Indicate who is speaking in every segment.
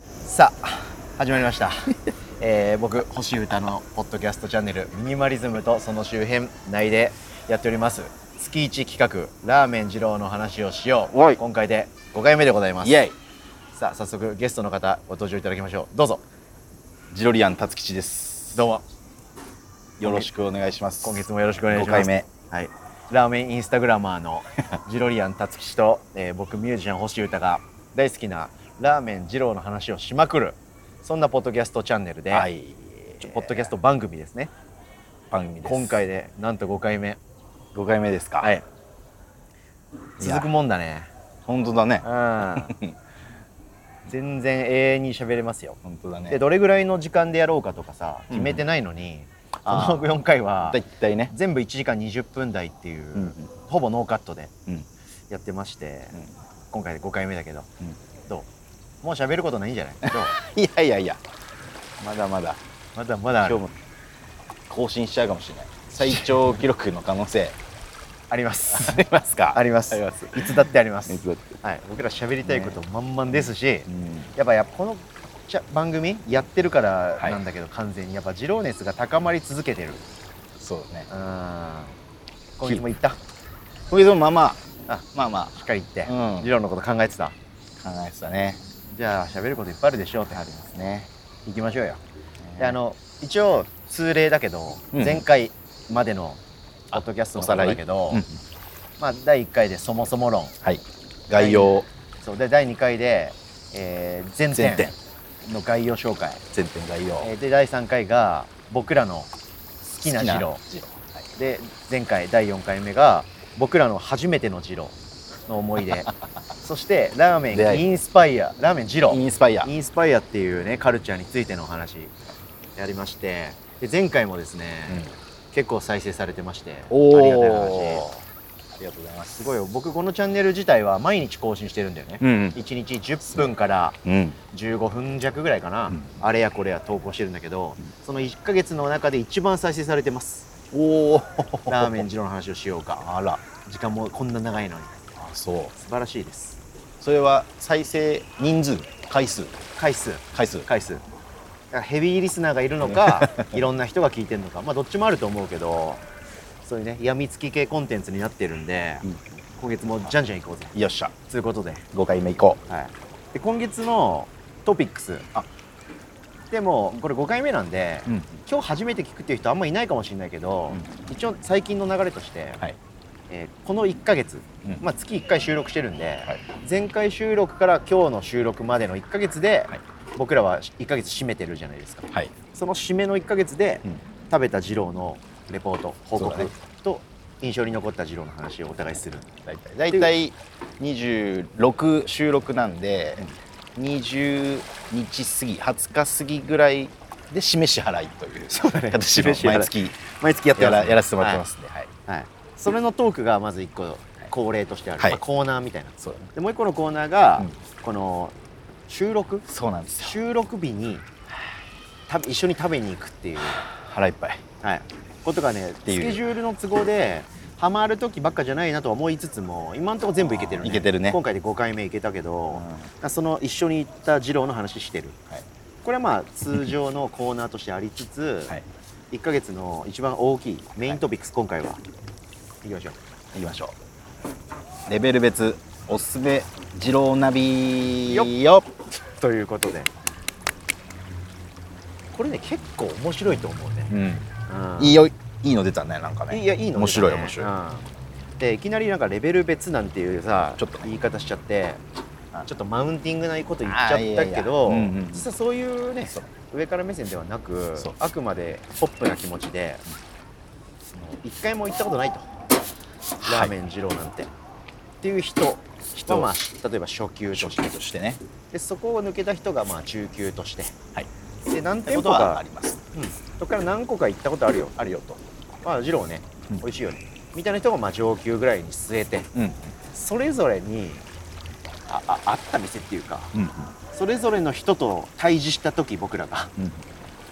Speaker 1: さあ始まりました、 えー僕星歌のポッドキャストチャンネルミニマリズムとその周辺内でやっております月1企画ラーメン二郎の話をしよ
Speaker 2: お
Speaker 1: う
Speaker 2: い
Speaker 1: 今回で5回目でございます
Speaker 2: イエイ
Speaker 1: さあ早速ゲストの方ご登場いただきましょうどうぞ
Speaker 2: ジロリアン達吉です
Speaker 1: どうも
Speaker 2: よろしくお願いします
Speaker 1: 今月もよろしくお願いし
Speaker 2: 5
Speaker 1: ます
Speaker 2: 回目
Speaker 1: はい、ラーメンインスタグラマーのジロリアン達吉と、えー僕ミュージシャン星歌が大好きなラーメン二郎の話をしまくるそんなポッドキャストチャンネルで、
Speaker 2: はい
Speaker 1: ちょポッドキャスト番組ですね
Speaker 2: 番組です
Speaker 1: 今回でなんと5回目
Speaker 2: 5回目ですか
Speaker 1: はい
Speaker 2: いや
Speaker 1: 続くもんだね
Speaker 2: 本当だね
Speaker 1: うん 全然永遠に喋れますよ
Speaker 2: 本当だ
Speaker 1: で
Speaker 2: ね
Speaker 1: どれぐらいの時間でやろうかとかさ
Speaker 2: うん
Speaker 1: 決めてないのに、
Speaker 2: あ
Speaker 1: こ
Speaker 2: ー
Speaker 1: の4回は
Speaker 2: だいたいね
Speaker 1: 全部1時間20分台っていう、
Speaker 2: うん
Speaker 1: ほぼノーカットで
Speaker 2: うん
Speaker 1: やってまして、
Speaker 2: うん
Speaker 1: 今回で5回目だけど、
Speaker 2: うん
Speaker 1: どうもう喋ることないんじゃ ないどう
Speaker 2: いやいやいやまだまだ
Speaker 1: まだまだあ
Speaker 2: 今日
Speaker 1: る
Speaker 2: も更新しちゃうかもしれない最長記録の可能 性
Speaker 1: あります
Speaker 2: ありますか
Speaker 1: あります
Speaker 2: あります
Speaker 1: いつだってあります
Speaker 2: いつだって
Speaker 1: はい、僕ら喋りたいこと満々ですし、
Speaker 2: うん
Speaker 1: やっぱやっぱこのちゃ番組やってるからなんだけど、完全にやっぱ二郎熱が高まり続けてる
Speaker 2: そうだね
Speaker 1: うん今月も行ったし
Speaker 2: これでもまあまああまあま
Speaker 1: っかり行って、
Speaker 2: うん
Speaker 1: 二郎のこと考えてた
Speaker 2: あ考えてたね
Speaker 1: じゃあ喋ることいっぱいあるでしょうってあります
Speaker 2: ね
Speaker 1: 行きましょうよ、
Speaker 2: ね
Speaker 1: であの一応通例だけど、
Speaker 2: うん
Speaker 1: 前回までのポッドキャストのことだけど、
Speaker 2: うん
Speaker 1: まあ、第1回でそもそも論
Speaker 2: はい概要
Speaker 1: そうで第2回で、えー前
Speaker 2: 前
Speaker 1: 編
Speaker 2: 編
Speaker 1: の概要紹介
Speaker 2: 前編概要
Speaker 1: えーで第3回が僕らの好きな二郎
Speaker 2: ジロはい
Speaker 1: で前回第4回目が僕らの初めての二郎の思い 出そしてラーメ
Speaker 2: 出
Speaker 1: ン
Speaker 2: 会い
Speaker 1: インスパイアラーメン二郎
Speaker 2: インスパイア
Speaker 1: インスパイアっていうねカルチャーについてのお話やりましてで前回もですね、結構再生されてまして
Speaker 2: お
Speaker 1: あ
Speaker 2: お
Speaker 1: りがたい話
Speaker 2: ありがとうございます
Speaker 1: すごいよ僕このチャンネル自体は毎日更新してるんだよね、
Speaker 2: うん
Speaker 1: 1日10分から
Speaker 2: うん
Speaker 1: 15分弱ぐらいかな、
Speaker 2: うん
Speaker 1: あれやこれや投稿してるんだけど、その1ヶ月の中で一番再生されてます
Speaker 2: おお
Speaker 1: ラーメン二郎の話をしようかあら時間もこんな長いのに
Speaker 2: あそう
Speaker 1: 素晴らしいです
Speaker 2: それは再生人数回数
Speaker 1: 回数
Speaker 2: 回数
Speaker 1: 回数だからヘビーリスナーがいるの かいろんな人が聞いてるのかまあどっちもあると思うけどそういうねやみつき系コンテンツになってるんで、今月もじゃんじゃん行こうぜ
Speaker 2: よっしゃ
Speaker 1: ということで,、
Speaker 2: 5回目行こ
Speaker 1: はい、で今月のトピックスあでもこれ5回目なんで、
Speaker 2: う、ん、
Speaker 1: 今日初めて聞くっていう人あんまいないかもしれないけど、一応最近の流れとして、
Speaker 2: はい
Speaker 1: えーこの1ヶ月、
Speaker 2: うん
Speaker 1: まあ、月1回収録してるんで、
Speaker 2: はい
Speaker 1: 前回収録から今日の収録までの1ヶ月で、
Speaker 2: はい
Speaker 1: 僕らは1ヶ月締めてるじゃないですか
Speaker 2: はい
Speaker 1: その締めの1ヶ月で、
Speaker 2: うん
Speaker 1: 食べた二郎のレポート報
Speaker 2: そうだ
Speaker 1: 告
Speaker 2: ね
Speaker 1: と印象に残った二郎の話をお互いする
Speaker 2: 大体大体26収録なんで、20日過ぎ20日過ぎぐらいで締め支払いという
Speaker 1: そうだ ね
Speaker 2: 形の
Speaker 1: 締め支払い
Speaker 2: 毎月
Speaker 1: 毎月やって
Speaker 2: や
Speaker 1: ます
Speaker 2: ら
Speaker 1: ね
Speaker 2: やらせてもらってますねはい、
Speaker 1: はい、はいそれのトークがまず1個恒例としてある、
Speaker 2: はい
Speaker 1: まあコーナーみたいな
Speaker 2: そうだね
Speaker 1: でもう1個のコーナーが、
Speaker 2: うん
Speaker 1: この収録
Speaker 2: そうなんですよ
Speaker 1: 収録日にた一緒に食べに行くっていう、
Speaker 2: 腹いっぱい
Speaker 1: はい、ことがねス
Speaker 2: ていう
Speaker 1: ケジュールの都合でハマる時ばっかじゃないなとは思いつつも今のところ全部いけてるね
Speaker 2: いけてるね
Speaker 1: 今回で5回目いけたけど、
Speaker 2: う
Speaker 1: その一緒に行った二郎の話してる、
Speaker 2: はい
Speaker 1: これはまあ通常のコーナーとしてありつつ、
Speaker 2: はい
Speaker 1: 1ヶ月の一番大きいメイントピックス今回は、い、きましょう
Speaker 2: いきましょうレベル別おすすめ二郎ナビ
Speaker 1: よ
Speaker 2: よ
Speaker 1: っということでこれね結構面白いと思うね、
Speaker 2: うん、
Speaker 1: うん
Speaker 2: いいよいいの出たねなんかね
Speaker 1: いやいいの
Speaker 2: 面白い
Speaker 1: でも
Speaker 2: 面白い、
Speaker 1: うんでいきなりなんかレベル別なんていうさ
Speaker 2: ちょっとね
Speaker 1: 言い方しちゃって
Speaker 2: あ
Speaker 1: ちょっとマウンティングなこと言っちゃったけど
Speaker 2: あいやいやうんうん
Speaker 1: 実はそういうね
Speaker 2: そう
Speaker 1: 上から目線ではなく
Speaker 2: そう
Speaker 1: あくまでポップな気持ちでその一回も行ったことないと
Speaker 2: い
Speaker 1: ラーメン二郎なんて、っていう人は、まあ、例えば初級と
Speaker 2: 初
Speaker 1: して
Speaker 2: 心としてね
Speaker 1: でそこを抜けた人がまあ中級として
Speaker 2: はい
Speaker 1: で何
Speaker 2: って
Speaker 1: 店
Speaker 2: こ
Speaker 1: 舗
Speaker 2: とは
Speaker 1: か
Speaker 2: あります
Speaker 1: うん、そこから何個か行ったことあるよあるよとまあ二郎ね、
Speaker 2: うん
Speaker 1: 美味しいよねみたいな人がまあ上級ぐらいに据えて
Speaker 2: うんうん
Speaker 1: それぞれにあああった店っていうか
Speaker 2: うん
Speaker 1: それぞれの人と対峙した時僕らが
Speaker 2: うん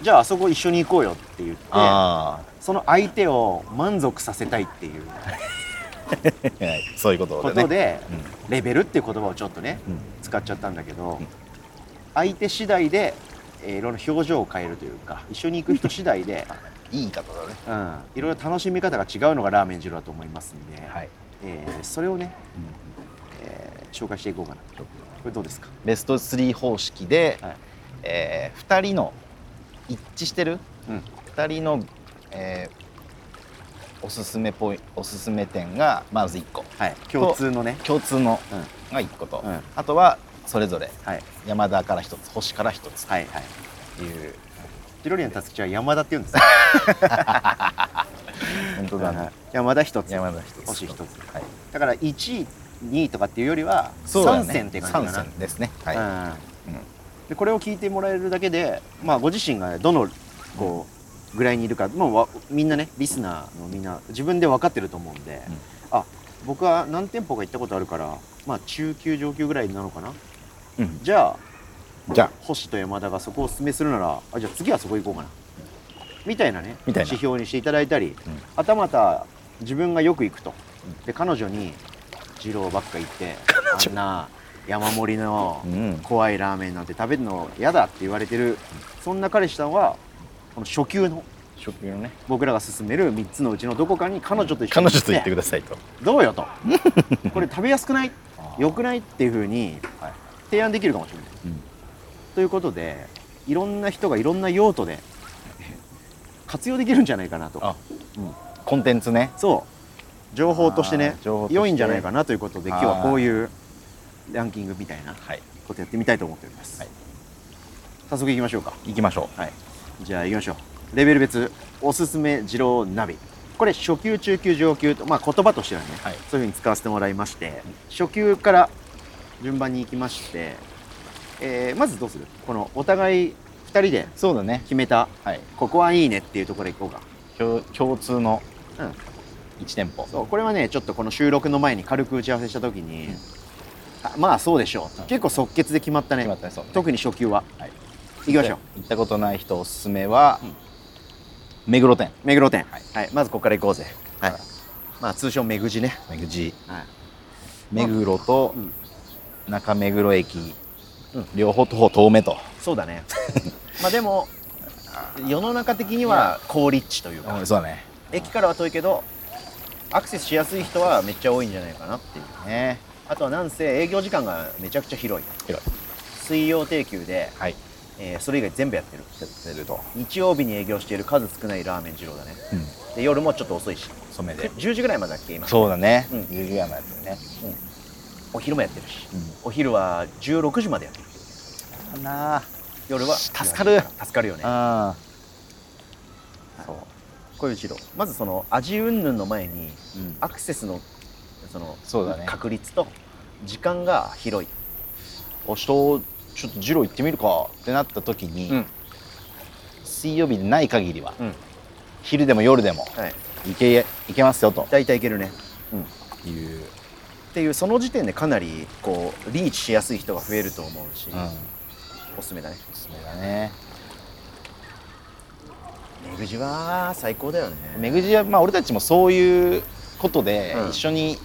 Speaker 1: じゃああそこ一緒に行こうよって言って
Speaker 2: あ
Speaker 1: その相手を満足させたいっていう
Speaker 2: あ はいそういうこと
Speaker 1: こ
Speaker 2: で
Speaker 1: と
Speaker 2: ね
Speaker 1: でレベルっていう言葉をちょっとね
Speaker 2: うん
Speaker 1: 使っちゃったんだけど、相手次第で、えーいろいろ表情を変えるというか一緒に行く人次第で、
Speaker 2: いい言い方だね
Speaker 1: うん、いろいろ楽しみ方が違うのがラーメン二郎だと思いますんで、
Speaker 2: はい
Speaker 1: えーそれをね、えー紹介していこうかなこれどうですか、
Speaker 2: ベスト3方式で、
Speaker 1: はい
Speaker 2: え2人の一致してる
Speaker 1: うん
Speaker 2: 2人の、えーおすすめポイおすすめ点がまず1個
Speaker 1: はい、共通のね、
Speaker 2: 共通の
Speaker 1: うん
Speaker 2: が1個と、
Speaker 1: うん
Speaker 2: あとはそれぞれ
Speaker 1: はい
Speaker 2: 山田から1つ星から1つ
Speaker 1: はいはい
Speaker 2: っていう
Speaker 1: ジロリアンたつきは山田って言うん ですよ
Speaker 2: 本当だね、
Speaker 1: 山田一つ
Speaker 2: 山田1つ
Speaker 1: 星一つ
Speaker 2: はい、
Speaker 1: だから1位2位とかっていうよりは
Speaker 2: そう
Speaker 1: 3
Speaker 2: だね
Speaker 1: 選って感じか
Speaker 2: 三選ですね
Speaker 1: な
Speaker 2: は、
Speaker 1: いうん
Speaker 2: うん
Speaker 1: でこれを聞いてもらえるだけで、まあ、ご自身がどのこうぐらいにいるかもうわみんなねリスナーのみんな自分で分かってると思うんで、
Speaker 2: うん
Speaker 1: あ僕は何店舗か行ったことあるから、まあ、中級上級ぐらいなのかな
Speaker 2: うん
Speaker 1: じゃあ
Speaker 2: じゃあ
Speaker 1: 星と山田がそこをお勧めするならあじゃあ次はそこ行こうかなみたいなね
Speaker 2: みたいな
Speaker 1: 指標にしていただいたり、
Speaker 2: うん
Speaker 1: はたまた自分がよく行くと、で彼女に二郎ばっか行ってあんな山盛りの
Speaker 2: うん
Speaker 1: 怖いラーメンなんて食べるの嫌だって言われてるそんな彼氏さんはこの初級の
Speaker 2: 食品のね
Speaker 1: 僕らが勧める3つのうちのどこかに彼女と一緒
Speaker 2: 彼
Speaker 1: に
Speaker 2: 女と言ってく
Speaker 1: だ
Speaker 2: ださいと
Speaker 1: さいどうよと これ食べやすくない良く
Speaker 2: ない、
Speaker 1: ないっていうふうに
Speaker 2: はい
Speaker 1: 提案できるかもしれない。
Speaker 2: うん
Speaker 1: ということでいろんな人がいろんな用途で活用できるんじゃないかなと
Speaker 2: あコンテンツね
Speaker 1: そう情報としてね
Speaker 2: あー情報として
Speaker 1: 良いんじゃないかなということで
Speaker 2: あ
Speaker 1: 今
Speaker 2: ー
Speaker 1: 日はこういうランキングみたいな
Speaker 2: はい
Speaker 1: ことやってみたいと思っております、
Speaker 2: はい
Speaker 1: 早速いきましょうか
Speaker 2: 行きましょ
Speaker 1: はいじゃあいきましょうレベル別おすすめ二郎ナビこれ初級中級上級とまあ言葉としてはね、
Speaker 2: はい
Speaker 1: そういうふうに使わせてもらいまして初級から順番に行きまして、えーまずどうするこのお互い2人で
Speaker 2: うそうだね
Speaker 1: 決めた
Speaker 2: はい
Speaker 1: ここはいいねっていうところで行こうか
Speaker 2: 共共通の
Speaker 1: うん
Speaker 2: 1店舗、
Speaker 1: そうこれはねちょっとこの収録の前に軽く打ち合わせした時に、
Speaker 2: うん
Speaker 1: あまあそうでしょう、
Speaker 2: うん
Speaker 1: 結構即決で決まったね
Speaker 2: 決まったねそうね
Speaker 1: 特に初級は、
Speaker 2: はい
Speaker 1: 行きましょう
Speaker 2: 行ったことない人おすすめは、
Speaker 1: うん
Speaker 2: 目黒店
Speaker 1: 目黒店は
Speaker 2: はいい、
Speaker 1: まずここから行こうぜはい、
Speaker 2: はい
Speaker 1: まあ通称目ぐじね、
Speaker 2: 目口
Speaker 1: はい、
Speaker 2: 目黒と
Speaker 1: うん
Speaker 2: 中目黒駅、
Speaker 1: うん
Speaker 2: 両方とほ遠目と、
Speaker 1: そうだね まあでも世の中的には好立地というか、
Speaker 2: そうだね
Speaker 1: 駅からは遠いけどアクセスしやすい人はめっちゃ多いんじゃないかなっていう
Speaker 2: ね
Speaker 1: あとはなんせ営業時間がめちゃくちゃ広い
Speaker 2: 広い
Speaker 1: 水曜定休で、
Speaker 2: はい
Speaker 1: えーそれ以外全部やってる
Speaker 2: やってると、
Speaker 1: 日曜日に営業している数少ないラーメン二郎だね
Speaker 2: うん、
Speaker 1: で夜もちょっと遅いし
Speaker 2: 染めで
Speaker 1: 10時ぐらいまでだっけ今
Speaker 2: そうだね
Speaker 1: うん
Speaker 2: 夕方やってるね、
Speaker 1: お昼もやってるし、
Speaker 2: うん
Speaker 1: お昼は16時までやってる
Speaker 2: かな
Speaker 1: 夜は
Speaker 2: 助かる
Speaker 1: 助かるよね
Speaker 2: あ
Speaker 1: そうこういう二郎まずその味云々の前に
Speaker 2: ー、うん、
Speaker 1: アクセスのその
Speaker 2: そうだね
Speaker 1: 確率と時間が広い
Speaker 2: 明日ちょっとジロー行ってみるかってなった時に、
Speaker 1: うん
Speaker 2: 水曜日でない限りは、
Speaker 1: うん
Speaker 2: 昼でも夜でも
Speaker 1: はい
Speaker 2: 行け行けますよと
Speaker 1: 大体いけるね
Speaker 2: いう、
Speaker 1: っていうその時点でかなりこうリーチしやすい人が増えると思うし、
Speaker 2: うん、お
Speaker 1: おすすめだね
Speaker 2: すすめだね
Speaker 1: 目ぐじは最高だよね
Speaker 2: めぐじは、まあ、俺たちもそういうことで、
Speaker 1: うん
Speaker 2: 一緒に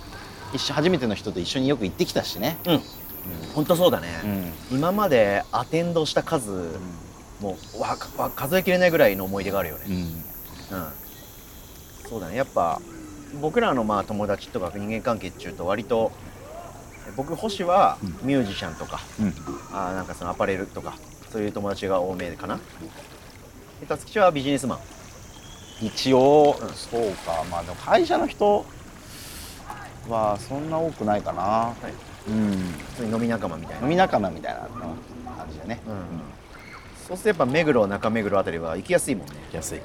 Speaker 2: 一緒初めての人と一緒によく行ってきたしね、
Speaker 1: うん本当そうだね、
Speaker 2: うん
Speaker 1: 今までアテンドした数、もうわわ数えきれないぐらいの思い出があるよね、うん、そうだねやっぱ僕らのまあ友達とか人間関係っていうと割と僕星はミュージシャンとか、
Speaker 2: うん
Speaker 1: あーなんかそのアパレルとかそういう友達が多めかなでたつきちはビジネスマン
Speaker 2: 一応、
Speaker 1: うん
Speaker 2: そうかまあでも会社の人はそんな多くないかな、
Speaker 1: い
Speaker 2: うん、
Speaker 1: 普通に飲み仲間みたいな
Speaker 2: 飲み仲間みたいな感じだね、
Speaker 1: うんそうするとやっぱ目黒中目黒あたりは行きやすいもんね、
Speaker 2: 安い
Speaker 1: う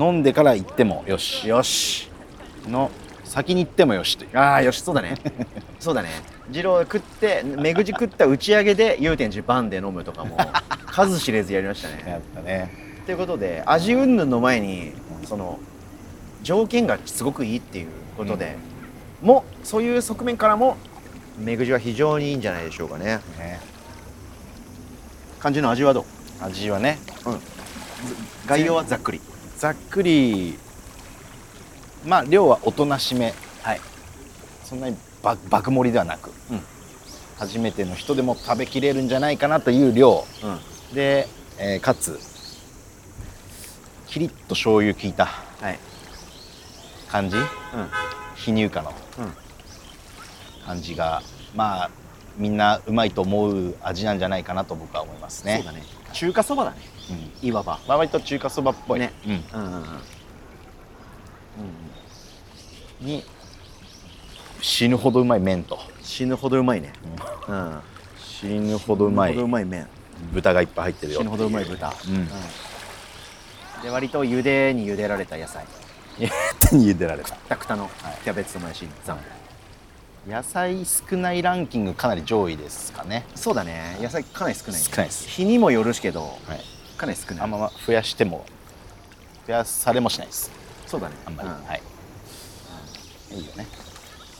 Speaker 1: ん、
Speaker 2: 飲んでから行ってもよし
Speaker 1: よし
Speaker 2: の先に行ってもよしという
Speaker 1: ああよしそう だねそうだね二郎食って目口食った打ち上げで祐天寺バンで飲むとかも数知れずやりましたね
Speaker 2: やったね
Speaker 1: ということで味云々の前にその条件がすごくいいっていうことで、もそういう側面からも目口は非常にいいんじゃないでしょうかね
Speaker 2: ね
Speaker 1: 感じの味はどう
Speaker 2: 味はね
Speaker 1: 概要はざっくり
Speaker 2: ざっくりまあ量はおとなしめはいそんなにば爆盛りではなく、
Speaker 1: うん
Speaker 2: 初めての人でも食べきれるんじゃないかなという量
Speaker 1: うん
Speaker 2: で、えーかつキリッと醤油効いた
Speaker 1: はい
Speaker 2: 感じ非乳化の
Speaker 1: うんうん
Speaker 2: 感じがまあみんなうまいと思う味なんじゃないかなと僕は思いますね
Speaker 1: そうだね中華そばだね
Speaker 2: うん
Speaker 1: いわば
Speaker 2: まあ、割と中華そばっぽい、
Speaker 1: ね
Speaker 2: うん
Speaker 1: うんうんうんうん
Speaker 2: に死ぬほどうまい麺と、
Speaker 1: 死ぬほどうまいねうん
Speaker 2: 死ぬほどうま
Speaker 1: 死ぬほどう
Speaker 2: い
Speaker 1: まい麺
Speaker 2: 豚がいっぱい入ってるよ
Speaker 1: 死ぬほどうまい豚
Speaker 2: うん
Speaker 1: うんで割と茹でに茹でられた野菜
Speaker 2: 手に茹でられた
Speaker 1: くたくたのキャベツともやしザン
Speaker 2: 野菜少ないランキングかなり上位ですかね
Speaker 1: そうだね野菜かなり少ないね
Speaker 2: 少ないです
Speaker 1: 日にもよるしけど
Speaker 2: はい
Speaker 1: かなり少ない
Speaker 2: あんま増やしても増やされもしないです
Speaker 1: そうだね
Speaker 2: あんまり、
Speaker 1: うん
Speaker 2: はい、いいよね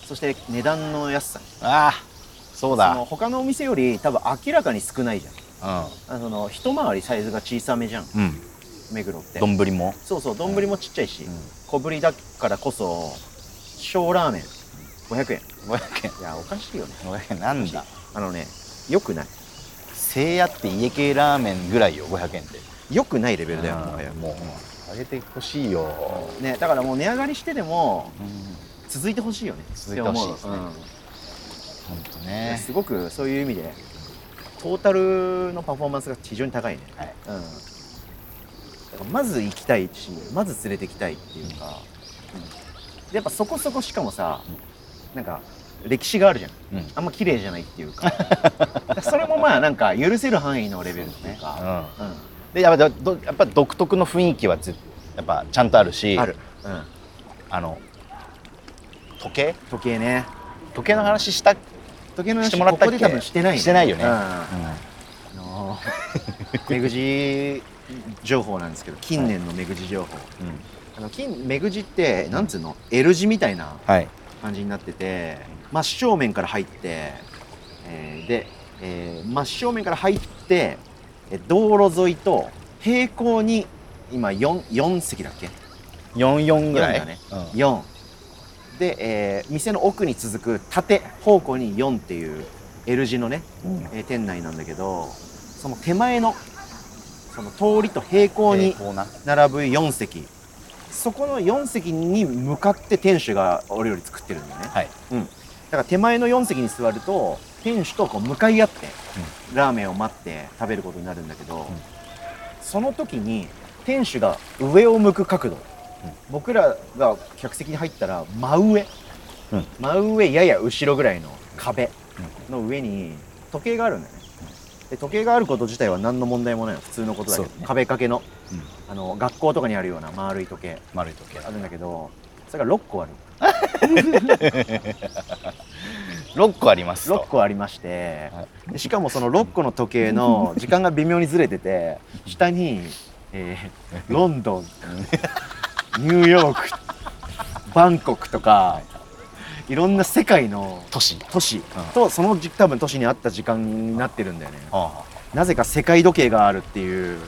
Speaker 1: そして値段の安さね
Speaker 2: ああそうだ
Speaker 1: その他のお店より多分明らかに少ないじゃん
Speaker 2: う
Speaker 1: あその一回りサイズが小さめじゃん
Speaker 2: んうん
Speaker 1: 目黒って
Speaker 2: 丼も
Speaker 1: そうそう丼もちっちゃいし、
Speaker 2: うん
Speaker 1: 小ぶりだからこそ小ラーメン500円
Speaker 2: 500円
Speaker 1: いやおかしいよね
Speaker 2: 500円なんだ
Speaker 1: あのねよくない
Speaker 2: せいやって家系ラーメンぐらいよ500円って
Speaker 1: よくないレベルだよもはや
Speaker 2: もう上げてほしいよ、
Speaker 1: ねだからもう値上がりしてでも
Speaker 2: うん
Speaker 1: 続いてほしいよね
Speaker 2: 続いてほしいですね
Speaker 1: って思ううん
Speaker 2: ほんと
Speaker 1: いや
Speaker 2: ね
Speaker 1: すごくそういう意味でトータルのパフォーマンスが非常に高いね、
Speaker 2: はい
Speaker 1: うん、だからまず行きたいしまず連れてきたいっていうか、うんでやっぱそこそこしかもさなんか歴史があるじゃん
Speaker 2: うん、うん、
Speaker 1: あんま綺麗じゃないっていうかそれもまあなんか許せる範囲のレベルっていうか、うん
Speaker 2: でやっぱどやっぱ独特の雰囲気はぜやっぱちゃんとあるし
Speaker 1: ある、うん、
Speaker 2: あの時計
Speaker 1: 時計ね
Speaker 2: 時計の話した、
Speaker 1: 時計の
Speaker 2: して
Speaker 1: 話
Speaker 2: もら
Speaker 1: こ
Speaker 2: ったっ
Speaker 1: こ
Speaker 2: け
Speaker 1: で多分してない、
Speaker 2: してないよね
Speaker 1: うん
Speaker 2: うん
Speaker 1: あのー目ぐじ情報なんですけど近年の目ぐじ情報、
Speaker 2: うん
Speaker 1: あの金目口ってなんつうの L 字みたいな
Speaker 2: はい
Speaker 1: 感じになってて真正面から入って、えーで、えー真正面から入ってえー道路沿いと平行に今 4, 4席だっけ
Speaker 2: 44ぐら
Speaker 1: 四
Speaker 2: い
Speaker 1: だね
Speaker 2: うん
Speaker 1: 4で、えー店の奥に続く縦方向に4っていう L 字のね、
Speaker 2: うん
Speaker 1: えー店内なんだけどその手前のその通りと平行に
Speaker 2: 平行な
Speaker 1: 並ぶ4席そこの4席に向かって店主がお料理作ってるんだよね、
Speaker 2: はい
Speaker 1: うん、だから手前の4席に座ると店主とこう向かい合って、ラーメンを待って食べることになるんだけど、その時に店主が上を向く角度、僕らが客席に入ったら真上、
Speaker 2: うん
Speaker 1: 真上やや後ろぐらいの壁の上に時計があるんだよねで時計があること自体は何の問題もないの普通のことだけど、
Speaker 2: そうね
Speaker 1: 壁掛けの
Speaker 2: うん
Speaker 1: あの学校とかにあるような丸い時計
Speaker 2: 丸い時計
Speaker 1: あるんだけどそれが6個ある
Speaker 2: 6個あります
Speaker 1: 6
Speaker 2: と
Speaker 1: 個ありまして
Speaker 2: は
Speaker 1: でしかもその6個の時計 の時間が微妙にずれてて下に、えーロンドンニューヨークバンコクとかいろんな世界の
Speaker 2: 都市
Speaker 1: 都市とそのじ多分都市にあった時間になってるんだよね
Speaker 2: あ
Speaker 1: なぜか世界時計があるっていう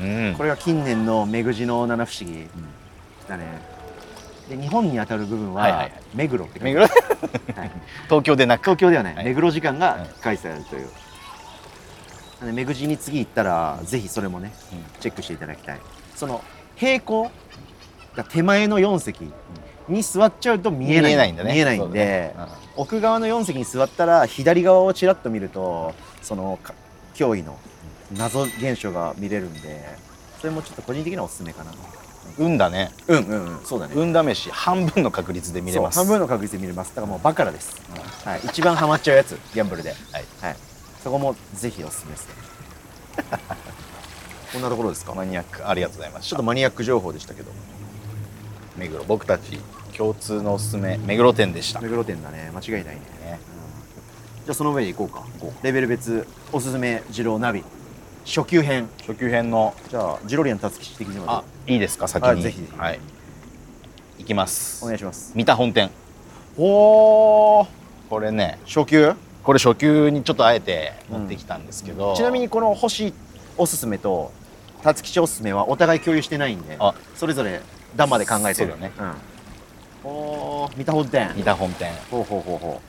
Speaker 2: うん
Speaker 1: これが近年の目ぐじの七不思議だねで日本に当たる部分
Speaker 2: はいはいは
Speaker 1: はい目黒って書いてある
Speaker 2: 目黒
Speaker 1: はい
Speaker 2: 東京でなく
Speaker 1: 東京ではない、
Speaker 2: はい
Speaker 1: 目黒時間が開催されるという、なので目黒に次行ったら、ぜひそれもね、
Speaker 2: うん
Speaker 1: チェックしていただきたいその平行が手前の4席に座っちゃうと見えない
Speaker 2: んだね
Speaker 1: 見えないんで
Speaker 2: そうだねうん
Speaker 1: 奥側の4席に座ったら左側をちらっと見るとそのか脅威の謎現象が見れるんでそれもちょっと個人的にはおすすめかな
Speaker 2: 運だね
Speaker 1: うんうんうんそうだね
Speaker 2: 運試し半分の確率で見れます
Speaker 1: そう半分の確率で見れますだからもうバカラです、はい、一番ハマっちゃうやつギャンブルで
Speaker 2: はい、
Speaker 1: はい、そこもぜひおすすめですね こんなところですか
Speaker 2: マニアックありがとうございまし
Speaker 1: ちょっ
Speaker 2: た
Speaker 1: とマニアック情報でしたけど
Speaker 2: 目黒僕たち共通のおすすめ目黒店でした、
Speaker 1: 目
Speaker 2: ね、
Speaker 1: 黒店だね間違いないねじゃあその上に行こうかレベル別おすすめ二郎ナビ初級編
Speaker 2: 初級編の
Speaker 1: じゃあジロリアンたつき的にまで
Speaker 2: あいいですか先
Speaker 1: は
Speaker 2: に
Speaker 1: いぜひぜひ
Speaker 2: はいいきます
Speaker 1: お願いします
Speaker 2: 三田本店
Speaker 1: おお
Speaker 2: これね
Speaker 1: 初級
Speaker 2: これ初級にちょっとあえて持ってきたんですけど、
Speaker 1: ちなみにこの星おすすめとたつきちおすすめはお互い共有してないんで
Speaker 2: あ
Speaker 1: それぞれ段まで考えてる
Speaker 2: そうだね、
Speaker 1: うん、おお三田本店
Speaker 2: 三田本店
Speaker 1: ほうほうほうほ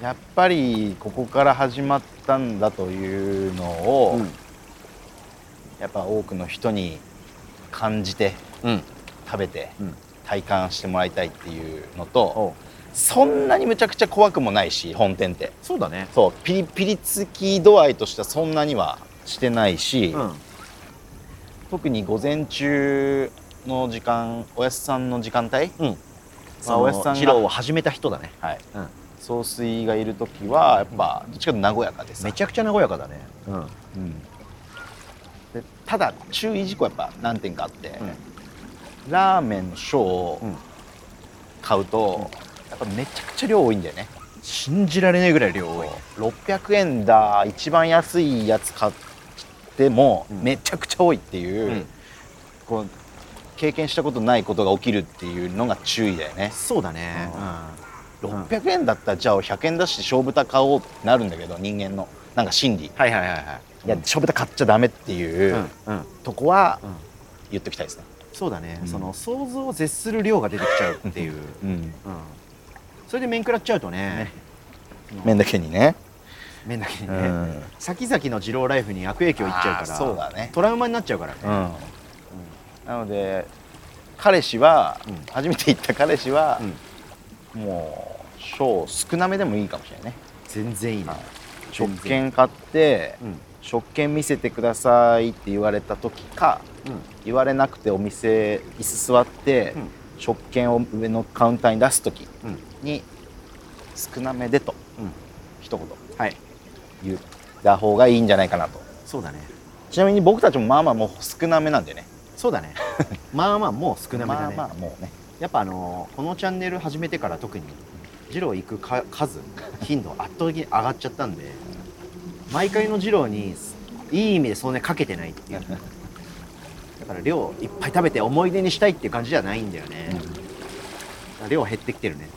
Speaker 2: やっぱりここから始まったんだというのを、
Speaker 1: うん
Speaker 2: やっぱ多くの人に感じて
Speaker 1: うん
Speaker 2: 食べて
Speaker 1: うん
Speaker 2: 体感してもらいたいっていうのと、
Speaker 1: おう
Speaker 2: そんなにむちゃくちゃ怖くもないし本店って
Speaker 1: そうだね
Speaker 2: そうピリピリつき度合いとしてはそんなにはしてないし、
Speaker 1: うん
Speaker 2: 特に午前中の時間おやすさんの時間帯、
Speaker 1: うん
Speaker 2: まあ、おやすさん
Speaker 1: 治療
Speaker 2: が、
Speaker 1: を始めた人だね
Speaker 2: はい
Speaker 1: うん
Speaker 2: 総帥がいる時はやっぱどっちかというと和やかです
Speaker 1: めちゃくちゃ和やかだねうん
Speaker 2: でただ注意事項やっぱ何点かあって、ラーメンの小を
Speaker 1: うん
Speaker 2: 買うと、やっぱめちゃくちゃ量多いんだよね
Speaker 1: 信じられないぐらい量多い
Speaker 2: 600円だ一番安いやつ買っても
Speaker 1: うん
Speaker 2: めちゃくちゃ多いっていう,、
Speaker 1: うん
Speaker 2: こう経験したことないことが起きるっていうのが注意だよね
Speaker 1: そうだね
Speaker 2: う
Speaker 1: うん
Speaker 2: 600円だったらじゃあ100円出して小豚買おうってなるんだけど人間のなんか心理い
Speaker 1: はいはいはいはい
Speaker 2: や小豚買っちゃダメっていう、
Speaker 1: うんうん
Speaker 2: とこは
Speaker 1: うん
Speaker 2: 言っときたいですね、
Speaker 1: そうだね
Speaker 2: うん
Speaker 1: その想像を絶する量が出てきちゃうっていう
Speaker 2: うん、
Speaker 1: うんそれで面食らっちゃうとねうん
Speaker 2: 麺だけにね
Speaker 1: 麺だけに
Speaker 2: う
Speaker 1: ね
Speaker 2: ん
Speaker 1: 先々の二郎ライフに悪影響いっちゃうか
Speaker 2: あー
Speaker 1: ら
Speaker 2: そうだね
Speaker 1: トラウマになっちゃうからね
Speaker 2: うんなので彼氏は、
Speaker 1: うん
Speaker 2: 初めて行った彼氏は、もう小少なめでもいいかもしれないね
Speaker 1: 全然いいね
Speaker 2: はい
Speaker 1: 全然
Speaker 2: 食券買って、
Speaker 1: うん
Speaker 2: 食券見せてくださいって言われた時か
Speaker 1: うん
Speaker 2: 言われなくてお店椅子座って、
Speaker 1: うん
Speaker 2: 食券を上のカウンターに出す時
Speaker 1: うん
Speaker 2: に少なめでと、
Speaker 1: うん
Speaker 2: 一言
Speaker 1: はい
Speaker 2: 言った方がいいんじゃないかなと
Speaker 1: そうだね
Speaker 2: ちなみに僕たちもまあまあもう少なめなんでね
Speaker 1: そうだねまあまあもう少なめだね
Speaker 2: まあまあもうね
Speaker 1: やっぱあのーこのチャンネル始めてから特に二郎行くか数頻度圧倒的に上がっちゃったんで毎回の二郎にいい意味でそんなにかけてないっていうだから量いっぱい食べて思い出にしたいっていう感じじゃないんだよね、量減ってきてるね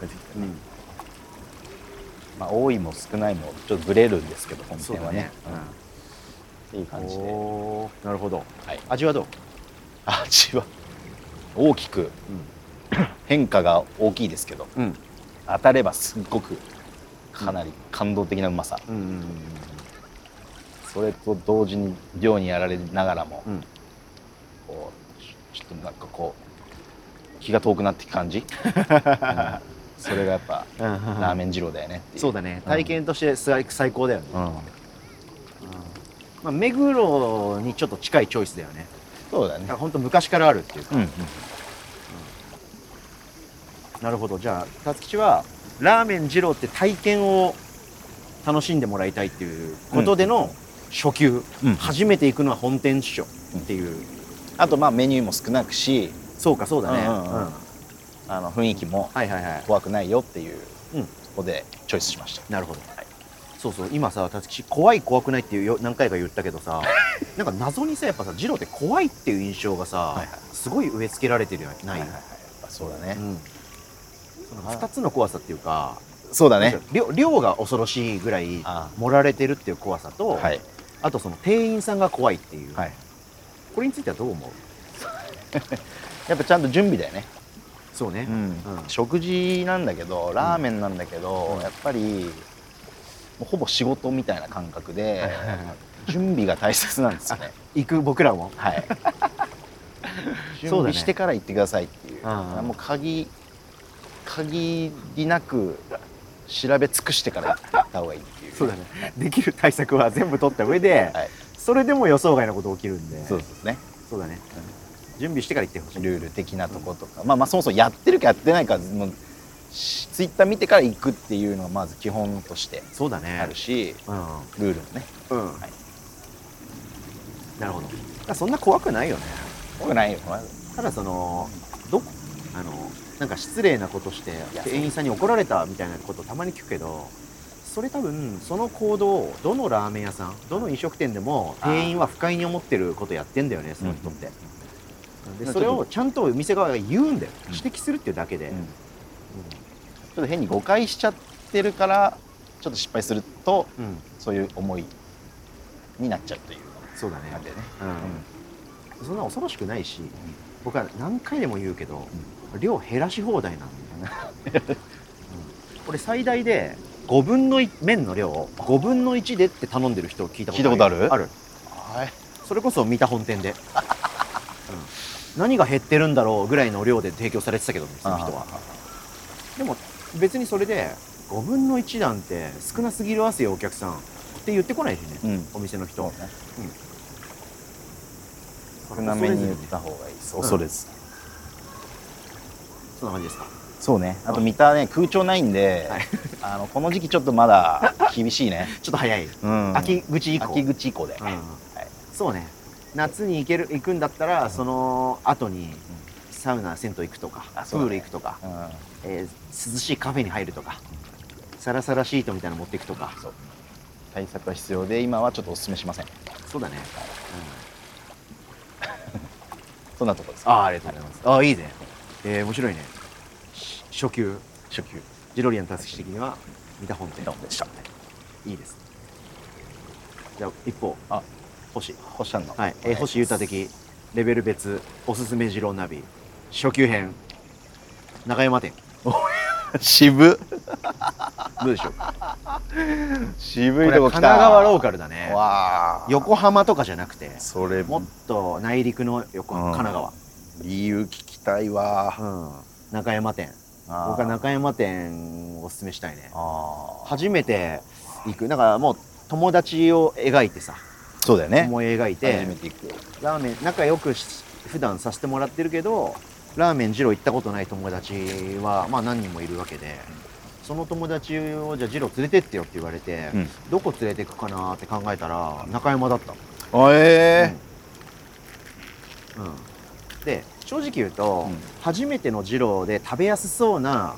Speaker 2: まあ、多いも少ないもちょっとぶれるんですけど本
Speaker 1: そう
Speaker 2: 店
Speaker 1: だ
Speaker 2: は
Speaker 1: ね
Speaker 2: ね、うんっていう感じで、は
Speaker 1: おーなるほど
Speaker 2: い、
Speaker 1: 味はどう、
Speaker 2: 味は大きく変化が大きいですけど
Speaker 1: うん
Speaker 2: 当たればすっごくかなり感動的なうまさ、
Speaker 1: うんうん
Speaker 2: それと同時に量にやられながらも、
Speaker 1: うん
Speaker 2: こうちょっとなんかこう気が遠くなっていく 感じ、うんそれがやっぱ
Speaker 1: うんラ
Speaker 2: ラー
Speaker 1: ン
Speaker 2: メン二郎だよねっていう
Speaker 1: そうだね
Speaker 2: ん
Speaker 1: 体験として最最高だよね、
Speaker 2: うん
Speaker 1: まあ、目黒にちょっと近いチョイスだよね
Speaker 2: そうだね
Speaker 1: だから本当昔からあるっていうか、
Speaker 2: うんうん
Speaker 1: なるほどじゃあ辰吉はラーメン二郎って体験を楽しんでもらいたいっていうことでの初級、
Speaker 2: うん
Speaker 1: 初めて行くのは本店っしょっていう、
Speaker 2: あとまあメニューも少なくし
Speaker 1: そうかそうだね、
Speaker 2: う
Speaker 1: うんん
Speaker 2: うんうんあの雰囲気も
Speaker 1: はいはいはい
Speaker 2: 怖くないよっていう
Speaker 1: うん
Speaker 2: とこでチョイスしました、
Speaker 1: なるほど、そうそう今さ辰吉怖い怖くないっていうよ何回か言ったけど さなんか謎にさやっぱさ二郎って怖いっていう印象がさ、
Speaker 2: いはい
Speaker 1: すごい植え付けられてるよねない、
Speaker 2: やっぱそうだね、
Speaker 1: うん、その2つの怖さっていうか
Speaker 2: そうだね
Speaker 1: 量量が恐ろしいぐらい
Speaker 2: あ
Speaker 1: 盛られてるっていう怖さと、
Speaker 2: はい
Speaker 1: あとその店員さんが怖いっていう、
Speaker 2: はい
Speaker 1: これについてはどう思う
Speaker 2: やっぱちゃんと準備だよね、
Speaker 1: そうね、 うん
Speaker 2: 食事なんだけどラーメンなんだけど、やっぱりもうほぼ仕事みたいな感覚で準備が大切なんですよ ね
Speaker 1: 行く僕らも
Speaker 2: はい準
Speaker 1: そうだ
Speaker 2: 備
Speaker 1: ね
Speaker 2: してから行ってくださいっていう
Speaker 1: うんうん
Speaker 2: もう鍵限りなく調べ尽くしてから行った方がいいっていう
Speaker 1: そうだねできる対策は全部取った上で、
Speaker 2: はい
Speaker 1: それでも予想外のこと起きるんで
Speaker 2: そうですね
Speaker 1: そうだね、準備してから行ってほしい
Speaker 2: ルール的なとことか、まあまあそもそもやってるかやってないかもうしツイッター見てから行くっていうのはまず基本として
Speaker 1: そうだね
Speaker 2: あるし、
Speaker 1: うん
Speaker 2: ルールもね
Speaker 1: うん、
Speaker 2: はい
Speaker 1: なるほどだからそんな怖くないよね
Speaker 2: 多くないよまあ
Speaker 1: ただそのどこあのなんか失礼なことして
Speaker 2: いや
Speaker 1: 店員さんに怒られたみたいなことたまに聞くけどそれ多分その行動をどのラーメン屋さんどの飲食店でも
Speaker 2: あー
Speaker 1: 店員は不快に思ってることやってんだよねその人って、
Speaker 2: ん
Speaker 1: でそれをちゃんとお店側が言うんだよ、
Speaker 2: うん
Speaker 1: 指摘するっていうだけで、
Speaker 2: うんちょっと変に誤解しちゃってるからちょっと失敗すると
Speaker 1: うん
Speaker 2: そういう思いになっちゃうという
Speaker 1: そうだね
Speaker 2: 感じでね、
Speaker 1: うんそんな恐ろしくないし僕は何回でも言うけど量減らし放題なんだよね、うん俺最大で5分の1麺の量を5分の1でって頼んでる人を聞いたこと
Speaker 2: 聞いたことある
Speaker 1: ある
Speaker 2: はい
Speaker 1: それこそ見た本店で、うん、何が減ってるんだろうぐらいの量で提供されてたけどねその人はでも別にそれで5分の1なんて少なすぎるわすよお客さんって言ってこないしね、
Speaker 2: うん
Speaker 1: お店の人、
Speaker 2: そうね少なめに言った方がいいです
Speaker 1: ん
Speaker 2: 恐れず
Speaker 1: そんな感じですか
Speaker 2: そうねあと見たね空調ないんで
Speaker 1: はい
Speaker 2: あのこの時期ちょっとまだ厳しいね
Speaker 1: ちょっと早い、
Speaker 2: うん
Speaker 1: 秋口以降
Speaker 2: 秋口以降で
Speaker 1: うんそうね夏に行ける行くんだったら、その後にサウナ銭湯行くとか、
Speaker 2: あ
Speaker 1: プ
Speaker 2: そうだ
Speaker 1: ー
Speaker 2: ね
Speaker 1: ル行くとか、
Speaker 2: うん
Speaker 1: えー涼しいカフェに入るとかサラサラシートみたいなの持っていくとか
Speaker 2: そう対策は必要で今はちょっとお勧めしません
Speaker 1: そうだね、
Speaker 2: そんなところです
Speaker 1: ああありがとうございますああいいねえー、面白いねし初級
Speaker 2: 初級
Speaker 1: ジロリアン達成的には見た本店
Speaker 2: どうでした
Speaker 1: いいですじゃあ一方
Speaker 2: あ
Speaker 1: 星
Speaker 2: 星さんの
Speaker 1: はい、えー、星優太的レベル別おすすめジロナビ初級編中山店
Speaker 2: 渋
Speaker 1: どうでしょうこ
Speaker 2: 渋
Speaker 1: れ
Speaker 2: いとこ
Speaker 1: 神
Speaker 2: 来た
Speaker 1: 奈川ローカルだね
Speaker 2: わあ
Speaker 1: 横浜とかじゃなくて
Speaker 2: それ
Speaker 1: もっと内陸の横
Speaker 2: うん
Speaker 1: 浜神奈
Speaker 2: 理由聞きたいわ
Speaker 1: 川、うん、中山店僕は中山店をおすすめしたいね
Speaker 2: あー
Speaker 1: 初めて行くだからもう友達を描いてさ
Speaker 2: そうだよね
Speaker 1: 思い描い
Speaker 2: 初
Speaker 1: て
Speaker 2: めて行く
Speaker 1: ラーメン仲良くし普段させてもらってるけどラーメン二郎行ったことない友達はまあ何人もいるわけでその友達をじゃあ二郎連れてってよって言われて、
Speaker 2: うん
Speaker 1: どこ連れてくかなって考えたら中山だったの
Speaker 2: あえ
Speaker 1: うんで正直言うと、
Speaker 2: うん
Speaker 1: 初めての二郎で食べやすそうな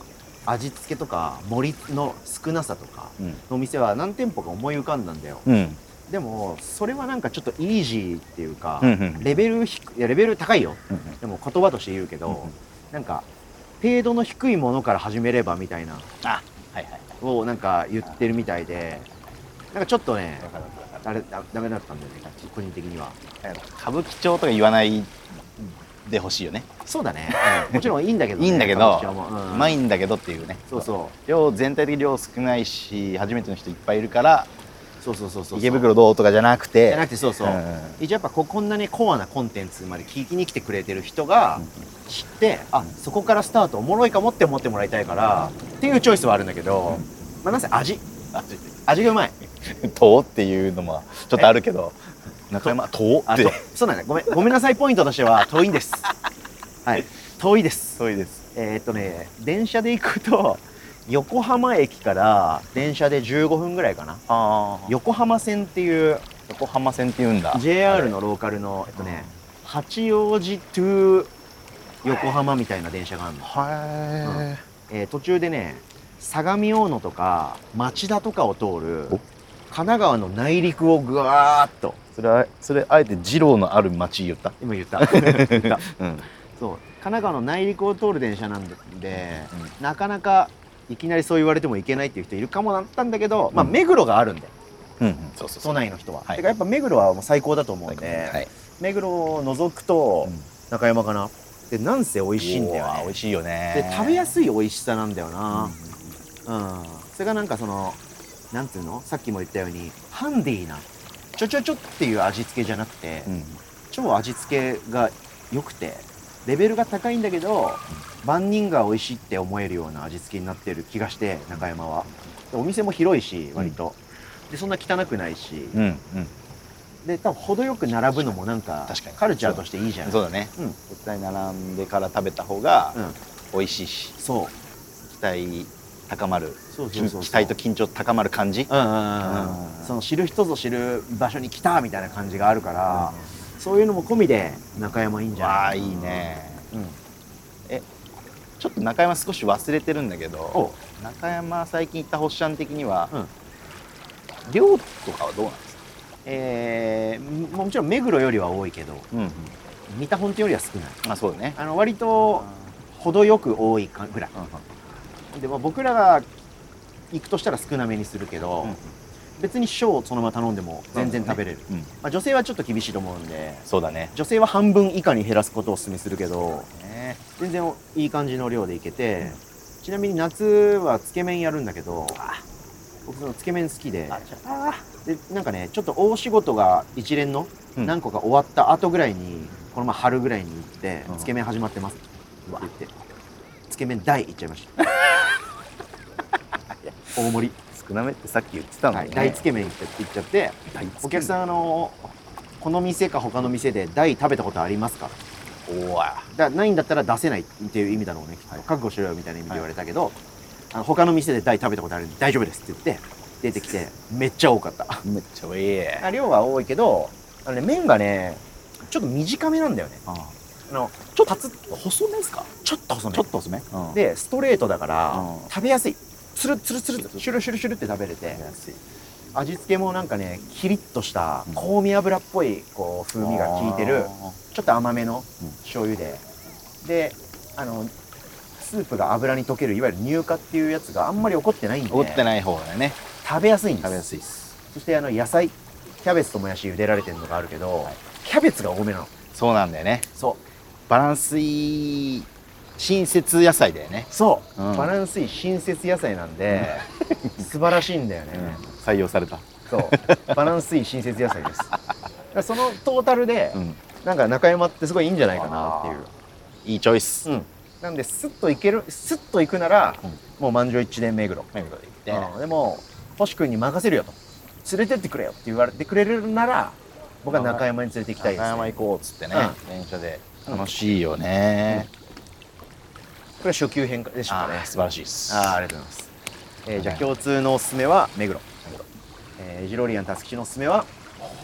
Speaker 1: 味付けとか盛りの少なさとか
Speaker 2: え
Speaker 1: のお店は何店舗か思い浮かんだんだよ
Speaker 2: うんうん
Speaker 1: でもそれはなんかちょっとイージーっていうか、
Speaker 2: うんうん
Speaker 1: レベル低いいやレベル高いよ
Speaker 2: うん
Speaker 1: でも言葉として言うけど、
Speaker 2: うんうん
Speaker 1: なんか程度の低いものから始めればみたいな
Speaker 2: あはいはい
Speaker 1: をなんか言ってるみたいでなんかちょっとね
Speaker 2: わかるわかるわか
Speaker 1: あ
Speaker 2: る
Speaker 1: れだダメだったんだよね個人的には
Speaker 2: なんか歌舞伎町とか言わないでほしいよね
Speaker 1: そうだね、うんもちろんいいんだけど、ね、
Speaker 2: いいんだけ
Speaker 1: 歌舞
Speaker 2: ど
Speaker 1: 伎町も
Speaker 2: う
Speaker 1: うん
Speaker 2: まいんだけどっていうね
Speaker 1: そうそ
Speaker 2: 量全体的に量少ないし初めての人いっぱいいるから
Speaker 1: うそうそうそうそう
Speaker 2: 池袋どうとかじゃなくて
Speaker 1: じゃなくてそうそう、
Speaker 2: うん
Speaker 1: 一応やっぱここんなにコアなコンテンツまで聞きに来てくれてる人が知って、あそこからスタートおもろいかもって思ってもらいたいからっていうチョイスはあるんだけど、まあなんせ味味がうまい
Speaker 2: 遠っていうのもちょっとあるけど中山 遠っ
Speaker 1: あ
Speaker 2: て
Speaker 1: とそうなんだごめんごめんなさいポイントとしては遠いんです はい遠いです
Speaker 2: 遠いです
Speaker 1: えーっとね電車で行くと横浜駅から電車で15分ぐらいかな
Speaker 2: ああ
Speaker 1: 横浜線っていう
Speaker 2: 横浜線っていうんだ
Speaker 1: JR のローカルの、えっとね、八王子 to 横浜みたいな電車があるの、
Speaker 2: は
Speaker 1: えー途中でね相模大野とか町田とかを通る
Speaker 2: お
Speaker 1: 神奈川の内陸をぐわーっと
Speaker 2: いそれはそれあえて二郎のある町言った
Speaker 1: 今言った言った
Speaker 2: うん
Speaker 1: そう神奈川の内陸を通る電車なんで、なかなかいきなりそう言われてもいけないっていう人いるかもだったんだけど、まあ、
Speaker 2: うん
Speaker 1: 目黒があるんで
Speaker 2: うんうんそうそうそ
Speaker 1: 都
Speaker 2: う
Speaker 1: 内の人は、
Speaker 2: はい
Speaker 1: てかやっぱ目黒はもう最高だと思うんで、
Speaker 2: はい
Speaker 1: 目黒を除くと
Speaker 2: うん
Speaker 1: 中山かなでなんせ美味しいんだよ、
Speaker 2: うわ美
Speaker 1: ね、
Speaker 2: 味しいよね
Speaker 1: で食べや
Speaker 2: い
Speaker 1: すい美味しさなんだよ
Speaker 2: うん
Speaker 1: なうん、それがなんかそのなんていうのさっきも言ったようにハンディーなちょちょちょっていう味付けじゃなくて、
Speaker 2: うん
Speaker 1: 超味付けが良くてレベルが高いんだけど万人が美味しいって思えるような味付けになってる気がして中山はでお店も広いし割と、でそんな汚くないし、
Speaker 2: うん
Speaker 1: で多分程よく並ぶのもなんか
Speaker 2: 確かに
Speaker 1: カルチャーとしていいじゃ
Speaker 2: うん
Speaker 1: ん
Speaker 2: そうだね
Speaker 1: うん
Speaker 2: 絶対並んでから食べた方が
Speaker 1: うん
Speaker 2: 美味しいし
Speaker 1: そう
Speaker 2: 期待高まる
Speaker 1: そう
Speaker 2: き
Speaker 1: そうそう
Speaker 2: 期待と緊張高まる感じ
Speaker 1: うんうんうんうん
Speaker 2: うん
Speaker 1: その知る人ぞ知る場所に来たみたいな感じがあるから、そういうのも込みで中山いいんじゃ
Speaker 2: わ
Speaker 1: な
Speaker 2: あ
Speaker 1: い
Speaker 2: いい、ね
Speaker 1: うん、
Speaker 2: ちょっと中山少し忘れてるんだけど
Speaker 1: お
Speaker 2: 中山最近行った星ちゃん的には、
Speaker 1: うん
Speaker 2: 量とかはどうなんですか、
Speaker 1: えーももちろん目黒よりは多いけど
Speaker 2: うん
Speaker 1: 三田本店よりは少ない
Speaker 2: まあそうだね
Speaker 1: あの割と程よく多いかぐらいでも僕らが行くとしたら少なめにするけど、
Speaker 2: うん
Speaker 1: 別に小をそのまま頼んでも全然食べれる、
Speaker 2: うん、うん
Speaker 1: まあ、女性はちょっと厳しいと思うんで
Speaker 2: そうだね
Speaker 1: 女性は半分以下に減らすことをお勧めするけど
Speaker 2: ね
Speaker 1: 全然いい感じの量でいけて、ちなみに夏はつけ麺やるんだけど僕そのつけ麺好きで
Speaker 2: あ
Speaker 1: でなんかねちょっと大仕事が一連の
Speaker 2: うん
Speaker 1: 何個か終わった後ぐらいに、この前春ぐらいに行って
Speaker 2: うん
Speaker 1: 「つけ麺始まってます」って言ってつけ麺第いっちゃいました 大盛り、
Speaker 2: 少なめってさっき言ってたの
Speaker 1: は
Speaker 2: に
Speaker 1: い、
Speaker 2: ね
Speaker 1: 大つけ麺行って行っちゃって
Speaker 2: 大つけ
Speaker 1: お客さんあのこの店か他の店で大食べたことありますか
Speaker 2: おわ
Speaker 1: だないんだったら出せないっていう意味だろうね、きっと覚悟しろよみたいな意味で言われたけど、あの他の店で大食べたことあるんで大丈夫ですって言って出てきてめっちゃ多かった
Speaker 2: めっちゃええ
Speaker 1: あ量は多いけどあの、ね、麺がねちょっと短めなんだよね
Speaker 2: あ
Speaker 1: あのちょっと
Speaker 2: つ細めですか
Speaker 1: ちょっと細め
Speaker 2: ちょっと細め、うん、
Speaker 1: でストレートだから、
Speaker 2: うん
Speaker 1: 食べやすいつるつるつるシュルシュルシュルって食べれて
Speaker 2: 安い
Speaker 1: 味付けもなんかねキリッとした
Speaker 2: うん
Speaker 1: 香味油っぽいこう風味が効いてる、ちょっと甘めの
Speaker 2: うん
Speaker 1: 醤油で、であのスープが油に溶けるいわゆる乳化っていうやつがあんまり起こってないんで
Speaker 2: 怒ってない方がね
Speaker 1: 食べやすいんです
Speaker 2: 食べやすいです
Speaker 1: そしてあの野菜キャベツともやし茹でられてるのがあるけど、キャベツが多めなの
Speaker 2: そうなんだよね
Speaker 1: そう
Speaker 2: バランスいい親切野菜だよね、
Speaker 1: そう、
Speaker 2: うん
Speaker 1: バランスいい親切野菜なん で、素晴らしいんだよね、
Speaker 2: 採用された、
Speaker 1: そうバランスいい親切野菜ですだからそのトータルで、
Speaker 2: ん、
Speaker 1: なんか中山ってすごいいいんじゃないかなっていう
Speaker 2: いいチョイス、
Speaker 1: うん、なんでスッといけるスッといくなら、
Speaker 2: うん
Speaker 1: もう満場一致で目黒
Speaker 2: ということで言って
Speaker 1: うんでも星君に任せるよと連れてってくれよって言われてくれるなら僕は中山に連れて行きたいです、
Speaker 2: 中
Speaker 1: ね、
Speaker 2: 山行こうっつってね、
Speaker 1: う
Speaker 2: 電車で楽しいよね、
Speaker 1: これは初級編でしたかね
Speaker 2: あー素晴らしいです
Speaker 1: あーありがとうございます、えーじゃあ
Speaker 2: はい
Speaker 1: 共通のおすすめは目黒、えージロリアンたすきちのおすすめは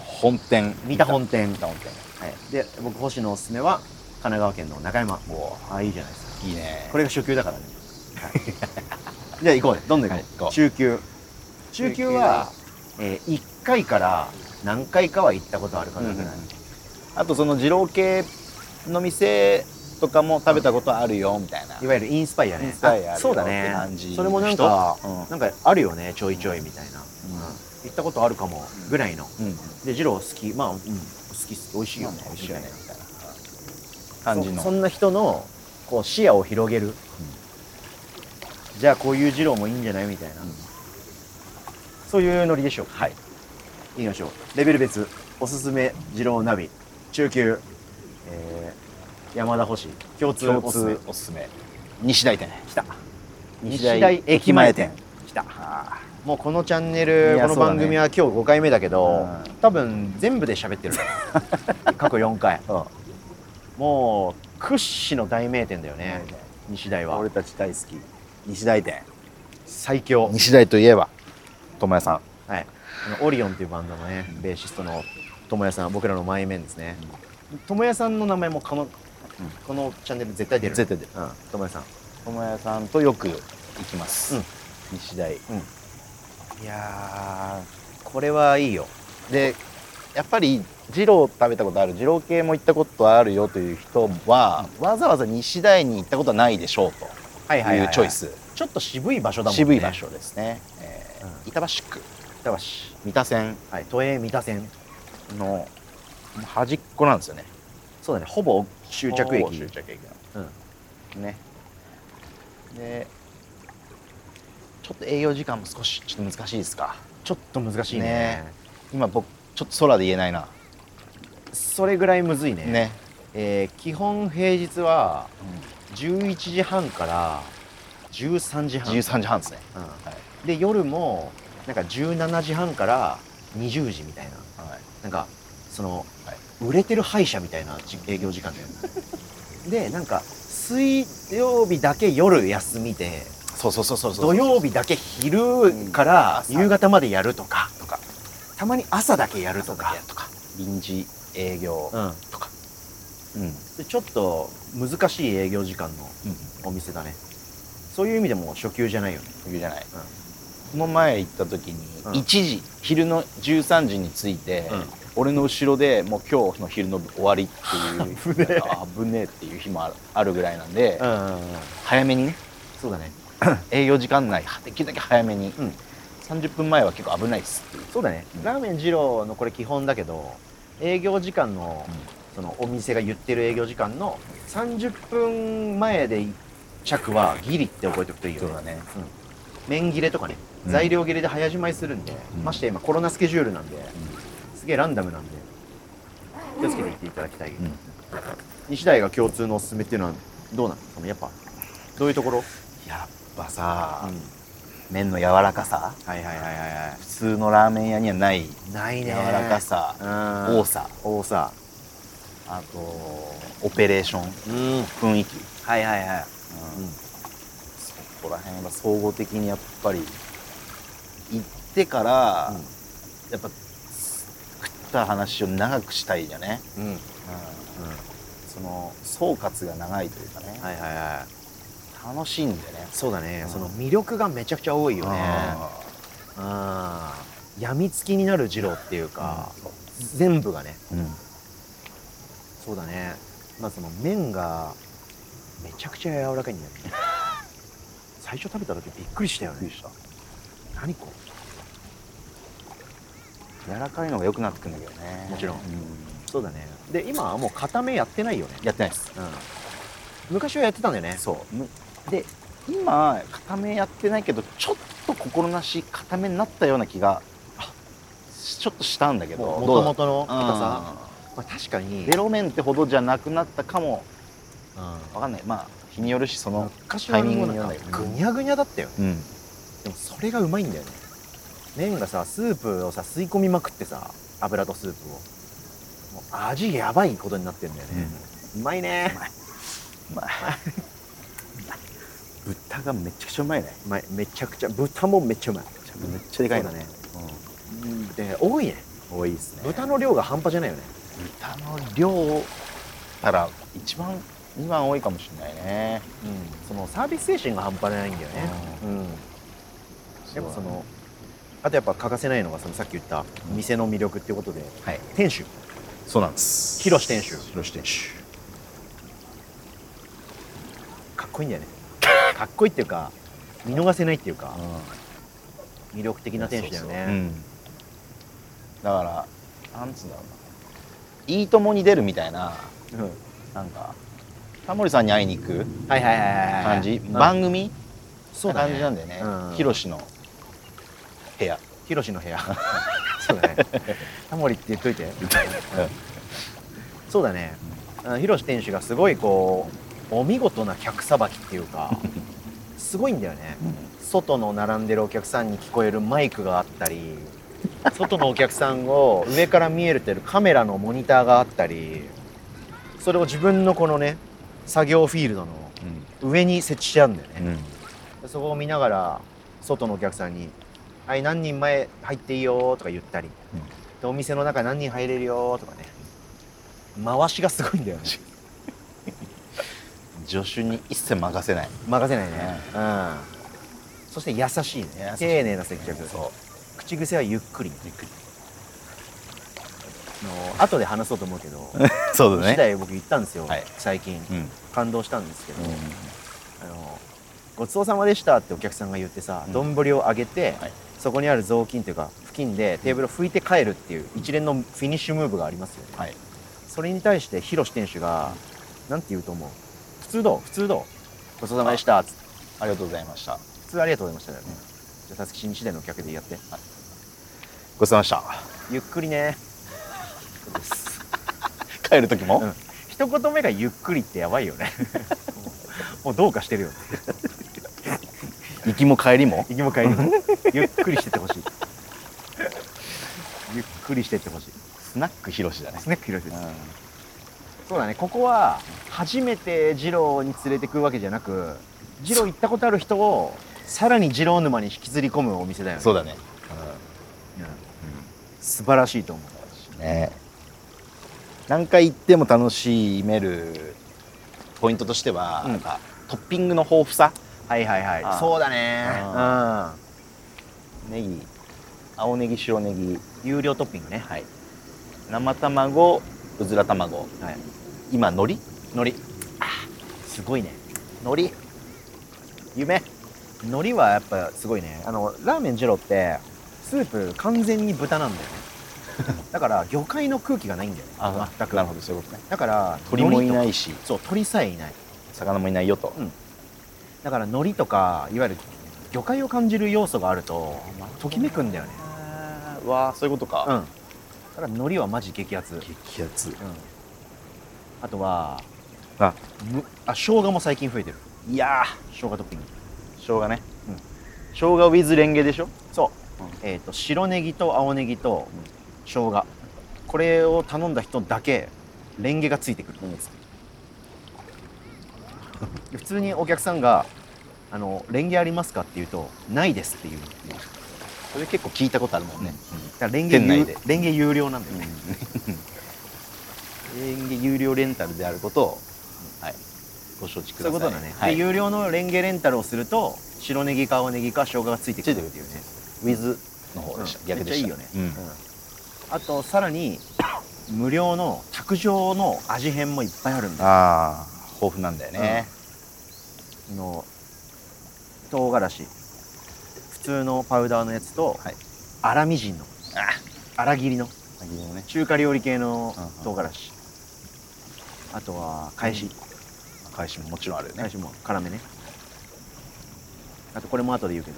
Speaker 2: 本店
Speaker 1: 三田本店はい、で僕星のおすすめは神奈川県の中山ああいいじゃないですか
Speaker 2: いいね
Speaker 1: これが初級だから ね、はい、じゃあ行こうねどんどん行こう,、
Speaker 2: はい
Speaker 1: 中級中級は、え1回から何回かは行ったことあるかなぐらい、
Speaker 2: あとその二郎系の店とかも食べたことあるよみたいない
Speaker 1: わゆるインスパイアね
Speaker 2: インスパイア
Speaker 1: あ
Speaker 2: あるよ
Speaker 1: そうだ
Speaker 2: って
Speaker 1: ね
Speaker 2: 感じの人
Speaker 1: それもなんか、
Speaker 2: うん
Speaker 1: なんかあるよねちょいちょいみたいな、
Speaker 2: うん
Speaker 1: うん行ったことあるかもぐらいの、
Speaker 2: うん
Speaker 1: で二郎好きまあ、好き好き美味しいよね
Speaker 2: 美味しい
Speaker 1: み
Speaker 2: よ
Speaker 1: たい
Speaker 2: ね
Speaker 1: な
Speaker 2: みたいな感じの
Speaker 1: そそんな人のこう視野を広げる、じゃあこういう二郎もいいんじゃないみたいな、
Speaker 2: うん
Speaker 1: そういうノリでしょうはいいきましょうレベル別おすすめ二郎ナビ中級、えー山田星共通
Speaker 2: 共
Speaker 1: おすすめ
Speaker 2: 通おすすめ西大店
Speaker 1: 来た
Speaker 2: 西
Speaker 1: 西
Speaker 2: 大
Speaker 1: 大駅前店来た
Speaker 2: あ
Speaker 1: もうこのチャンネ
Speaker 2: い
Speaker 1: ル、
Speaker 2: や
Speaker 1: この
Speaker 2: そうだね
Speaker 1: 番組は今日5回目だけど、
Speaker 2: うん
Speaker 1: 多分全部で喋 ってる過去4回
Speaker 2: あ
Speaker 1: もう屈指の大名店だよね、西大は
Speaker 2: 俺たち大好き西大店
Speaker 1: 最強
Speaker 2: 西大といえば友也さん
Speaker 1: はい、あのオリオンっていうバンドのね、ベーシストの友也さん、僕らの前面ですね。友也さんの名前もこの、このチャンネル絶対出る。
Speaker 2: 絶対出る
Speaker 1: うん、友也さん。
Speaker 2: 友也さんとよく行きます、
Speaker 1: うん
Speaker 2: 西大
Speaker 1: いやー、これはいいよ。
Speaker 2: でやっぱり二郎食べたことある二郎系も行ったことあるよという人は、わざわざ西大に行ったことはないでしょう
Speaker 1: は
Speaker 2: というチョイ。ス、
Speaker 1: ちょっと渋い場所だもんね。
Speaker 2: 渋い場。所ですね、えー板橋区
Speaker 1: 板橋。
Speaker 2: 三田線
Speaker 1: はい、都営三田線。
Speaker 2: の端っこなんですよね
Speaker 1: そうだね、ほぼ終着
Speaker 2: ほぼ
Speaker 1: 駅。
Speaker 2: 終着駅のねでちょっと営業時間も少しちょっと難しいですか
Speaker 1: ちょっと難しいね
Speaker 2: ね今僕ちょっと空で言えないな
Speaker 1: それぐらいむずいね。
Speaker 2: ね
Speaker 1: えー基本平日は11時半から13時半。
Speaker 2: 13時半ですね、
Speaker 1: うん
Speaker 2: はい
Speaker 1: で夜もなんか17時半から20時みたいな
Speaker 2: はい、
Speaker 1: なんかその、
Speaker 2: はい
Speaker 1: 売れてる歯医者みたいなじ営業時間 だよねでなんか水曜日だけ夜休みで
Speaker 2: そうそうそうそうそう
Speaker 1: 土曜日だけ昼から夕方までやるとかとかたまに朝だけやるとか
Speaker 2: とか臨時営業
Speaker 1: うん
Speaker 2: とか、うん
Speaker 1: でちょっと難しい営業時間の
Speaker 2: うん、
Speaker 1: お店だねそういう意味でも初級じゃないよね
Speaker 2: 冬じゃない、
Speaker 1: うん
Speaker 2: この前行った時に
Speaker 1: うん
Speaker 2: 1時、昼の13時に着いて、
Speaker 1: うん
Speaker 2: 俺の後ろでもう今日の昼の分終わりってい う
Speaker 1: 危ねえ
Speaker 2: なんか危ねえっていう日もあるあるぐらいなんで、
Speaker 1: んうんうん
Speaker 2: 早めにね
Speaker 1: そうだね
Speaker 2: 営業時間内できるだけ早めに、
Speaker 1: うん
Speaker 2: 30分前は結構危ないっすっていう
Speaker 1: そうだね、
Speaker 2: うん
Speaker 1: ラーメン二郎のこれ基本だけど営業時間の,、
Speaker 2: うん
Speaker 1: そのお店が言ってる営業時間の30分前で1着はギリって覚えておくといいよね
Speaker 2: ね、
Speaker 1: 麺切れとかね、
Speaker 2: うん
Speaker 1: 材料切れで早じまいするんで、
Speaker 2: うん
Speaker 1: まして今コロナスケジュールなんで、すげえランダムなんで気をつけていっていただきたい、
Speaker 2: ん
Speaker 1: 西大が共通のおすすめっていうのはどうなのそのやっぱどういうところ、
Speaker 2: やっぱさ、
Speaker 1: うん
Speaker 2: 麺の柔らかさ
Speaker 1: はいはいはいはいは
Speaker 2: 普通のラーメン屋にはない
Speaker 1: いない
Speaker 2: 柔
Speaker 1: ね
Speaker 2: らかさ、
Speaker 1: うん
Speaker 2: 多さ
Speaker 1: 多さ
Speaker 2: あとオペレーション
Speaker 1: うん
Speaker 2: 雰囲気、
Speaker 1: はいはいはい
Speaker 2: うんそこら辺は総合的にやっぱり行ってか
Speaker 1: う
Speaker 2: ら、
Speaker 1: ん
Speaker 2: やっぱ食った話を長くしたいじゃね、
Speaker 1: うん、うん
Speaker 2: その総括が長いというかね、
Speaker 1: はいはいはい
Speaker 2: 楽しいんだよね
Speaker 1: そうだね、
Speaker 2: うん
Speaker 1: その魅力がめちゃくちゃ多いよね
Speaker 2: あ
Speaker 1: うん病みつきになる二郎っていうか、全部がね
Speaker 2: ーうん
Speaker 1: そうだねまあその麺がめちゃくちゃ柔らかいんだよ ね最初食べた時びっくりしたよね何これ
Speaker 2: 柔らかいのが良くなってくんだけどね
Speaker 1: もちろん
Speaker 2: う
Speaker 1: そうだねで今はもう固めやってないよね、
Speaker 2: やってないです
Speaker 1: うん、昔はやってたんだよね
Speaker 2: そうむで今固めやってないけどちょっと心なし固めになったような気があちょっとしたんだけど
Speaker 1: も
Speaker 2: ど
Speaker 1: と
Speaker 2: うだ
Speaker 1: もとの硬さ、
Speaker 2: さ
Speaker 1: まあ、確かに
Speaker 2: ベロ麺ってほどじゃなくなったかも
Speaker 1: うん
Speaker 2: わかんないまあ日によるしその
Speaker 1: 昔は
Speaker 2: タイミン
Speaker 1: も
Speaker 2: グ
Speaker 1: う
Speaker 2: によ
Speaker 1: な
Speaker 2: るん
Speaker 1: ん
Speaker 2: だ
Speaker 1: か
Speaker 2: けど
Speaker 1: ぐにゃぐにゃだったよね
Speaker 2: うん
Speaker 1: でもそれがうまいんだよね麺がさスープをさ吸い込みまくってさ油とスープをもう味やばいことになってんだよね、うまいね
Speaker 2: まあ豚がめちゃくちゃうまいね
Speaker 1: うまいめちゃくちゃ豚もめっちゃうまい
Speaker 2: めっちゃでかい
Speaker 1: そう
Speaker 2: の
Speaker 1: だね
Speaker 2: うん
Speaker 1: で多いね
Speaker 2: 多いですね
Speaker 1: 豚の量が半端じゃないよね
Speaker 2: 豚の量から一番二番多いかもしれないね
Speaker 1: そのサービス精神が半端ないんだよねうんでもそのあとやっぱ欠かせないのがそのさっき言った店の魅力っていうことで
Speaker 2: はい
Speaker 1: 店主
Speaker 2: そうなんです
Speaker 1: 広志店主
Speaker 2: 広志店主
Speaker 1: かっこいいんだよね かっこいいっていうか見逃せないっていうか魅力的な店主だよね
Speaker 2: そうそううんだからなんつうんだろうないいともに出るみたいな
Speaker 1: うん
Speaker 2: なんかタモリさんに会いに行く
Speaker 1: はいはいはいはいはい
Speaker 2: 感じ、
Speaker 1: うん
Speaker 2: 番組
Speaker 1: そうだ
Speaker 2: 感
Speaker 1: ね
Speaker 2: じなんだよね
Speaker 1: うん
Speaker 2: ヒロシの部屋
Speaker 1: ヒロシの部屋 そうだねタモリって言っといてそうだねうんヒロシ店主がすごいこうお見事な客さばきっていうかすごいんだよね外の並んでるお客さんに聞こえるマイクがあったり外のお客さんを上から見えてるカメラのモニターがあったりそれを自分のこのね作業フィールドの上に設置してあるんだよね、でそこを見ながら外のお客さんに「はい何人前入っていいよ」とか言ったり、
Speaker 2: うん
Speaker 1: でお店の中何人入れるよとかね回しがすごいんだよ ね
Speaker 2: 助手に一切任せない
Speaker 1: 任せないね、うん、そして優しいね
Speaker 2: 優しい
Speaker 1: 丁寧な接客
Speaker 2: そ
Speaker 1: 口癖はゆっくりゆっくりの後で話そうと思うけど
Speaker 2: そうだ
Speaker 1: 次
Speaker 2: ね
Speaker 1: 第僕行ったんですよ、
Speaker 2: はい
Speaker 1: 最近
Speaker 2: うん
Speaker 1: 感動したんですけど、
Speaker 2: うん
Speaker 1: あのごちそうさまでしたってお客さんが言ってさ
Speaker 2: うん
Speaker 1: 丼、をあげて、
Speaker 2: はい
Speaker 1: そこにある雑巾というか布巾でテーブルを拭いて帰るっていう一連のフィニッシュムーブがありますよね、
Speaker 2: はい
Speaker 1: それに対して広志店主がなんて言うと思う普通どう普通どうごちそうさまでしたつって
Speaker 2: ありがとうございました
Speaker 1: 普通ありがとうございましただよね、じゃあさつき新時代のお客でやって
Speaker 2: ごちそうさま
Speaker 1: ゆっくりね
Speaker 2: でした帰る時も、
Speaker 1: うん一言目がゆっくりってやばいよ ねもうもうどうかしてるよね
Speaker 2: 行きも帰りも
Speaker 1: 行きも帰り もゆっくりしてってほしいゆっくりしてってほしい
Speaker 2: スナック広志だね
Speaker 1: スナック広いですそうだねここは初めて二郎に連れてくるわけじゃなく二郎行ったことある人をさらに二郎沼に引きずり込むお店だよね
Speaker 2: そうだね、
Speaker 1: うん素晴らしいと思う
Speaker 2: ね何回行っても楽しめるポイントとしては、
Speaker 1: うん
Speaker 2: なんかトッピングの豊富さ
Speaker 1: はいはい
Speaker 2: あ
Speaker 1: は
Speaker 2: ー
Speaker 1: いそうだね
Speaker 2: あネギ青ネギ白ネギ
Speaker 1: うん有料トッピングねはい
Speaker 2: 生卵うずら卵
Speaker 1: はい
Speaker 2: 今海苔
Speaker 1: 海苔すごいね
Speaker 2: 海苔夢
Speaker 1: 海苔はやっぱすごいねあのラーメン二郎ってスープ完全に豚なんだよ ねだから魚介の空気がないんだよね全く
Speaker 2: なるほどそういうことね
Speaker 1: だから
Speaker 2: 鳥もい
Speaker 1: 海苔
Speaker 2: ないし
Speaker 1: とそう鳥さえいない
Speaker 2: 魚もいないよと、
Speaker 1: だから海苔とかいわゆる魚介を感じる要素があるとときめくんだよね
Speaker 2: あーわあそういうこと
Speaker 1: うん
Speaker 2: か、
Speaker 1: だから海苔はマジ激アツ、うん、
Speaker 2: 激アツ
Speaker 1: あとは
Speaker 2: あ
Speaker 1: むあ生姜も最近増えてる
Speaker 2: いや
Speaker 1: 生姜トッピング
Speaker 2: ー生姜ね、
Speaker 1: うん
Speaker 2: 生姜 with レンゲでしょ
Speaker 1: そう、
Speaker 2: うん
Speaker 1: えっ、と白ネギと青ネギと
Speaker 2: うん
Speaker 1: 生姜これを頼んだ人だけレンゲがついてくる、普通にお客さんが「あのレンゲありますか?」って言うと「ないです」って言うだか
Speaker 2: それ結構聞いたことあるもんね、
Speaker 1: らレンゲ有
Speaker 2: 店内で
Speaker 1: レンゲ有料なんだよね、
Speaker 2: レンゲ有料レンタルであることを、はい、ご承知く
Speaker 1: そうい
Speaker 2: だ
Speaker 1: うこと
Speaker 2: さい
Speaker 1: だね、
Speaker 2: はい
Speaker 1: で有料のレンゲレンタルをすると白ネギか青ネギか生姜がついてくるっていうね
Speaker 2: with の方でした、
Speaker 1: うん
Speaker 2: 逆でした
Speaker 1: めっちゃいいよね、
Speaker 2: うん
Speaker 1: うんあとさらに無料の卓上の味変もいっぱいあるんだよ
Speaker 2: ああ豊富なんだよね、
Speaker 1: あの唐辛子普通のパウダーのやつと、
Speaker 2: はい
Speaker 1: 粗みじんの粗切りの
Speaker 2: 先ほどね
Speaker 1: 中華料理系の
Speaker 2: うんうん
Speaker 1: 唐辛子、あとは返し、
Speaker 2: 返しももちろんあるよね、
Speaker 1: 返しも辛めねあとこれも後で言うけど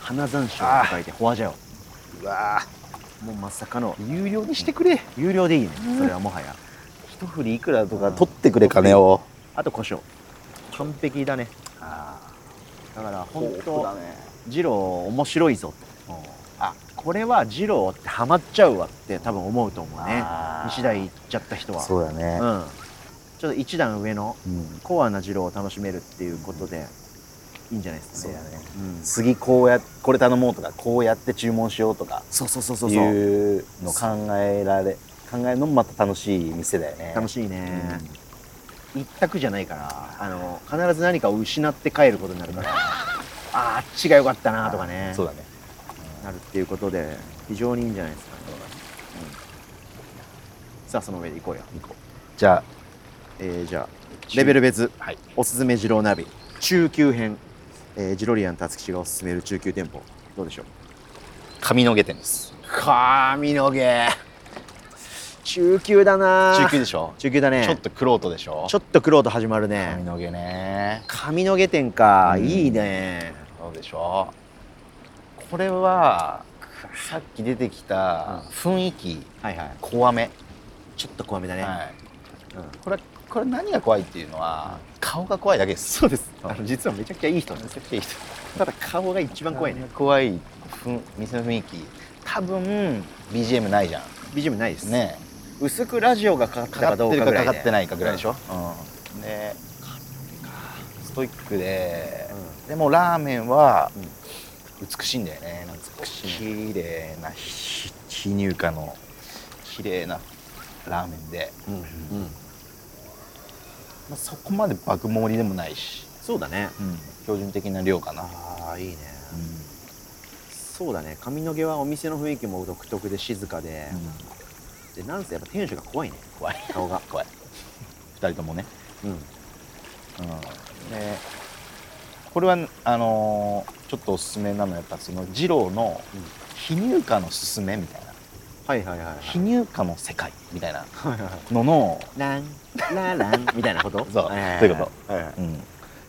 Speaker 1: 花山椒と書いてホワジャオ
Speaker 2: うわあ
Speaker 1: もうまさかの
Speaker 2: 有料にしてくれ、
Speaker 1: 有料でいいねそれはもはや
Speaker 2: 一振りいくらとか取ってくれ金を
Speaker 1: あと胡椒完璧だね
Speaker 2: あ
Speaker 1: だから
Speaker 2: あ
Speaker 1: 本当
Speaker 2: ね
Speaker 1: 二郎面白いぞあこれは二郎ってハマっちゃうわって多分思うと思うね
Speaker 2: あー
Speaker 1: 西大行っちゃった人は
Speaker 2: そうだね、
Speaker 1: うんちょっと一段上の
Speaker 2: うん
Speaker 1: コアな二郎を楽しめるっていうことでいいんじゃないですか
Speaker 2: そう
Speaker 1: ね
Speaker 2: だね
Speaker 1: うん
Speaker 2: 次こうやこれ頼もうとかこうやって注文しようとか
Speaker 1: そうそうそうそうそう
Speaker 2: いうの考えられ考えるのもまた楽しい店だよね
Speaker 1: 楽
Speaker 2: しい
Speaker 1: しいね、一択じゃないからあの必ず何かを失って帰ることになるから あーあっちが良かったなとかね
Speaker 2: そうだね
Speaker 1: なるっていうことで非常にいいんじゃないですかね、うんさあその上でいこうよ、
Speaker 2: じゃ
Speaker 1: えーじゃあ
Speaker 2: 中
Speaker 1: レベル別
Speaker 2: あはい
Speaker 1: おすすめ二郎ナビ中級編、えージロリアンたつきがおすすめる中級店舗どうでしょう
Speaker 2: 髪の毛店です
Speaker 1: 髪の毛中級だな
Speaker 2: 中
Speaker 1: 中
Speaker 2: 級
Speaker 1: 級
Speaker 2: でしょ、
Speaker 1: 中級だね
Speaker 2: ちょっとクロートでしょ
Speaker 1: ちょっと苦労と始まるね
Speaker 2: 髪の毛ね
Speaker 1: 髪の毛店か、
Speaker 2: うん
Speaker 1: いいね
Speaker 2: そうでしょこれはさっき出てきた雰囲気
Speaker 1: はいはい
Speaker 2: 怖め、
Speaker 1: ちょっと怖めだね、
Speaker 2: はい
Speaker 1: うん
Speaker 2: これこれ何が怖いっていうのは顔が怖いだけです
Speaker 1: そうです
Speaker 2: あ
Speaker 1: あの実はめちゃくちゃいい人なんですよただ顔が一番怖いね
Speaker 2: 怖いふん店の雰囲気多分 BGM ないじゃ
Speaker 1: BGM ないです
Speaker 2: んね
Speaker 1: 薄くラジオがかかった
Speaker 2: かか
Speaker 1: か
Speaker 2: って
Speaker 1: どう
Speaker 2: る
Speaker 1: か
Speaker 2: か
Speaker 1: ぐら
Speaker 2: か
Speaker 1: い
Speaker 2: か
Speaker 1: で
Speaker 2: ってないかぐらいでしょ、うんでストイックで、でもラーメンは美しいんだよねなんかこう綺麗なひ非乳化の綺麗なラーメンで、
Speaker 1: うん、うんうん
Speaker 2: まあ、そこまで爆盛りでもないし、
Speaker 1: そうだね
Speaker 2: 標準的な量かな、
Speaker 1: ああいいね、
Speaker 2: う
Speaker 1: そうだね髪の毛はお店の雰囲気も独特で静かで、
Speaker 2: ん
Speaker 1: でなんせやっぱ店主が怖いね
Speaker 2: 怖い
Speaker 1: 顔が
Speaker 2: 怖い2人ともね、
Speaker 1: うん
Speaker 2: うん、でこれはあのーちょっとおすすめなのはやっぱその二郎の
Speaker 1: うん
Speaker 2: 非乳化のすすめみたいな
Speaker 1: はいはいはいはい
Speaker 2: 非乳化の世界みたいな
Speaker 1: はいはいは
Speaker 2: のの、
Speaker 1: いランララ ンみたいなこと
Speaker 2: そう
Speaker 1: はいは
Speaker 2: そういうこと
Speaker 1: はいはい
Speaker 2: うん、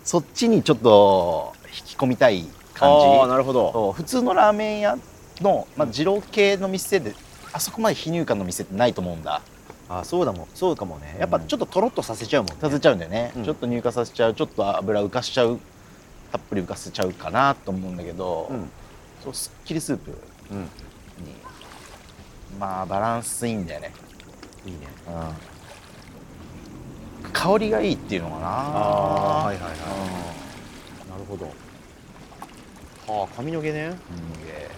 Speaker 2: そっちにちょっと引き込みたい
Speaker 1: あー
Speaker 2: 感
Speaker 1: なるほ
Speaker 2: じ
Speaker 1: ど
Speaker 2: と普通のラーメン屋の、まあ、二郎系の店であそこまで非乳化の店ってないと思うんだ
Speaker 1: あそうだもんそうかもねやっぱちょっととろっとさせちゃうもんね
Speaker 2: させちゃうんだよね、
Speaker 1: うん
Speaker 2: ちょっと乳化させちゃうちょっと油浮かしちゃうたっぷり浮かせちゃうかなと思うんだけど、
Speaker 1: うん
Speaker 2: そうすっきりスープに
Speaker 1: うん
Speaker 2: まあバランスいいんだよね、
Speaker 1: いいね
Speaker 2: うん、香りがいいっていうのかな
Speaker 1: あーはいはいはい
Speaker 2: い
Speaker 1: なるほどはあ髪の毛ね、
Speaker 2: うん、で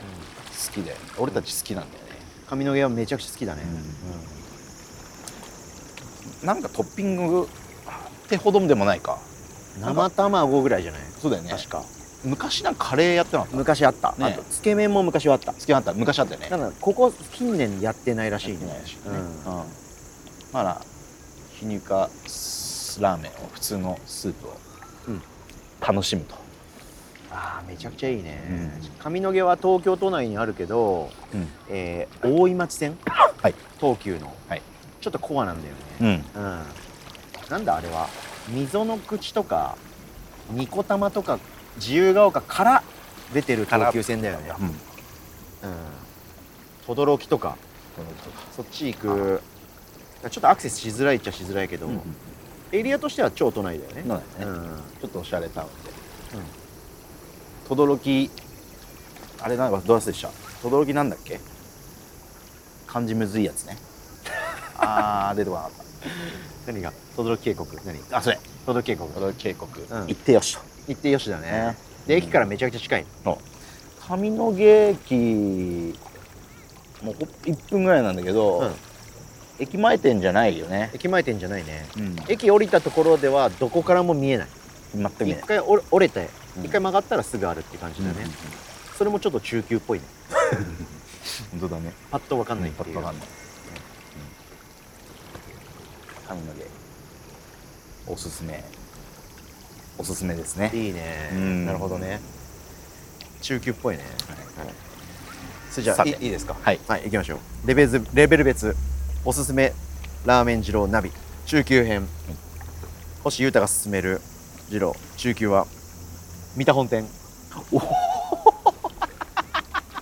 Speaker 2: 好きだよね俺たち好きなんだよね
Speaker 1: 髪の毛はめちゃくちゃ好きだね、
Speaker 2: なんかトッピングってほどでもないか
Speaker 1: うん生卵ぐらいじゃない、
Speaker 2: そうだよね
Speaker 1: 確か
Speaker 2: 昔なんかカレーやってなかった
Speaker 1: 昔あった、
Speaker 2: ね
Speaker 1: あとつけ麺も昔はあった
Speaker 2: 好きなかった昔あったよね
Speaker 1: ただここ近年やってないらしいね
Speaker 2: やってないしね
Speaker 1: う
Speaker 2: うん
Speaker 1: ん
Speaker 2: だから皮乳化ラーメンを普通のスープを
Speaker 1: うん
Speaker 2: 楽しむと、
Speaker 1: ああめちゃくちゃいいね、
Speaker 2: うん
Speaker 1: 髪の毛は東京都内にあるけど、えー大井町線、
Speaker 2: はい
Speaker 1: 東急の、
Speaker 2: はい
Speaker 1: ちょっとコアなんだよ
Speaker 2: う
Speaker 1: ね
Speaker 2: ん
Speaker 1: うん、なんだあれは溝の口とかニコ玉とか自由が丘から出てる
Speaker 2: から
Speaker 1: 東急線だよね
Speaker 2: う
Speaker 1: う
Speaker 2: ん
Speaker 1: ん轟とかそっち行くちょっとアクセスしづらいっちゃしづらいけど、
Speaker 2: うん
Speaker 1: エリアとしては超都内だよね
Speaker 2: そうだよね
Speaker 1: ん
Speaker 2: ちょっとおしゃれタウンで
Speaker 1: 轟
Speaker 2: あれなんかどうせでした轟なんだっけ漢字むずいやつ ねあー出てこなかっ
Speaker 1: 何が轟渓谷何
Speaker 2: たあそれ
Speaker 1: 轟渓谷
Speaker 2: 轟渓谷、
Speaker 1: うん
Speaker 2: 行ってよしと
Speaker 1: 行ってよしだね
Speaker 2: ね
Speaker 1: で駅からめちゃくちゃ近い
Speaker 2: 上野毛駅もうほ1分ぐらいなんだけど、
Speaker 1: うん
Speaker 2: 駅前店じゃないよね、
Speaker 1: 駅前店じゃないね
Speaker 2: うん、
Speaker 1: 駅降りたところではどこからも見えない
Speaker 2: 全く見え
Speaker 1: 一
Speaker 2: ない
Speaker 1: 回折折れて
Speaker 2: うん
Speaker 1: 一回曲がったらすぐあるって感じだね、それもちょっと中級っぽいね
Speaker 2: 本当だね
Speaker 1: パッとわかんないっ
Speaker 2: パ
Speaker 1: て
Speaker 2: ッ
Speaker 1: い
Speaker 2: と
Speaker 1: う、
Speaker 2: わかんない、うん上野毛おすすめおすすめですね
Speaker 1: いいね
Speaker 2: うん
Speaker 1: なるほどね中級っぽいね、
Speaker 2: はい
Speaker 1: それじゃ
Speaker 2: さ
Speaker 1: あ
Speaker 2: て
Speaker 1: いいいですか
Speaker 2: はい
Speaker 1: はい行きましょうレベルレベル別おすすめラーメン二郎ナビ中級編星優太が勧める二郎中級は三田本店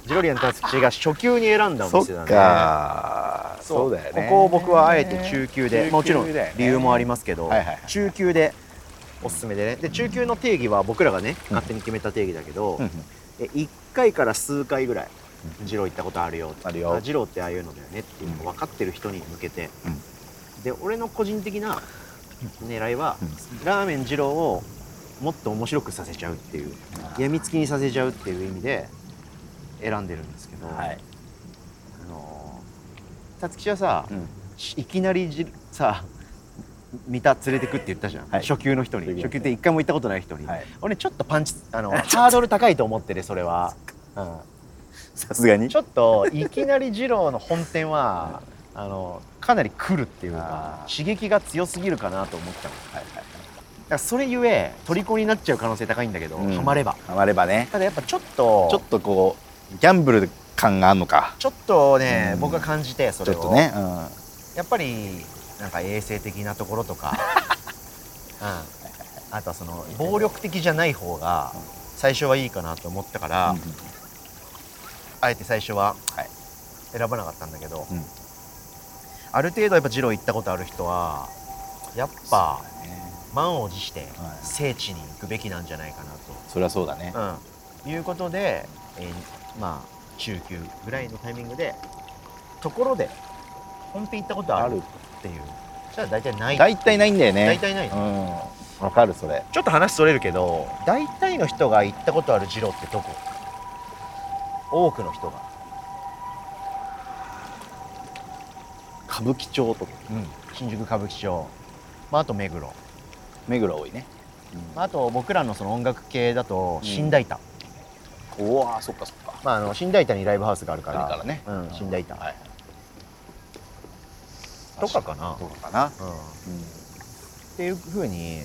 Speaker 1: ジロリアン達吉が初級に選んだお
Speaker 2: そっ
Speaker 1: 店だね
Speaker 2: かー
Speaker 1: そ
Speaker 2: そううだよね
Speaker 1: ここを僕はあえて中級で、もちろん理由もあり
Speaker 2: ま
Speaker 1: ますけど、
Speaker 2: はいはいはい
Speaker 1: 中級でおすすめでねで中級の定義は僕らがね勝手に決めた定義だけど、え1回から数回ぐらい二郎行ったことあるよ
Speaker 2: あるよ
Speaker 1: あ二郎ってああいうのだよねっていうのを分かってる人に向けて、で俺の個人的な狙いは、ラーメン二郎をもっと面白くさせちゃうっていうやみつきにさせちゃうっていう意味で選んでるんですけど、
Speaker 2: はい
Speaker 1: あのーたつきはさ、
Speaker 2: うん
Speaker 1: いきなりじさ三田連れてくって言ったじゃん、
Speaker 2: はい
Speaker 1: 初級の人に
Speaker 2: 初級の人
Speaker 1: 初級って一回も行ったことない人に、
Speaker 2: はい
Speaker 1: 俺ちょっとパンチあ のハードル高いと思ってるそれは、うん
Speaker 2: さすがに
Speaker 1: ちょっといきなり二郎の本店 はあのかなり来るっていうか
Speaker 2: あー
Speaker 1: 刺激が強すぎるかなと思ったのだ
Speaker 2: はいは
Speaker 1: か
Speaker 2: い
Speaker 1: らそれゆえ虜になっちゃう可能性高いんだけど、
Speaker 2: うん
Speaker 1: ハマれば
Speaker 2: ハマればね
Speaker 1: ただやっぱちょっと
Speaker 2: ちょっとこうギャンブル感があるのか
Speaker 1: ちょっとね、
Speaker 2: うん
Speaker 1: 僕は感じてそ
Speaker 2: ち
Speaker 1: れ
Speaker 2: ょ
Speaker 1: を
Speaker 2: っとねうん
Speaker 1: やっぱりなんか衛生的なところ とか、うん、あとはその暴力的じゃない方が最初はいいかなと思ったから、
Speaker 2: うん
Speaker 1: あえて最初は
Speaker 2: はい
Speaker 1: 選ばなかったんだけど、
Speaker 2: うん
Speaker 1: ある程度やっぱ二郎行ったことある人はやっぱ満を持して
Speaker 2: はい
Speaker 1: 聖地に行くべきなんじゃないかな
Speaker 2: そりゃそうだね
Speaker 1: と、うん、いうことで、えーまあ中級ぐらいのタイミングでところで本店行ったことあ
Speaker 2: あ
Speaker 1: る
Speaker 2: る
Speaker 1: っていうじゃあ大体ない
Speaker 2: 大体ないんだよね
Speaker 1: 大体ない
Speaker 2: うんわかるそれ
Speaker 1: ちょっと話それるけど大体の人が行ったことある二郎ってどこ多くの人が、
Speaker 2: 歌舞伎町とか
Speaker 1: 新宿歌舞伎町、まあ、あと目黒、
Speaker 2: 目黒多いね
Speaker 1: まあ、あと僕らのその音楽系だと新大胆、
Speaker 2: おおそっかそっか
Speaker 1: まあ、あの新大胆にライブハウスがあるか
Speaker 2: あ
Speaker 1: ら
Speaker 2: るからね
Speaker 1: うん、新大胆、
Speaker 2: はい
Speaker 1: とかかな、
Speaker 2: とかかな
Speaker 1: うん、っ
Speaker 2: うん
Speaker 1: ていうふうに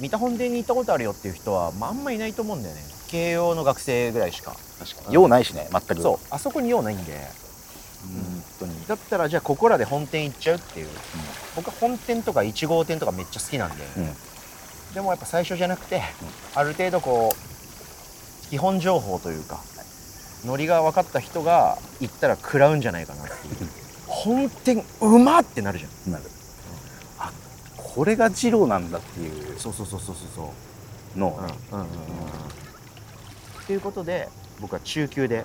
Speaker 1: 三田本店に行ったことあるよっていう人は、まあ、あんまいないと思うんだよね慶応の学生ぐらいしか
Speaker 2: 確かに用ないしね全く
Speaker 1: そうあそこに用ないんで
Speaker 2: うん本当に
Speaker 1: だったらじゃあここらで本店行っちゃうっていう、僕は本店とか1号店とかめっちゃ好きなんで、
Speaker 2: うん
Speaker 1: でもやっぱ最初じゃなくて、ある程度こう基本情報というかノリが分かった人が行ったら食らうんじゃないかなっていう本店うまってなるじゃん
Speaker 2: なる、あこれが二郎なんだっていう
Speaker 1: そうそうそうそうそうそう
Speaker 2: のをね、
Speaker 1: うんうんうんということで僕は中級で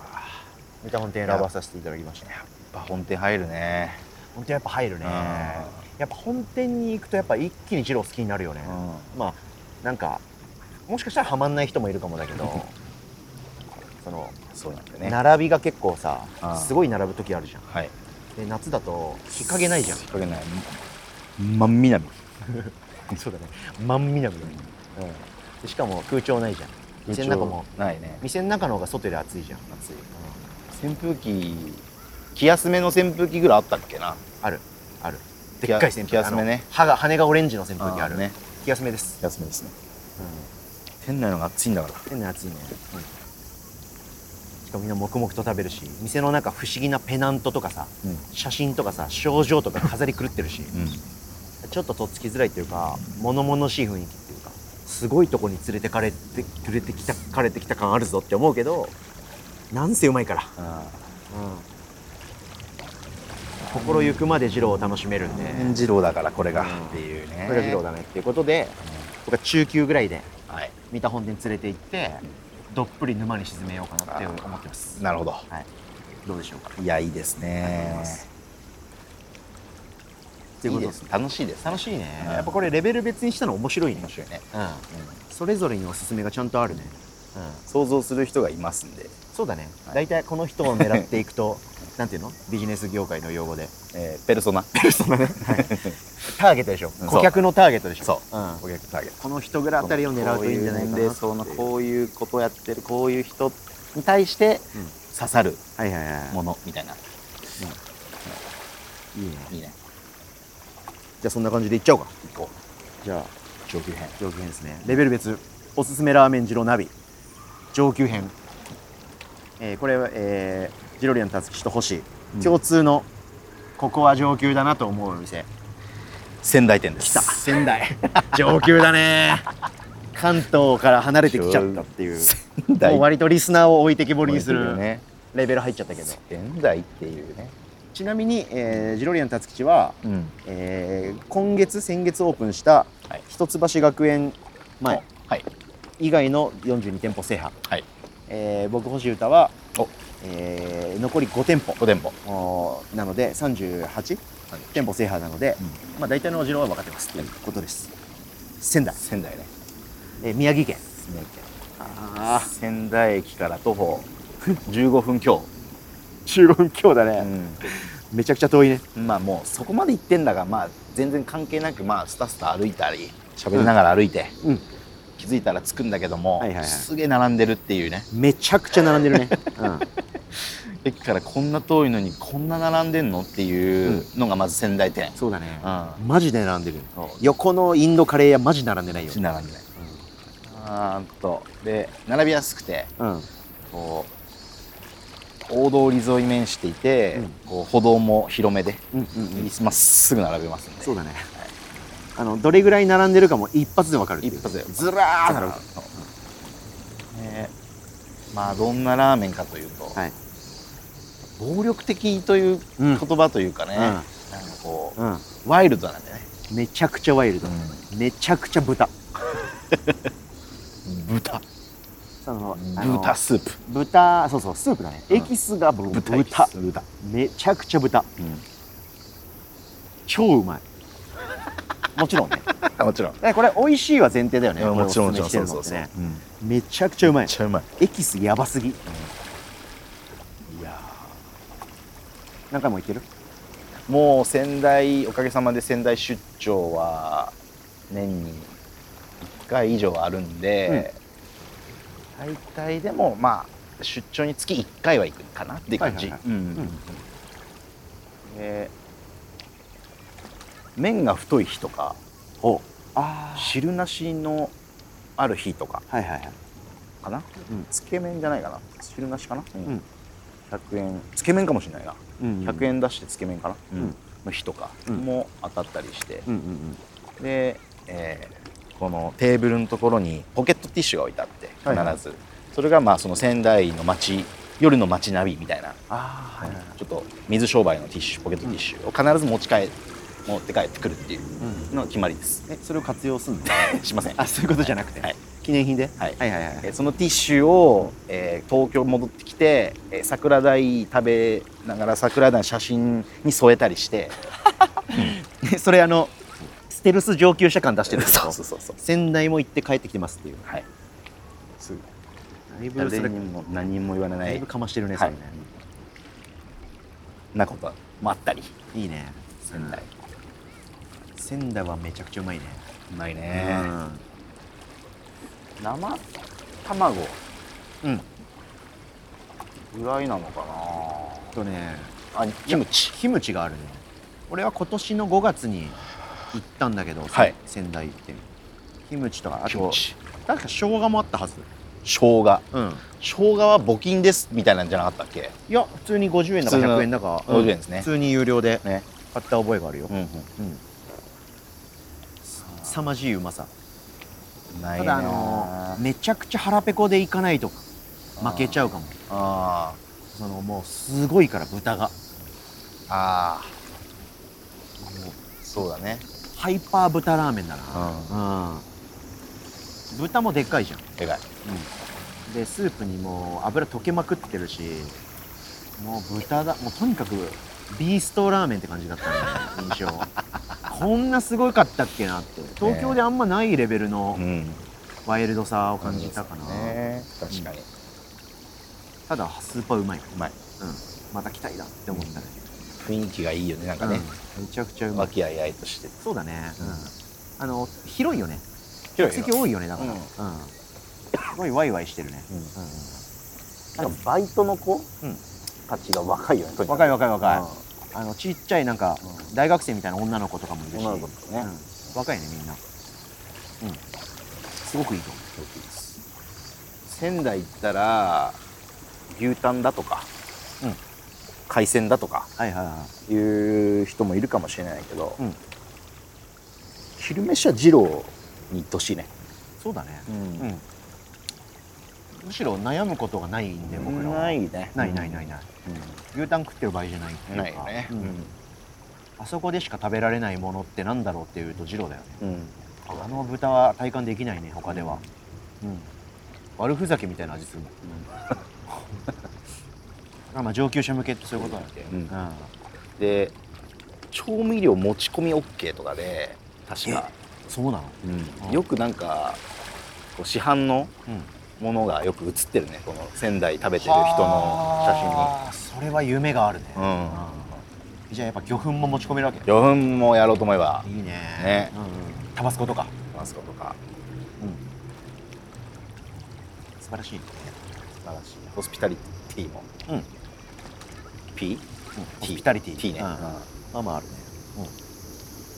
Speaker 1: 三田本店選ばさせていただきました
Speaker 2: やっぱ本店入るね
Speaker 1: 本店やっぱ入るねやっぱ本店に行くとやっぱ一気に二郎好きになるよね、
Speaker 2: うん
Speaker 1: まあなんかもしかしたらハマんない人もいるかもだけど その、
Speaker 2: そうなんだよね
Speaker 1: 並びが結構さ
Speaker 2: あー
Speaker 1: すごい並ぶ時あるじゃん
Speaker 2: はい
Speaker 1: で夏だと日陰ないじゃん
Speaker 2: 日陰ない真ん南
Speaker 1: そうだね真南だね、うんで、しかも空調ないじゃん店の中も
Speaker 2: ないね
Speaker 1: 店の中の方が外より暑いじゃん暑い、うん
Speaker 2: 扇風機気休めの扇風機ぐらいあったっけな
Speaker 1: あるある
Speaker 2: 気
Speaker 1: でっかい扇風機
Speaker 2: 気休めね
Speaker 1: あの歯が羽がオレンジの扇風機ある
Speaker 2: ね
Speaker 1: 気休めです、
Speaker 2: 気休めですね
Speaker 1: う
Speaker 2: 店内のが暑いんだから
Speaker 1: ん、変な暑いね、しかもみんな黙々と食べるし店の中不思議なペナントとかさ
Speaker 2: うん
Speaker 1: 写真とかさ症状とか飾り狂ってるしちょっととっつきづらいっていうか物々しい雰囲気っていうかすごいとこに連れてかれて連れてきたかれてきた感あるぞって思うけどなんせうまいから、心ゆくまで二郎を楽しめるんで、
Speaker 2: うん二郎だからこれが
Speaker 1: うん
Speaker 2: っていうね
Speaker 1: これが二郎だねっていうことで僕は中級ぐらいで
Speaker 2: はい
Speaker 1: 三田本店連れて行ってどっぷり沼に沈めようかなって思ってます
Speaker 2: なるほど
Speaker 1: はいどうでしょうか
Speaker 2: いやいいですね
Speaker 1: ということです
Speaker 2: いい楽しいです
Speaker 1: 楽しいね、
Speaker 2: うん
Speaker 1: やっぱこれレベル別にしたの面白いね
Speaker 2: 面白いね、
Speaker 1: うんそれぞれにおすすめがちゃんとあるねうん
Speaker 2: 想像する人がいますんで、
Speaker 1: そうだね、
Speaker 2: はい
Speaker 1: 大体この人を狙っていく となんていうのビジネス業界の用語で
Speaker 2: えーペルソナ
Speaker 1: そんなね、ターゲットでしょ
Speaker 2: うん
Speaker 1: 顧客のターゲットでしょ、
Speaker 2: そう
Speaker 1: ん、
Speaker 2: 顧客ターゲット
Speaker 1: この人ぐらいあたりを狙うといいんじゃないかな
Speaker 2: こういう年齢層の
Speaker 1: う
Speaker 2: こういうことをやってるこういう人に対して
Speaker 1: うん
Speaker 2: 刺さる
Speaker 1: はいはいは
Speaker 2: ものみたいな、
Speaker 1: いいいね
Speaker 2: いいね
Speaker 1: じゃあそんな感じでいっちゃおうか
Speaker 2: 一個
Speaker 1: じゃあ
Speaker 2: 上級編
Speaker 1: 上級編ですねレベル別おすすめラーメン二郎ナビ上級編、えーこれは、えージロリアンたつきしと星、
Speaker 2: うん
Speaker 1: 共通のここは上級だなと思うお店
Speaker 2: 仙台店です
Speaker 1: 来た仙 台上級だね関東から離れてきちゃったっていう
Speaker 2: 仙台
Speaker 1: もう割とリスナーを置いてきぼりにす
Speaker 2: よ
Speaker 1: る
Speaker 2: ね
Speaker 1: レベル入っちゃったけど
Speaker 2: 仙台っていうね
Speaker 1: ちなみに、えージロリアンたつきちは、
Speaker 2: うん
Speaker 1: えー今月先月オープンした
Speaker 2: はい
Speaker 1: 一橋学園前
Speaker 2: はい
Speaker 1: 以外の42店舗制覇
Speaker 2: はい
Speaker 1: えー僕星歌は
Speaker 2: お、
Speaker 1: えー残り5店舗
Speaker 2: おでんぼ
Speaker 1: おーなので38店舗制覇なので、まあ、大体のお城は分かってますということです仙台、
Speaker 2: 仙台ね
Speaker 1: えー宮城県
Speaker 2: 仙台店
Speaker 1: あ
Speaker 2: 仙台駅から徒歩15分強、
Speaker 1: 15分強だね、
Speaker 2: う
Speaker 1: めちゃくちゃ遠いね
Speaker 2: ん、まあもうそこまで行ってんだがまあ全然関係なくまあスタスタ歩いたり喋りながら歩いて、
Speaker 1: うん
Speaker 2: 気づいたら着くんだけども、
Speaker 1: はいはいはい
Speaker 2: すげえ並んでるっていうね
Speaker 1: めちゃくちゃ並んでる ね、
Speaker 2: 駅からこんな遠いのにこんな並んでんのっていうのがまず仙台店、
Speaker 1: そうだね
Speaker 2: うん
Speaker 1: マジで並んでる
Speaker 2: そう
Speaker 1: 横のインドカレー屋マジ並んでないよ、
Speaker 2: 並んでない、あーっとで並びやすくて
Speaker 1: うん、
Speaker 2: こう大通り沿い面していて、
Speaker 1: うん
Speaker 2: こう歩道も広めで
Speaker 1: うんうんうん
Speaker 2: まっすぐ並べますんで
Speaker 1: そうだね、あのどれぐらい並んでるかも一発で分かるっていう
Speaker 2: 一発で
Speaker 1: ずらーっと並ぶ
Speaker 2: ねまあどんなラーメンかというと、
Speaker 1: はい
Speaker 2: 暴力的という
Speaker 1: うん
Speaker 2: 言葉というかね、
Speaker 1: うん
Speaker 2: なんかこう、
Speaker 1: うん、
Speaker 2: ワイルドなんでね、
Speaker 1: めちゃくちゃワイルド、めちゃくちゃ豚
Speaker 2: 豚
Speaker 1: そのあの
Speaker 2: 豚スープ
Speaker 1: 豚そうそうスープだね、
Speaker 2: うん
Speaker 1: エキスがぶ豚
Speaker 2: 豚豚
Speaker 1: めちゃくちゃ豚
Speaker 2: うん
Speaker 1: 超うまい もちろんねだか
Speaker 2: あもちろん、
Speaker 1: らこれ美味しいは前提だよねこれ
Speaker 2: もちろんもちろ
Speaker 1: おすす
Speaker 2: んそ
Speaker 1: め
Speaker 2: う
Speaker 1: してるのっ
Speaker 2: そう
Speaker 1: て
Speaker 2: そう、
Speaker 1: ね
Speaker 2: うんめ
Speaker 1: め
Speaker 2: っ
Speaker 1: ちゃくちゃうまい
Speaker 2: ちゃうまい
Speaker 1: エキスやばすぎ
Speaker 2: いや
Speaker 1: 何回も言ってる
Speaker 2: ーもう仙台おかげさまで仙台出張は年に1回以上あるんで、大体でもまあ出張につき1回は行くかなっていう感じ、
Speaker 1: はいは
Speaker 2: うんで麺が太い日とか
Speaker 1: おあ
Speaker 2: 汁なしのある日とか
Speaker 1: はいはいはい
Speaker 2: かな、
Speaker 1: うん
Speaker 2: つけ麺じゃないかな汁なしかな、うん
Speaker 1: うん
Speaker 2: 100円つけ麺かもしれないな、
Speaker 1: うん
Speaker 2: 100円出してつけ麺かな、
Speaker 1: うん
Speaker 2: の日とか
Speaker 1: うん
Speaker 2: も当たったりして
Speaker 1: う、んうん
Speaker 2: で、えーこのテーブルのところにポケットティッシュが置いてあって必ず、
Speaker 1: はいはい
Speaker 2: それがまあその仙台の街夜の街ナビみたいな
Speaker 1: ああはいはい
Speaker 2: ちょっと水商売のティッシュポケットティッシュを必ず持ち帰持って帰ってくるっていうのが決ま りです、
Speaker 1: えそれを活用するの
Speaker 2: しません
Speaker 1: あそういうことじゃなくて、
Speaker 2: はい
Speaker 1: 記念品で、
Speaker 2: はい
Speaker 1: はいはいはい
Speaker 2: えーそのティッシュを、えー東京戻ってきて、えー桜鯛食べながら桜鯛の写真に添えたりして
Speaker 1: えそれあのステルス上級者感出してるんですか
Speaker 2: うそうそう
Speaker 1: 仙台も行って帰ってきてますっていう
Speaker 2: はいすぐ
Speaker 1: だいぶそ
Speaker 2: 誰
Speaker 1: れ
Speaker 2: にも何も言わな
Speaker 1: だい
Speaker 2: い
Speaker 1: ぶかましてるね、
Speaker 2: はい
Speaker 1: それね
Speaker 2: なこともあったり
Speaker 1: いいね
Speaker 2: 仙台
Speaker 1: 仙台はめちゃくちゃうまいね、
Speaker 2: うまいね生卵
Speaker 1: うん、うん
Speaker 2: ぐらいなのか
Speaker 1: とね
Speaker 2: なあキムチ
Speaker 1: キムチがあるね俺は今年の5月に行ったんだけど、
Speaker 2: はい
Speaker 1: 仙台行ってキムチとかあ
Speaker 2: キム
Speaker 1: と
Speaker 2: チ
Speaker 1: 確か生姜もあったはず
Speaker 2: 生姜
Speaker 1: うん
Speaker 2: 生姜は募金ですみたいなんじゃなかったっけ
Speaker 1: いや普通に50円だか
Speaker 2: 普通の
Speaker 1: 100円だか
Speaker 2: 50円ですね
Speaker 1: 普通に有料で
Speaker 2: ね
Speaker 1: 買った覚えがあるよ、
Speaker 2: うんう
Speaker 1: う
Speaker 2: ん
Speaker 1: ん、凄まじいうまさ
Speaker 2: ない
Speaker 1: ただ
Speaker 2: ね
Speaker 1: あのめちゃくちゃ腹ペコでいかないと負けちゃうかも
Speaker 2: あ
Speaker 1: そのもうすごいから豚が
Speaker 2: ーあ
Speaker 1: もう
Speaker 2: ーそうだね
Speaker 1: ハイパー豚ラーメンだなうん豚もでっかいじゃん
Speaker 2: でかい
Speaker 1: でスープにもう油溶けまくってるしもう豚だもうとにかくビーストラーメンって感じだった ね印象こんなすごかったっけなって東京であんまないレベルの
Speaker 2: ん
Speaker 1: ワイルドさを感じたかな、
Speaker 2: ね確かに、
Speaker 1: ただスーパーうまいう
Speaker 2: まい
Speaker 1: うんまた来たいなって思ったね、
Speaker 2: 雰囲気がいいよねなん
Speaker 1: う
Speaker 2: か
Speaker 1: ん
Speaker 2: ね、
Speaker 1: めちゃくちゃうま
Speaker 2: 和
Speaker 1: い
Speaker 2: 気あいあいとして
Speaker 1: そうだね、
Speaker 2: うん
Speaker 1: あの広いよね
Speaker 2: 広い
Speaker 1: 席多いよねだから、
Speaker 2: う
Speaker 1: うんんすごいワイワイしてるね、
Speaker 2: うん
Speaker 1: うん
Speaker 2: なんかバイトの子、
Speaker 1: うん
Speaker 2: たちが若いよねとにかく
Speaker 1: 若い若い若い、
Speaker 2: うん
Speaker 1: あのちっちゃいなんか
Speaker 2: う
Speaker 1: 大学生みたいな女の子とかもいるし
Speaker 2: 女の子とかね
Speaker 1: うん若いねみんなうんすごくいいと思
Speaker 2: 仙台行ったら牛タンだとか、
Speaker 1: うん
Speaker 2: 海鮮だとか
Speaker 1: うはいはいは
Speaker 2: いう人もいるかもしれないけど、
Speaker 1: うん
Speaker 2: 昼飯は二郎に行ってほしいね、
Speaker 1: いそうだね
Speaker 2: うん
Speaker 1: うんむしろ悩むことがないんで僕らは
Speaker 2: ないね
Speaker 1: ないないない
Speaker 2: い、
Speaker 1: ない
Speaker 2: うん
Speaker 1: 牛タン食ってる場合じゃないっていうか
Speaker 2: ないよね
Speaker 1: うんあそこでしか食べられないものってなんだろうっていうとジロだよね
Speaker 2: うん
Speaker 1: あの豚は体感できないね他ではうん悪ふざけみたいな味するもんあまあ上級者向けってそういうことなんで
Speaker 2: うん
Speaker 1: うんあ
Speaker 2: で調味料持ち込み OK とかで確か、
Speaker 1: そうなの
Speaker 2: うんよくなんかこう市販の
Speaker 1: うん
Speaker 2: ものがよく写ってるねこの仙台食べてる人の写真に。
Speaker 1: 真にそれは夢があるね、
Speaker 2: うん
Speaker 1: じゃあやっぱ魚粉も持ち込めるわけ
Speaker 2: 魚粉もやろうと思えば
Speaker 1: いいね
Speaker 2: ね
Speaker 1: うんうん、タバスコとか、
Speaker 2: マスコとか
Speaker 1: 素晴らしいね
Speaker 2: 素晴らしいホスピタリティも
Speaker 1: うん、うん、
Speaker 2: P?
Speaker 1: ホスピタリティ
Speaker 2: T ね、
Speaker 1: うん
Speaker 2: うん
Speaker 1: まあまああるね、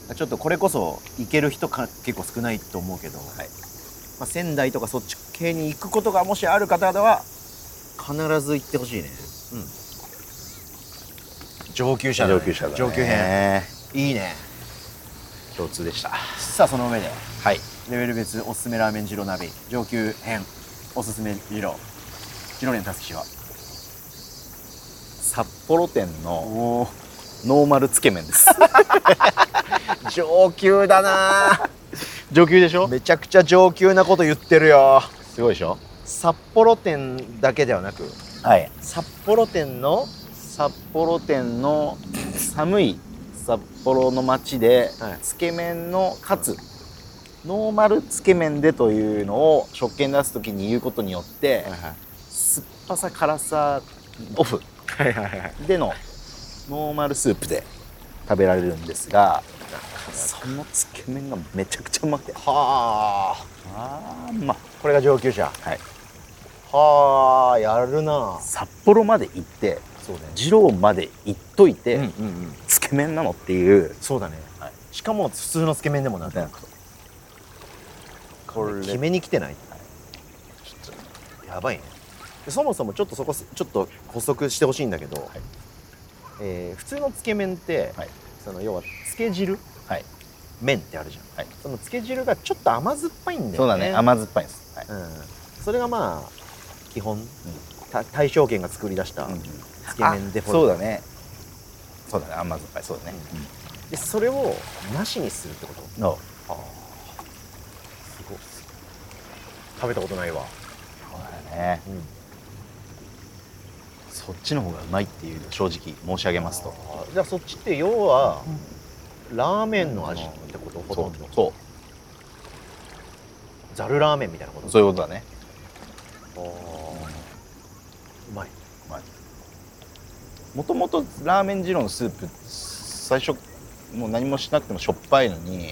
Speaker 1: うん、ちょっとこれこそ行ける人か結構少ないと思うけど、
Speaker 2: はい
Speaker 1: まあ、仙台とかそっち系に行くことがもしある方は必ず行ってほしいね、うん、上級者だね、
Speaker 2: 上級者だ、ね、
Speaker 1: 上級編いいね
Speaker 2: 共通でした
Speaker 1: さあその上で
Speaker 2: はい
Speaker 1: レベル別おすすめラーメン二郎鍋上級編おすすめ二郎二郎連たすきは
Speaker 2: 札幌店の
Speaker 1: おお
Speaker 2: ノーマルつけ麺です上級だな
Speaker 1: 上級でしょ
Speaker 2: めちゃくちゃ上級な こと言ってるよすごいでしょ
Speaker 1: 札幌店だけではなく
Speaker 2: はい
Speaker 1: 札幌店の
Speaker 2: 札幌店の寒い札幌の街で、
Speaker 1: はい
Speaker 2: つけ麺のかつノーマルつけ麺でというのを食券出す時に言うことによって、酸っぱさ辛さオフ
Speaker 1: はいはいはい
Speaker 2: でのノーマルスープで食べられるんですがそのつけ麺がめちゃくちゃうまくて
Speaker 1: は
Speaker 2: あーまあ
Speaker 1: あこれが上級者
Speaker 2: はい
Speaker 1: はあやるな
Speaker 2: 札幌まで行って
Speaker 1: そうだね
Speaker 2: 二郎まで行っといて、
Speaker 1: うんうんうん
Speaker 2: つけ麺なのっていう
Speaker 1: そうだね、
Speaker 2: はい
Speaker 1: しかも普通のつけ麺でもなく
Speaker 2: これ
Speaker 1: 決めに来てないやばいねそもそもちょっとそこちょっと補足してほしいんだけど、えー普通のつけ麺って、
Speaker 2: はい
Speaker 1: その要はつけ汁、
Speaker 2: はい
Speaker 1: 麺ってあるじゃん、
Speaker 2: はい
Speaker 1: そのつけ汁がちょっと甘酸っぱいんだよね
Speaker 2: そうだね甘酸っぱいです、はい
Speaker 1: うん、それがまあ基本、た大正圏が作り出した
Speaker 2: うん
Speaker 1: つけ麺デフォルト、
Speaker 2: そうだねそうだね甘酸っぱいそうだね、
Speaker 1: でそれをなしにするってこと
Speaker 2: の
Speaker 1: ああすごい食べたことないわ、
Speaker 2: そうだね
Speaker 1: うん、
Speaker 2: そっちの方がうまいっていうのを正直申し上げますと
Speaker 1: あーじゃあそっちって要は、ラーメンの味ってことほとんど
Speaker 2: そ
Speaker 1: ざるラーメンみたいなこ
Speaker 2: う
Speaker 1: と
Speaker 2: そういうことだね
Speaker 1: あーうまい
Speaker 2: もともとラーメン二郎のスープ最初もう何もしなくてもしょっぱいのに、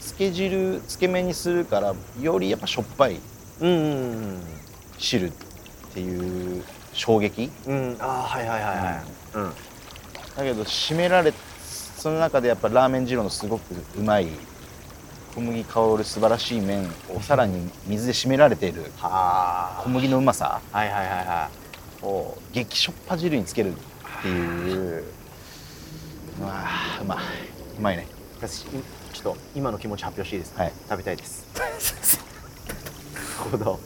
Speaker 2: つけ汁つけ麺にするからよりやっぱしょっぱい
Speaker 1: うんうん
Speaker 2: 汁っていう衝撃
Speaker 1: うんうんああはいはいはいはい、うん、
Speaker 2: だけど締められその中でやっぱラーメン二郎のすごくうまい小麦香る素晴らしい麺をさらに水で締められている
Speaker 1: は
Speaker 2: 小麦のうまさ
Speaker 1: あはいはいはいは
Speaker 2: を激しょっぱ汁につけるっていううわあうまいうまいね
Speaker 1: い私いちょっと今の気持ち発表していいですか、
Speaker 2: はい
Speaker 1: 食べたいですほど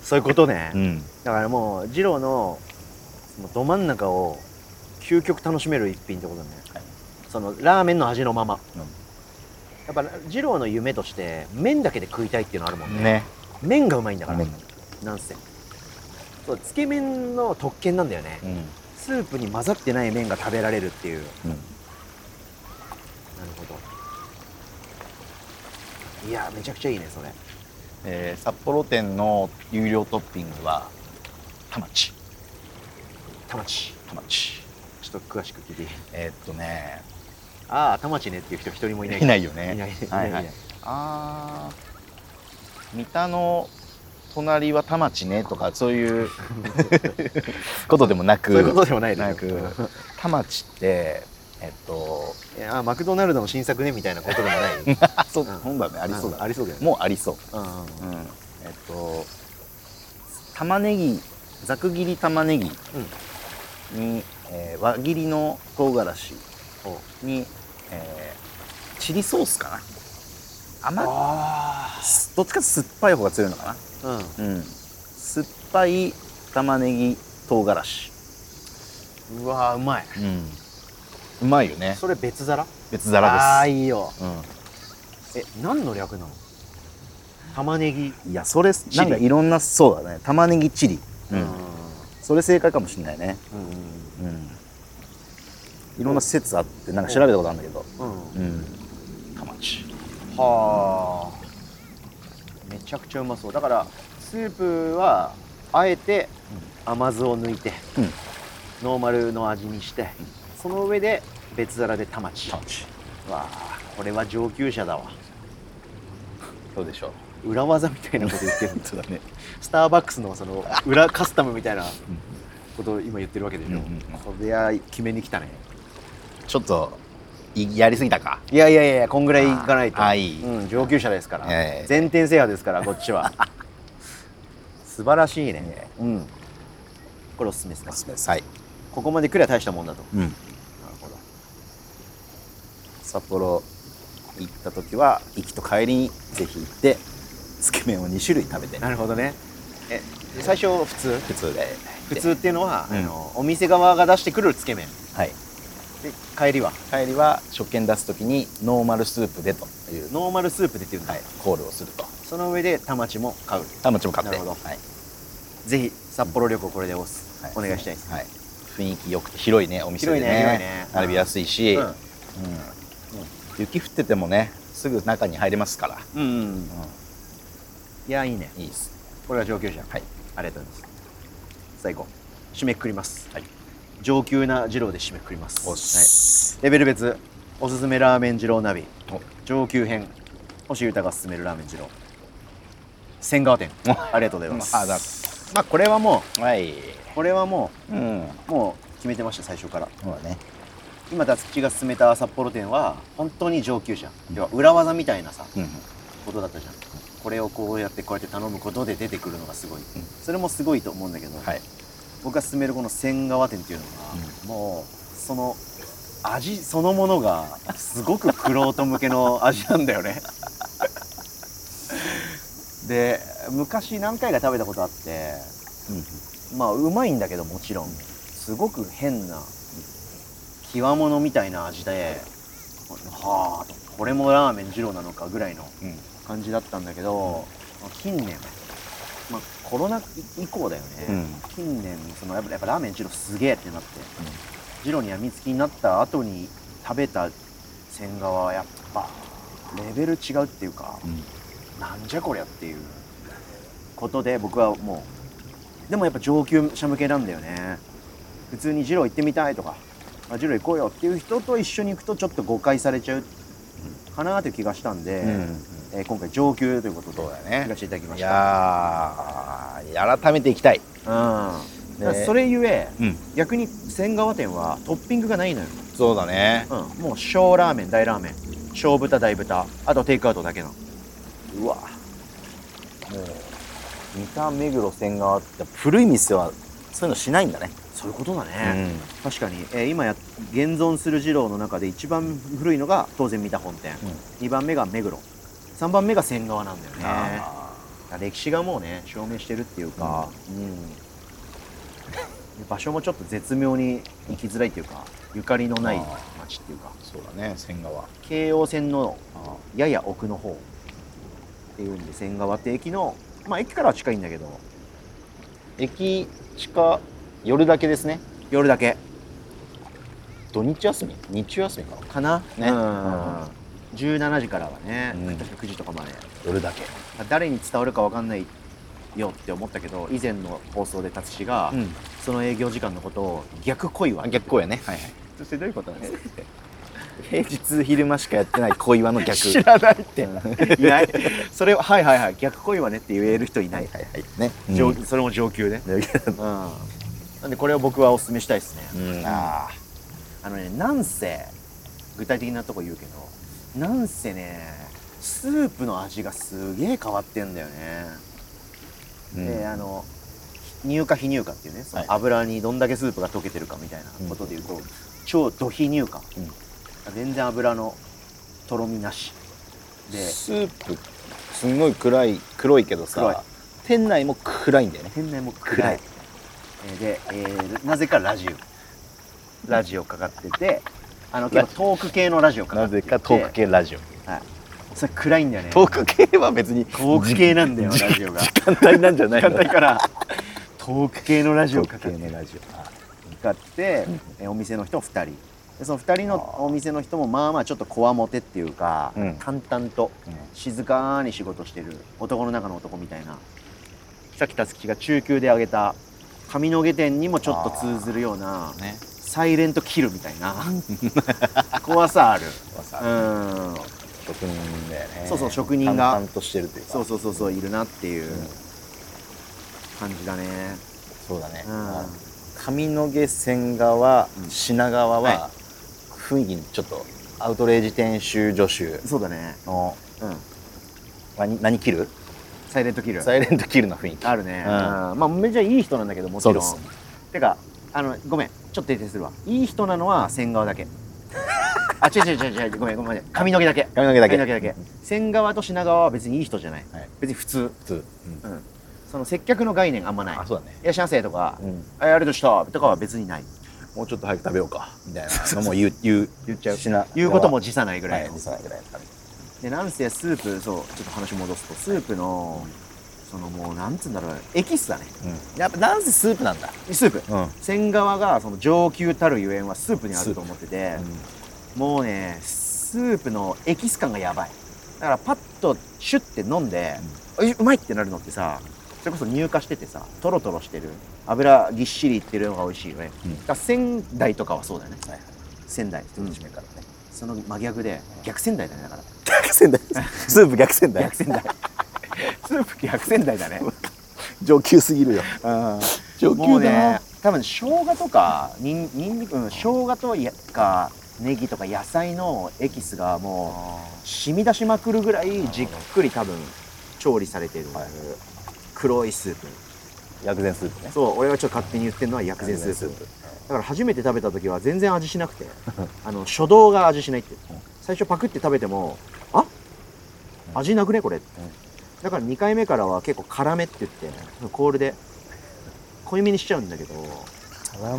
Speaker 1: そういうことね、
Speaker 2: うん
Speaker 1: だからもう二郎のそのど真ん中を究極楽しめる一品ってことね、そのラーメンの味のまま、
Speaker 2: うん
Speaker 1: やっぱ二郎の夢として麺だけで食いたいっていうのあるもんね
Speaker 2: ね
Speaker 1: 麺がうまいんだから、
Speaker 2: 麺
Speaker 1: なんせそうつけ麺の特権なんだよね、
Speaker 2: うん
Speaker 1: スープに混ざってない麺が食べられるっていう
Speaker 2: うん
Speaker 1: なるほどいやめちゃくちゃいいねそれ
Speaker 2: えー札幌店の有料トッピングは田町
Speaker 1: 田町
Speaker 2: 田町
Speaker 1: ちょっと詳しく聞いていい
Speaker 2: えーっとね
Speaker 1: ああ田町ねっていう人一人もいない
Speaker 2: いないよ
Speaker 1: い
Speaker 2: ね
Speaker 1: ないい
Speaker 2: は
Speaker 1: ないい
Speaker 2: はい
Speaker 1: いない
Speaker 2: あー三田の隣は田町ねとかそう いうことでもなく
Speaker 1: そういうことでもない
Speaker 2: なく田町ってえっ と
Speaker 1: いやマクドナルドの新作ねみたいなことでもない
Speaker 2: あそう
Speaker 1: うん
Speaker 2: 本だ ねありそう
Speaker 1: うんあ
Speaker 2: だ
Speaker 1: りそうだよね
Speaker 2: もうありそう
Speaker 1: うんうんうん
Speaker 2: うんえっと玉ねぎざく切り玉ねぎに、えー輪切りの唐辛子に、えーチリソースかな甘っ
Speaker 1: あ
Speaker 2: すどっちかというと酸っぱい方が強いのか
Speaker 1: あうん
Speaker 2: なうん酸っぱい玉ねぎ唐辛子
Speaker 1: うわーうまい
Speaker 2: うんうまいよね
Speaker 1: それ別皿
Speaker 2: 別皿
Speaker 1: ああ
Speaker 2: で
Speaker 1: いいよ
Speaker 2: すうん
Speaker 1: え何の略なの玉ねぎ
Speaker 2: いやそれ
Speaker 1: リ
Speaker 2: なんかいろんなそうだね玉ねぎチリ、うんそれ正解かもしれないね
Speaker 1: うん
Speaker 2: うんいろんな説あってなんか調べたことあるんだけど
Speaker 1: うんうん
Speaker 2: うん田町
Speaker 1: はあめちゃくちゃうまそうだからスープはあえて甘酢を抜いて、
Speaker 2: うん
Speaker 1: ノーマルの味にして、その上で別皿で田町
Speaker 2: 田町
Speaker 1: わあこれは上級者だわ
Speaker 2: そうでしょう
Speaker 1: 裏技みたいなこと言って る
Speaker 2: そうだね
Speaker 1: スターバックスのその裏カスタムみたいなことを今言ってるわけでしょ、
Speaker 2: うんうんうん
Speaker 1: こりゃ決めに来たね
Speaker 2: ちょっといやりすぎたか
Speaker 1: いやいやいやこんぐらいいかないと
Speaker 2: あーあーいい
Speaker 1: うん、上級者ですから、
Speaker 2: ええ
Speaker 1: 全店制覇ですからこっちは 素晴らしいねうんこれおすすめですね
Speaker 2: おすすめですはい、
Speaker 1: ここまで来りゃ大したもんだと
Speaker 2: うん、
Speaker 1: なるほど
Speaker 2: 札幌行った時は行きと帰りにぜひ行ってつけ麺を2種類食べて
Speaker 1: なるほどねえ最初普通
Speaker 2: 普通で
Speaker 1: 普通っていうのは、
Speaker 2: うん
Speaker 1: あのお店側が出してくるつけ麺
Speaker 2: はい
Speaker 1: で帰りは
Speaker 2: 帰りは食券出す時にノーマルスープでという、
Speaker 1: ノーマルスープでっていうんだ、
Speaker 2: はい、コールをすると
Speaker 1: その上で田町も買う
Speaker 2: あもちろん買って
Speaker 1: なるほど
Speaker 2: はい
Speaker 1: ぜひ札幌旅行これで押す、
Speaker 2: はい
Speaker 1: お願いしたいです、
Speaker 2: はい、雰囲気よくて広いねお店でね
Speaker 1: 広いね広いね
Speaker 2: 並びやすいし、
Speaker 1: う
Speaker 2: うんん雪降っててもねすぐ中に入れますから、
Speaker 1: うんうんいやいいね
Speaker 2: いいです
Speaker 1: これは上級者
Speaker 2: はい
Speaker 1: ありがとうございます最後締めくくります、
Speaker 2: はい
Speaker 1: 上級な二郎で締めくくります
Speaker 2: おっす
Speaker 1: はい、レベル別おすすめラーメン二郎ナビ
Speaker 2: お
Speaker 1: 上級編星歌が勧めるラーメン二郎千川 店
Speaker 2: お
Speaker 1: ありがとうございます
Speaker 2: あだ
Speaker 1: まあこれはも
Speaker 2: はい、
Speaker 1: うこれはも
Speaker 2: うん、
Speaker 1: うもう決めてました最初から
Speaker 2: そうだね
Speaker 1: 今達吉が勧めた札幌店は本当に上級者要は裏技みたいなさ
Speaker 2: うん
Speaker 1: ことだったじゃんこれをこうやってこうやって頼むことで出てくるのがすごい、それもすごいと思うんだけど、
Speaker 2: はい
Speaker 1: 僕が勧めるこの千川店っていうのは、
Speaker 2: う
Speaker 1: もうその味そのものがすごく玄人向けの味なんだよ ねで昔何回か食べたことあって
Speaker 2: うん
Speaker 1: まあうまいんだけどもちろんすごく変な極物みたいな味ではあとこれもラーメン二郎なのかぐらいの
Speaker 2: うん
Speaker 1: 感じだったんだけど、まあ近年、まあ、コロナ以降だよね、
Speaker 2: うん
Speaker 1: 近年そのやっぱやっぱラーメン二郎すげえってなって、二郎に病みつきになった後に食べた千賀はやっぱレベル違うっていうか、
Speaker 2: うん
Speaker 1: なんじゃこりゃっていうことで僕はもうでもやっぱ上級者向けなんだよね普通に二郎行ってみたいとかあ二郎行こうよっていう人と一緒に行くとちょっと誤解されちゃうかなという気がしたんで、
Speaker 2: うん
Speaker 1: えー今回上級ということで
Speaker 2: そうだね
Speaker 1: 行かせていただきま
Speaker 2: い
Speaker 1: した
Speaker 2: やー改めて行きたい、
Speaker 1: うんだから
Speaker 2: ね
Speaker 1: それゆえ
Speaker 2: うん、
Speaker 1: 逆に千川店はトッピングがないのよ、
Speaker 2: そうだね
Speaker 1: うん、もう小ラーメン大ラーメン小豚大豚あとテイクアウトだけなの
Speaker 2: うわもう三田目黒線があって古い店はそういうのしないんだね
Speaker 1: そういうことだね、
Speaker 2: うん
Speaker 1: 確かに、えー今や現存する二郎の中で一番古いのが当然三田本店、
Speaker 2: うん
Speaker 1: 二2番目が目黒3番目が仙川なんだよね
Speaker 2: あ
Speaker 1: 歴史がもうね証明してるっていうか、うんで場所もちょっと絶妙に行きづらいっていうかゆかりのない
Speaker 2: あ
Speaker 1: 町っていうか
Speaker 2: そうだね千川
Speaker 1: 京王線の
Speaker 2: あ
Speaker 1: やや奥の方っていうんで千川って駅のまあ駅からは近いんだけど
Speaker 2: 駅近夜だけですね
Speaker 1: 夜だけ
Speaker 2: 土日休み日休みかな
Speaker 1: かなう
Speaker 2: ね
Speaker 1: ん17時からはね、
Speaker 2: うん
Speaker 1: 9時とかまで
Speaker 2: 夜だけ
Speaker 1: 誰に伝わるかわかんないよって思ったけど以前の放送で達志が、
Speaker 2: ん
Speaker 1: その営業時間のことを逆恋は
Speaker 2: あ逆公やねはいはい
Speaker 1: そしてどういうことなんですか
Speaker 2: 平日昼間しかやってない小岩の 逆
Speaker 1: 知らないって、い ないそれははいはいはい逆恋はねって言える人いない、
Speaker 2: はいはいね
Speaker 1: 上それも上級ね、うん、なんでこれを僕はおすすめしたいですね、
Speaker 2: うんああ
Speaker 1: あのねなんせ具体的なとこ言うけどなんせねスープの味がすげえ変わってんだよね、
Speaker 2: うん
Speaker 1: であの乳化非乳化っていうねその
Speaker 2: はい
Speaker 1: 油にどんだけスープが溶けてるかみたいなことで言うと、超ド非乳化、
Speaker 2: うん
Speaker 1: 全然油のとろみなしで
Speaker 2: スープすんごい暗い黒いけど
Speaker 1: 黒い
Speaker 2: さ店内も暗いんだよね
Speaker 1: 店内も暗い、えーで、えーなぜかラジオラジオかかっててあの結構トーク系のラジオかかっ
Speaker 2: な
Speaker 1: て
Speaker 2: ぜ
Speaker 1: いて
Speaker 2: かトーク系ラジオ
Speaker 1: はいそれ暗いんだよね
Speaker 2: トーク系は別に
Speaker 1: トーク系なんだよラジオが
Speaker 2: 時間帯なんじゃない
Speaker 1: 簡
Speaker 2: の
Speaker 1: 単からトーク系のラジオ
Speaker 2: ト
Speaker 1: か
Speaker 2: ー
Speaker 1: か
Speaker 2: ク
Speaker 1: っ
Speaker 2: 系
Speaker 1: て
Speaker 2: のラジオあ
Speaker 1: かって、えお店の人2人でその2人のお店の人もまあまあちょっとこわもてっていうか、
Speaker 2: うん
Speaker 1: 淡々と
Speaker 2: うん
Speaker 1: 静かに仕事してる男の中の男みたいなさっきたつきが中級で上げた髪の毛店にもちょっと通ずるような
Speaker 2: ね
Speaker 1: サイレントキルみたい な怖さある
Speaker 2: まあ
Speaker 1: う
Speaker 2: さ
Speaker 1: ん
Speaker 2: 職人だよね
Speaker 1: そうそう職人が
Speaker 2: 淡々としてるというか
Speaker 1: そうそうそうそういるなっていう
Speaker 2: うん
Speaker 1: 感じだね
Speaker 2: そうだね、
Speaker 1: うん
Speaker 2: あ上野毛線側、
Speaker 1: うん
Speaker 2: 品川は、
Speaker 1: は
Speaker 2: 雰囲気にちょっとアウトレージ店主助手
Speaker 1: そうだね
Speaker 2: の
Speaker 1: うん
Speaker 2: 何何キル
Speaker 1: サイレントキル
Speaker 2: サイレントキルの雰囲気
Speaker 1: あるね、
Speaker 2: うん
Speaker 1: うんまあめちゃいい人なんだけどもちろん
Speaker 2: そうで
Speaker 1: てかあのごめんちょっと訂正するわいい人なのは仙川だ けあ違う違う違う違うごめんごめん髪の毛だけ
Speaker 2: 髪の毛だけ
Speaker 1: 髪の毛だけ仙川と品川は別にいい人じゃない、
Speaker 2: はい
Speaker 1: 別に普通、
Speaker 2: 普通、うん
Speaker 1: うん、その接客の概念あんまないい
Speaker 2: あそうだね、
Speaker 1: らっしゃいませとか、
Speaker 2: うん、
Speaker 1: あやるとしたとかは別にない
Speaker 2: もうちょっと早く食べようかみたいなのも言う言う
Speaker 1: 言っちゃう
Speaker 2: 品川
Speaker 1: 言うことも辞さないぐ
Speaker 2: ぐ
Speaker 1: らい
Speaker 2: は
Speaker 1: の、
Speaker 2: いそれぐらいの感じ
Speaker 1: でなんせスープそうちょっと話戻すとスープのそのもうなんつうんだろうエキスだね
Speaker 2: うん、やっぱなんせスープなんだ
Speaker 1: スープ
Speaker 2: うん、
Speaker 1: 仙川がその上級たるゆえんはスープにあると思ってて、 もうねスープのエキス感がやばいだからパッとシュッて飲んで、えうまいってなるのってさそれこそ乳化しててさとろとろしてる油ぎっしりいってるのが美味しいよね、
Speaker 2: うん
Speaker 1: だから仙台とかはそうだよね
Speaker 2: はいはい
Speaker 1: 仙台
Speaker 2: 独り占めからね、
Speaker 1: その真逆で逆仙台だねだから
Speaker 2: 逆仙台スープ逆仙台
Speaker 1: 逆仙 台スープ逆仙台だね
Speaker 2: 上級すぎるよ上級だな
Speaker 1: もうね多分生姜とかにんにんにく、うん、生姜とやかネギとか野菜のエキスがもう染み出しまくるぐらいじっくり多分調理されてる
Speaker 2: はい
Speaker 1: 黒いスープ
Speaker 2: 薬膳スープね
Speaker 1: そう俺がちょっと勝手に言ってるのは薬膳
Speaker 2: 薬
Speaker 1: ス
Speaker 2: 膳
Speaker 1: ープ
Speaker 2: スープ
Speaker 1: だから初めて食べた時は全然味しな くてあの初動が味しないって最初パクって食べてもあ味なくねこれだから2回目からは結構辛めって言ってコールで濃いめにしちゃうんだけど
Speaker 2: 辛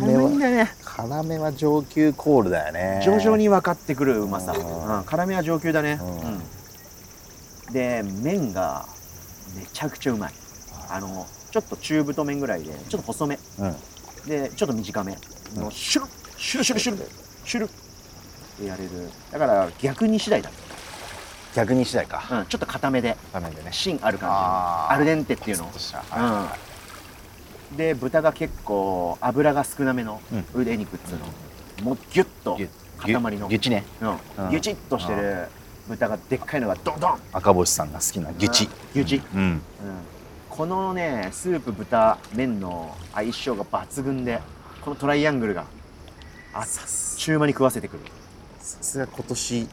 Speaker 1: 辛め
Speaker 2: め
Speaker 1: いいん
Speaker 2: は
Speaker 1: だよね
Speaker 2: 辛めは上級コールだよね
Speaker 1: 徐々に分かってくるうまさ、
Speaker 2: うん
Speaker 1: うん辛めは上級だね、
Speaker 2: うん
Speaker 1: うんで麺がめちゃくちゃうまいあのちょっと中太麺ぐらいでちょっと細め
Speaker 2: うん
Speaker 1: でちょっと短めの
Speaker 2: うん
Speaker 1: シュルシュルシュルシュルシュルってやれるだから逆に次第だ、
Speaker 2: 逆に次第か
Speaker 1: うん、ちょっと固めで
Speaker 2: 画面でね
Speaker 1: 芯ある感じ
Speaker 2: あ
Speaker 1: の
Speaker 2: ー
Speaker 1: アルデンテっていうの
Speaker 2: ちょっとしたは
Speaker 1: で豚が結構脂が少なめの
Speaker 2: う
Speaker 1: 腕肉っつうの、もうギュッと
Speaker 2: い
Speaker 1: 塊の
Speaker 2: ギュチね
Speaker 1: う
Speaker 2: うんん
Speaker 1: ギュチッとしてる豚がでっかいのがドンドン
Speaker 2: 赤星さんが好きなギュチ
Speaker 1: ギュチ
Speaker 2: うん
Speaker 1: うんこのねスープ豚麺の相性が抜群でこのトライアングルがあっ
Speaker 2: さす
Speaker 1: 中間に食わせてくる
Speaker 2: さすが今年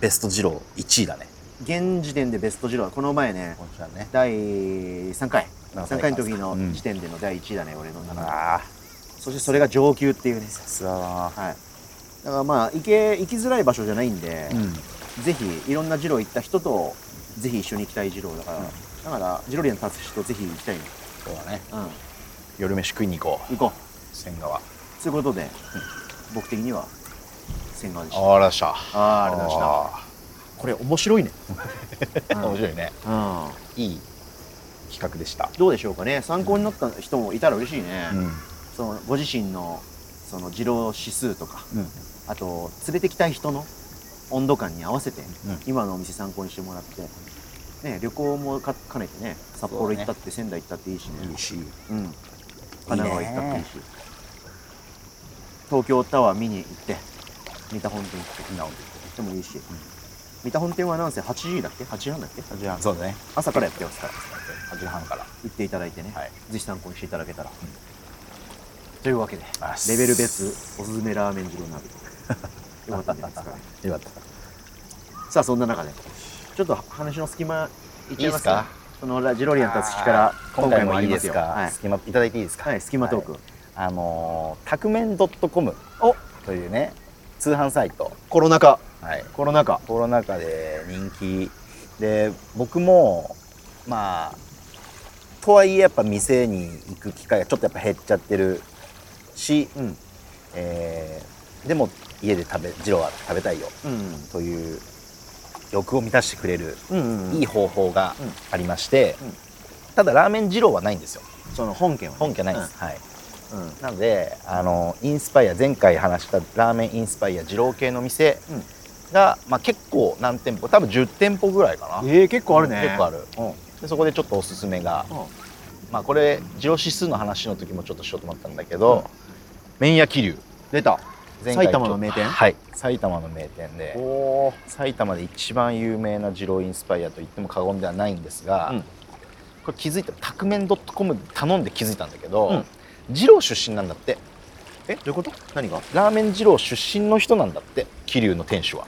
Speaker 2: ベスト二郎1位だね
Speaker 1: 現時点でベストジロはこの前ね
Speaker 2: こちらね
Speaker 1: 第3回
Speaker 2: あ
Speaker 1: 3回の時
Speaker 2: う
Speaker 1: の
Speaker 2: ん
Speaker 1: 時点での第1位だね、俺の中で
Speaker 2: ああ
Speaker 1: そしてそれが上級っていうね
Speaker 2: さすがだな
Speaker 1: はいだからまあ行け行きづらい場所じゃないんで、
Speaker 2: うん
Speaker 1: ぜひいろんなジロ行った人とぜひ一緒に行きたいジロだから、
Speaker 2: だからジロリアン達人ぜひ行きたいよ
Speaker 1: そうだねうん
Speaker 2: 夜飯食いに行こう
Speaker 1: 行こ
Speaker 2: 千川
Speaker 1: うということで、僕的には千川でした
Speaker 2: あらっしゃ
Speaker 1: あーありがとうございま
Speaker 2: あ
Speaker 1: したこれ面白いね、
Speaker 2: ー面白いね
Speaker 1: うんうん
Speaker 2: いい企画でした
Speaker 1: どうでしょうかね参考になった人もいたら嬉しいね、
Speaker 2: うん
Speaker 1: そのご自身のその自動指数とか
Speaker 2: うん
Speaker 1: あと連れてきたい人の温度感に合わせて、
Speaker 2: うん
Speaker 1: 今のお店参考にしてもらって、ね、旅行もか兼ねてね札幌行ったって、仙台行ったっていいしね
Speaker 2: いいし
Speaker 1: うん、神奈川行ったっていいし東京タワー見に行って三田本店行って行ってもいいし、三田本店はなんせ8時だっけ8時半だっけ
Speaker 2: 8時半そうだね
Speaker 1: 朝からやってますから
Speaker 2: 8時半から
Speaker 1: 行っていただいてね、
Speaker 2: はい
Speaker 1: ぜひ参考にしていただけたら、というわけで
Speaker 2: あっす
Speaker 1: レベル別おすすめラーメン二郎鍋 よかったんじゃないですかね
Speaker 2: よかった
Speaker 1: さあそんな中でちょっと話の隙間いっちゃいますか
Speaker 2: いいっすか
Speaker 1: そのラジロリアン達しから今回もあ
Speaker 2: い
Speaker 1: り
Speaker 2: い
Speaker 1: ま
Speaker 2: ですす
Speaker 1: よ
Speaker 2: か、
Speaker 1: はい
Speaker 2: 隙間いただいていいですか
Speaker 1: はい、隙間トーク、
Speaker 2: あのー、タクメン .com
Speaker 1: お
Speaker 2: というね通販サイト、
Speaker 1: コロナ禍
Speaker 2: はい、
Speaker 1: コロナ禍
Speaker 2: コロナ禍で人気で僕もまあとはいえやっぱ店に行く機会がちょっとやっぱ減っちゃってるし、
Speaker 1: うん
Speaker 2: えーでも家で食べジローは食べたいよ
Speaker 1: うん
Speaker 2: という欲を満たしてくれる
Speaker 1: うんうん
Speaker 2: いい方法が
Speaker 1: うん
Speaker 2: ありまして、
Speaker 1: うん
Speaker 2: ただラーメン二郎はないんですよ
Speaker 1: その本家はね
Speaker 2: 本家ないんです、はい
Speaker 1: うんうん
Speaker 2: なのであのインスパイア前回話したラーメンインスパイア二郎系の店
Speaker 1: うん
Speaker 2: が、まあ、結構何店舗多分10店舗ぐらいかな
Speaker 1: えー、結構あるね、
Speaker 2: 結構あるでそこでちょっとおすすめが、まあ、これ二郎指数の話の時もちょっとしようと思ったんだけど、
Speaker 1: うん
Speaker 2: 麺屋桐生
Speaker 1: 出た
Speaker 2: 前回
Speaker 1: 埼玉の名店
Speaker 2: はい埼玉の名店で
Speaker 1: お
Speaker 2: 埼玉で一番有名な二郎インスパイアと言っても過言ではないんですが、
Speaker 1: うん
Speaker 2: これ気づいたタクメン .com で頼んで気づいたんだけど、
Speaker 1: うん
Speaker 2: 二郎出身なんだって
Speaker 1: えどういうこと何が
Speaker 2: ラーメン二郎出身の人なんだって桐生の店主は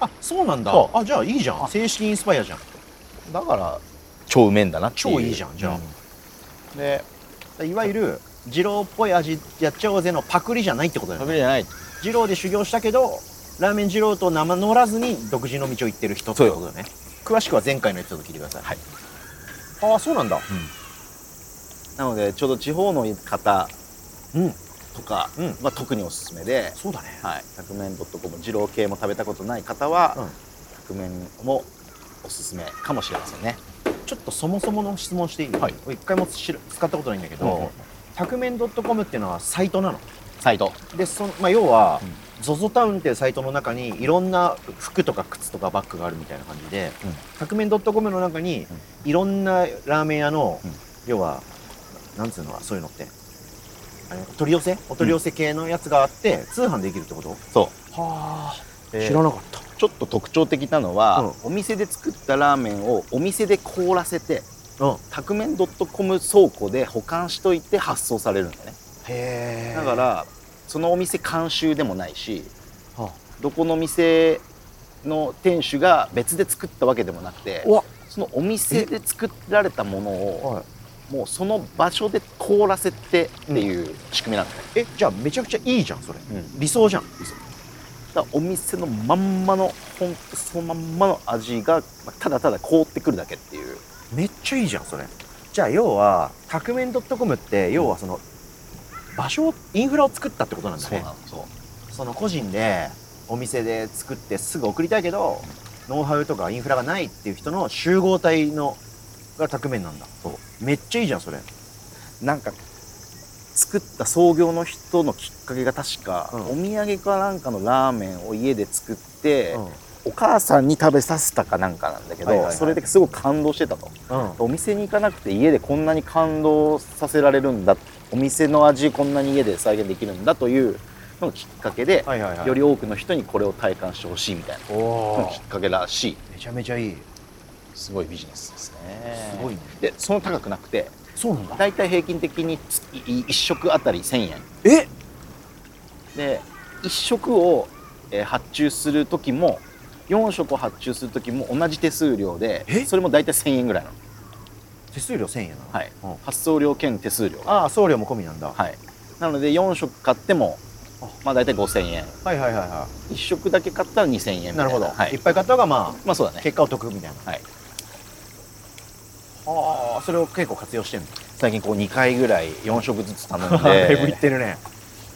Speaker 1: あそうなんだ
Speaker 2: そ
Speaker 1: あじゃあいいじゃん正式インスパイアじゃん
Speaker 2: だから超うめえんだなっていう
Speaker 1: 超いいじゃんじゃあ
Speaker 2: うんで
Speaker 1: いわゆる二郎っぽい味やっちゃおうぜのパクリじゃないってことだよ
Speaker 2: 食
Speaker 1: ね
Speaker 2: べれない
Speaker 1: 二郎で修行したけどラーメン二郎と名乗らずに独自の道を行ってる人ってことだよね詳しくは前回のエピソード聞いてください、
Speaker 2: はい
Speaker 1: ああそうなんだ
Speaker 2: なのでちょうど地方の方
Speaker 1: うん
Speaker 2: とか
Speaker 1: うん
Speaker 2: は特におすすめで、
Speaker 1: そうだね
Speaker 2: はい、タクメン .com 二郎系も食べたことない方は、
Speaker 1: うん
Speaker 2: タクメンもおすすめかもしれませんね
Speaker 1: ちょっとそもそもの質問していい、
Speaker 2: はい
Speaker 1: 俺一回も知る使ったことないんだけ
Speaker 2: うんうんうん
Speaker 1: ど、タクメン .com っていうのはサイトなの
Speaker 2: サイト
Speaker 1: でその、まあ、要は、
Speaker 2: うん
Speaker 1: ZOZO タウンっていうサイトの中にいろんな服とか靴とかバッグがあるみたいな感じで、
Speaker 2: うん
Speaker 1: 宅面 .com の中にいろんなラーメン屋の、
Speaker 2: うん
Speaker 1: 要はなんつうのはそういうのってあれ取り寄せお取り寄せ系のやつがあって、通販できるってこと
Speaker 2: そ
Speaker 1: はあ
Speaker 2: うで
Speaker 1: なかった
Speaker 2: ちょっと特徴的なのは、お店で作ったラーメンをお店で凍らせて
Speaker 1: うん
Speaker 2: タクメン .com 倉庫で保管しといて発送されるんだね
Speaker 1: へえ
Speaker 2: だからそのお店監修でもないし
Speaker 1: は
Speaker 2: どこの店の店主が別で作ったわけでもなくて
Speaker 1: あ、わ
Speaker 2: そのお店で作られたものを
Speaker 1: はい
Speaker 2: もうその場所で凍らせてっていう仕組みなんだね、
Speaker 1: えじゃあめちゃくちゃいいじゃんそれ
Speaker 2: うん
Speaker 1: 理想じゃん
Speaker 2: だからお店のまんまのほんとそのまんまの味がまあただただ凍ってくるだけっていう
Speaker 1: めっちゃいいじゃんそれじゃあ要は宅面 .com って要はその場所をインフラを作ったってことなんだね
Speaker 2: のそう
Speaker 1: その個人でお店で作ってすぐ送りたいけどノウハウとかインフラがないっていう人の集合体のが宅面なんだそうめっちゃいいじゃんそれ
Speaker 2: なんか作った創業の人のきっかけが確か、
Speaker 1: うん
Speaker 2: お土産かなんかのラーメンを家で作って、
Speaker 1: うん
Speaker 2: お母さんに食べさせたかなんかなんだけど、
Speaker 1: はいはいはい
Speaker 2: それですごく感動してたとお店に行かなくて家でこんなに感動させられるんだお店の味こんなに家で再現できるんだというのがきっかけで、
Speaker 1: はいはいはい
Speaker 2: より多くの人にこれを体感してほしいみたい
Speaker 1: お
Speaker 2: なのが
Speaker 1: お
Speaker 2: きっかけらしい
Speaker 1: めちゃめちゃいい
Speaker 2: すごいビジネスですね
Speaker 1: すごいね
Speaker 2: でその高くなくて
Speaker 1: そうなんだ
Speaker 2: 大体平均的に月1食あたり1000円
Speaker 1: え
Speaker 2: で1食をえー発注する時も4食を発注する時も同じ手数料で
Speaker 1: え
Speaker 2: それも大体1000円ぐらいなの、
Speaker 1: 手数料1000円なの
Speaker 2: はい
Speaker 1: うん
Speaker 2: 発送料兼手数料
Speaker 1: ああ送料も込みなんだ
Speaker 2: はいなので4食買っても
Speaker 1: あ
Speaker 2: まあ大体5000円
Speaker 1: はいはいはいは
Speaker 2: 1食だけ買ったら2000円みたい
Speaker 1: なるほど、、
Speaker 2: はい
Speaker 1: っ
Speaker 2: い
Speaker 1: ぱい買った方がま
Speaker 2: まあそうだ
Speaker 1: あ
Speaker 2: ね
Speaker 1: 結果を得みたいな
Speaker 2: はい
Speaker 1: ああそれを結構活用 してんの
Speaker 2: 最近こう2回ぐらい4食ずつ頼 ん
Speaker 1: だいぶい
Speaker 2: で
Speaker 1: っ、てるね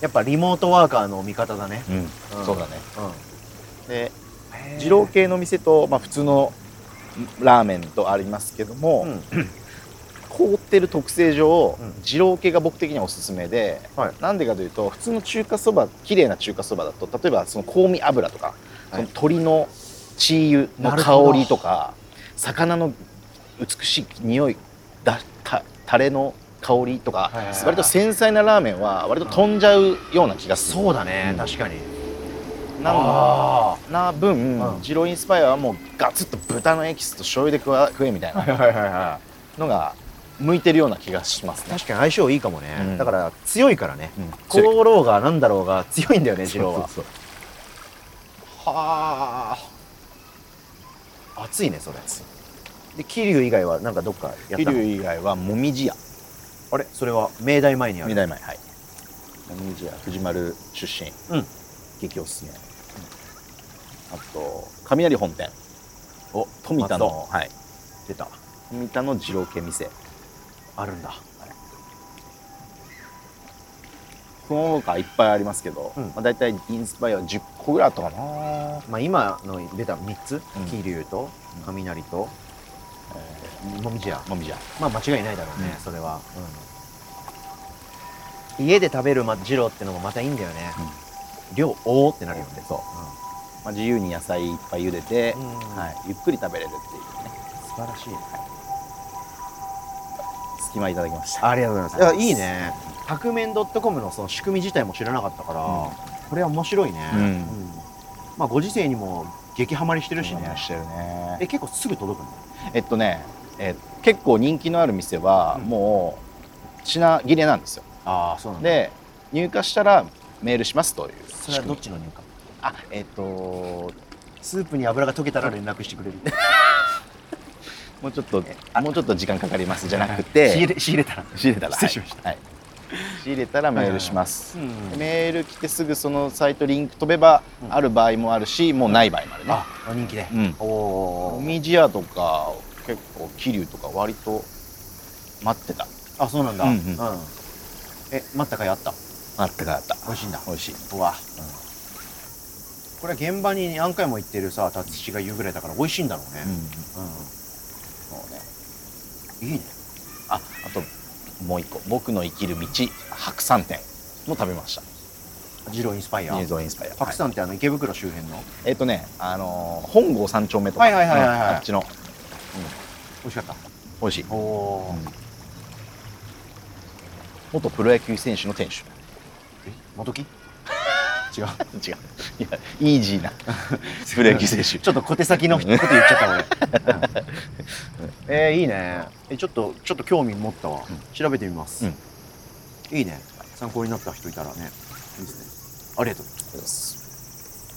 Speaker 1: やっぱリモートワーカーの味方だね
Speaker 2: うん、
Speaker 1: うん
Speaker 2: そうだねで
Speaker 1: うん
Speaker 2: 二郎系の店と、まあ、普通のラーメンとありますけども、
Speaker 1: うん
Speaker 2: 凍ってる特性上、
Speaker 1: うん
Speaker 2: 二郎系が僕的にはおすすめで、
Speaker 1: はい
Speaker 2: なんでかというと普通の中華そば綺麗な中華そばだと例えばその香味油とか、その鶏の血油
Speaker 1: なるほ
Speaker 2: の
Speaker 1: ど
Speaker 2: 香りとか魚の美しい匂いだたタレの香りとか、
Speaker 1: いはいはい
Speaker 2: 割と繊細なラーメンは割と飛んじゃうような気がする、
Speaker 1: そうだね、
Speaker 2: うん
Speaker 1: 確かに
Speaker 2: なん
Speaker 1: あ
Speaker 2: な分、
Speaker 1: うん
Speaker 2: ジロインスパイアはもうガツッと豚のエキスと醤油で食わ食えみたい
Speaker 1: あ
Speaker 2: な
Speaker 1: はいはいはいは
Speaker 2: のが向いてるような気がします
Speaker 1: い
Speaker 2: ね。
Speaker 1: 確かに相性いいかもね、
Speaker 2: うん
Speaker 1: だから強いからね
Speaker 2: うん
Speaker 1: 厚労がなんだろうが強いんだよね二郎は
Speaker 2: そうそう
Speaker 1: はあ熱いねそれで桐生以外はなんかどっかやっ
Speaker 2: 桐
Speaker 1: た
Speaker 2: 生
Speaker 1: の
Speaker 2: 以外はもみじ屋
Speaker 1: あれそれは明大前にあ
Speaker 2: 三
Speaker 1: る
Speaker 2: 代前はいもみじ屋藤丸出身、
Speaker 1: うん
Speaker 2: 激おすすめ、あと雷本店
Speaker 1: お
Speaker 2: 富田の、はい、
Speaker 1: 出た
Speaker 2: 富田の二郎系店
Speaker 1: あるんだ
Speaker 2: その他いっぱいありますけど、
Speaker 1: うん
Speaker 2: まあ、大体インスパイア10個ぐらいあったかな
Speaker 1: まあ今の出た3つ
Speaker 2: うん
Speaker 1: 桐生と雷ともみじや
Speaker 2: もみじ屋
Speaker 1: まあ間違いないだろうね
Speaker 2: うん
Speaker 1: それは家で食べるま二郎ってのもまたいいんだよね量多ってなるよね
Speaker 2: そう
Speaker 1: う
Speaker 2: まあ、自由に野菜いっぱい茹でて、
Speaker 1: うん
Speaker 2: はい、ゆっくり食べれるっていうね
Speaker 1: 素晴らしい
Speaker 2: 隙間いただきました
Speaker 1: ありがとうございますいやいいね宅麺 .com のその仕組み自体も知らなかったからこれは面白いね
Speaker 2: うん
Speaker 1: うんまあご時世にも激ハマりしてるしね
Speaker 2: ねしてるね
Speaker 1: え結構すぐ届くの
Speaker 2: えっとね、えー結構人気のある店は
Speaker 1: うん
Speaker 2: もう品切れなんですよ、
Speaker 1: ああそうなんだ
Speaker 2: で入荷したらメールしますという
Speaker 1: それはどっちの入荷
Speaker 2: あえっと
Speaker 1: スープに油が溶けたら連絡してくれる
Speaker 2: もうちょっともうちょっと時間かかりますじゃなく
Speaker 1: 仕入
Speaker 2: て
Speaker 1: れ仕入れたら
Speaker 2: 仕入れたら
Speaker 1: 失礼しまし
Speaker 2: はい、仕入れたらメールします、
Speaker 1: うん
Speaker 2: メール来てすぐそのサイトリンク飛べば
Speaker 1: うん
Speaker 2: ある場合もあるし、もうない場合までね
Speaker 1: あ人気で
Speaker 2: うん
Speaker 1: お
Speaker 2: お
Speaker 1: お
Speaker 2: みじ屋とか結構桐生とか割と待ってた
Speaker 1: あそうなんだ
Speaker 2: うん
Speaker 1: う
Speaker 2: うん
Speaker 1: んえ待ったかいあった
Speaker 2: 待ってかかった
Speaker 1: 美味しいんだ
Speaker 2: 美味しいう
Speaker 1: わこれは現場に何回も行ってるさ達志が言うぐらいだから美味しいんだろう
Speaker 2: うん
Speaker 1: ねう
Speaker 2: そうね
Speaker 1: んいいね
Speaker 2: ああともう一個「僕の生きる道白山店」も食べました
Speaker 1: 二郎インスパイア
Speaker 2: 映像インスパイア
Speaker 1: 白
Speaker 2: はい
Speaker 1: 山ってあの池袋周辺の
Speaker 2: えっ、とねあのー本郷三丁目とか
Speaker 1: はいはいはいはいはい
Speaker 2: あのあっちの
Speaker 1: 美味しかった
Speaker 2: 美味しい
Speaker 1: おお
Speaker 2: うん元プロ野球選手の店主
Speaker 1: 元木違う
Speaker 2: 違ういやイージー なプロ野球選手
Speaker 1: ちょっと小手先のこと言っちゃった俺えーいいねえちょっとちょっと興味持ったわ
Speaker 2: うん
Speaker 1: 調べてみます
Speaker 2: うん
Speaker 1: いいね参考になった人いたらねいいですねありがとう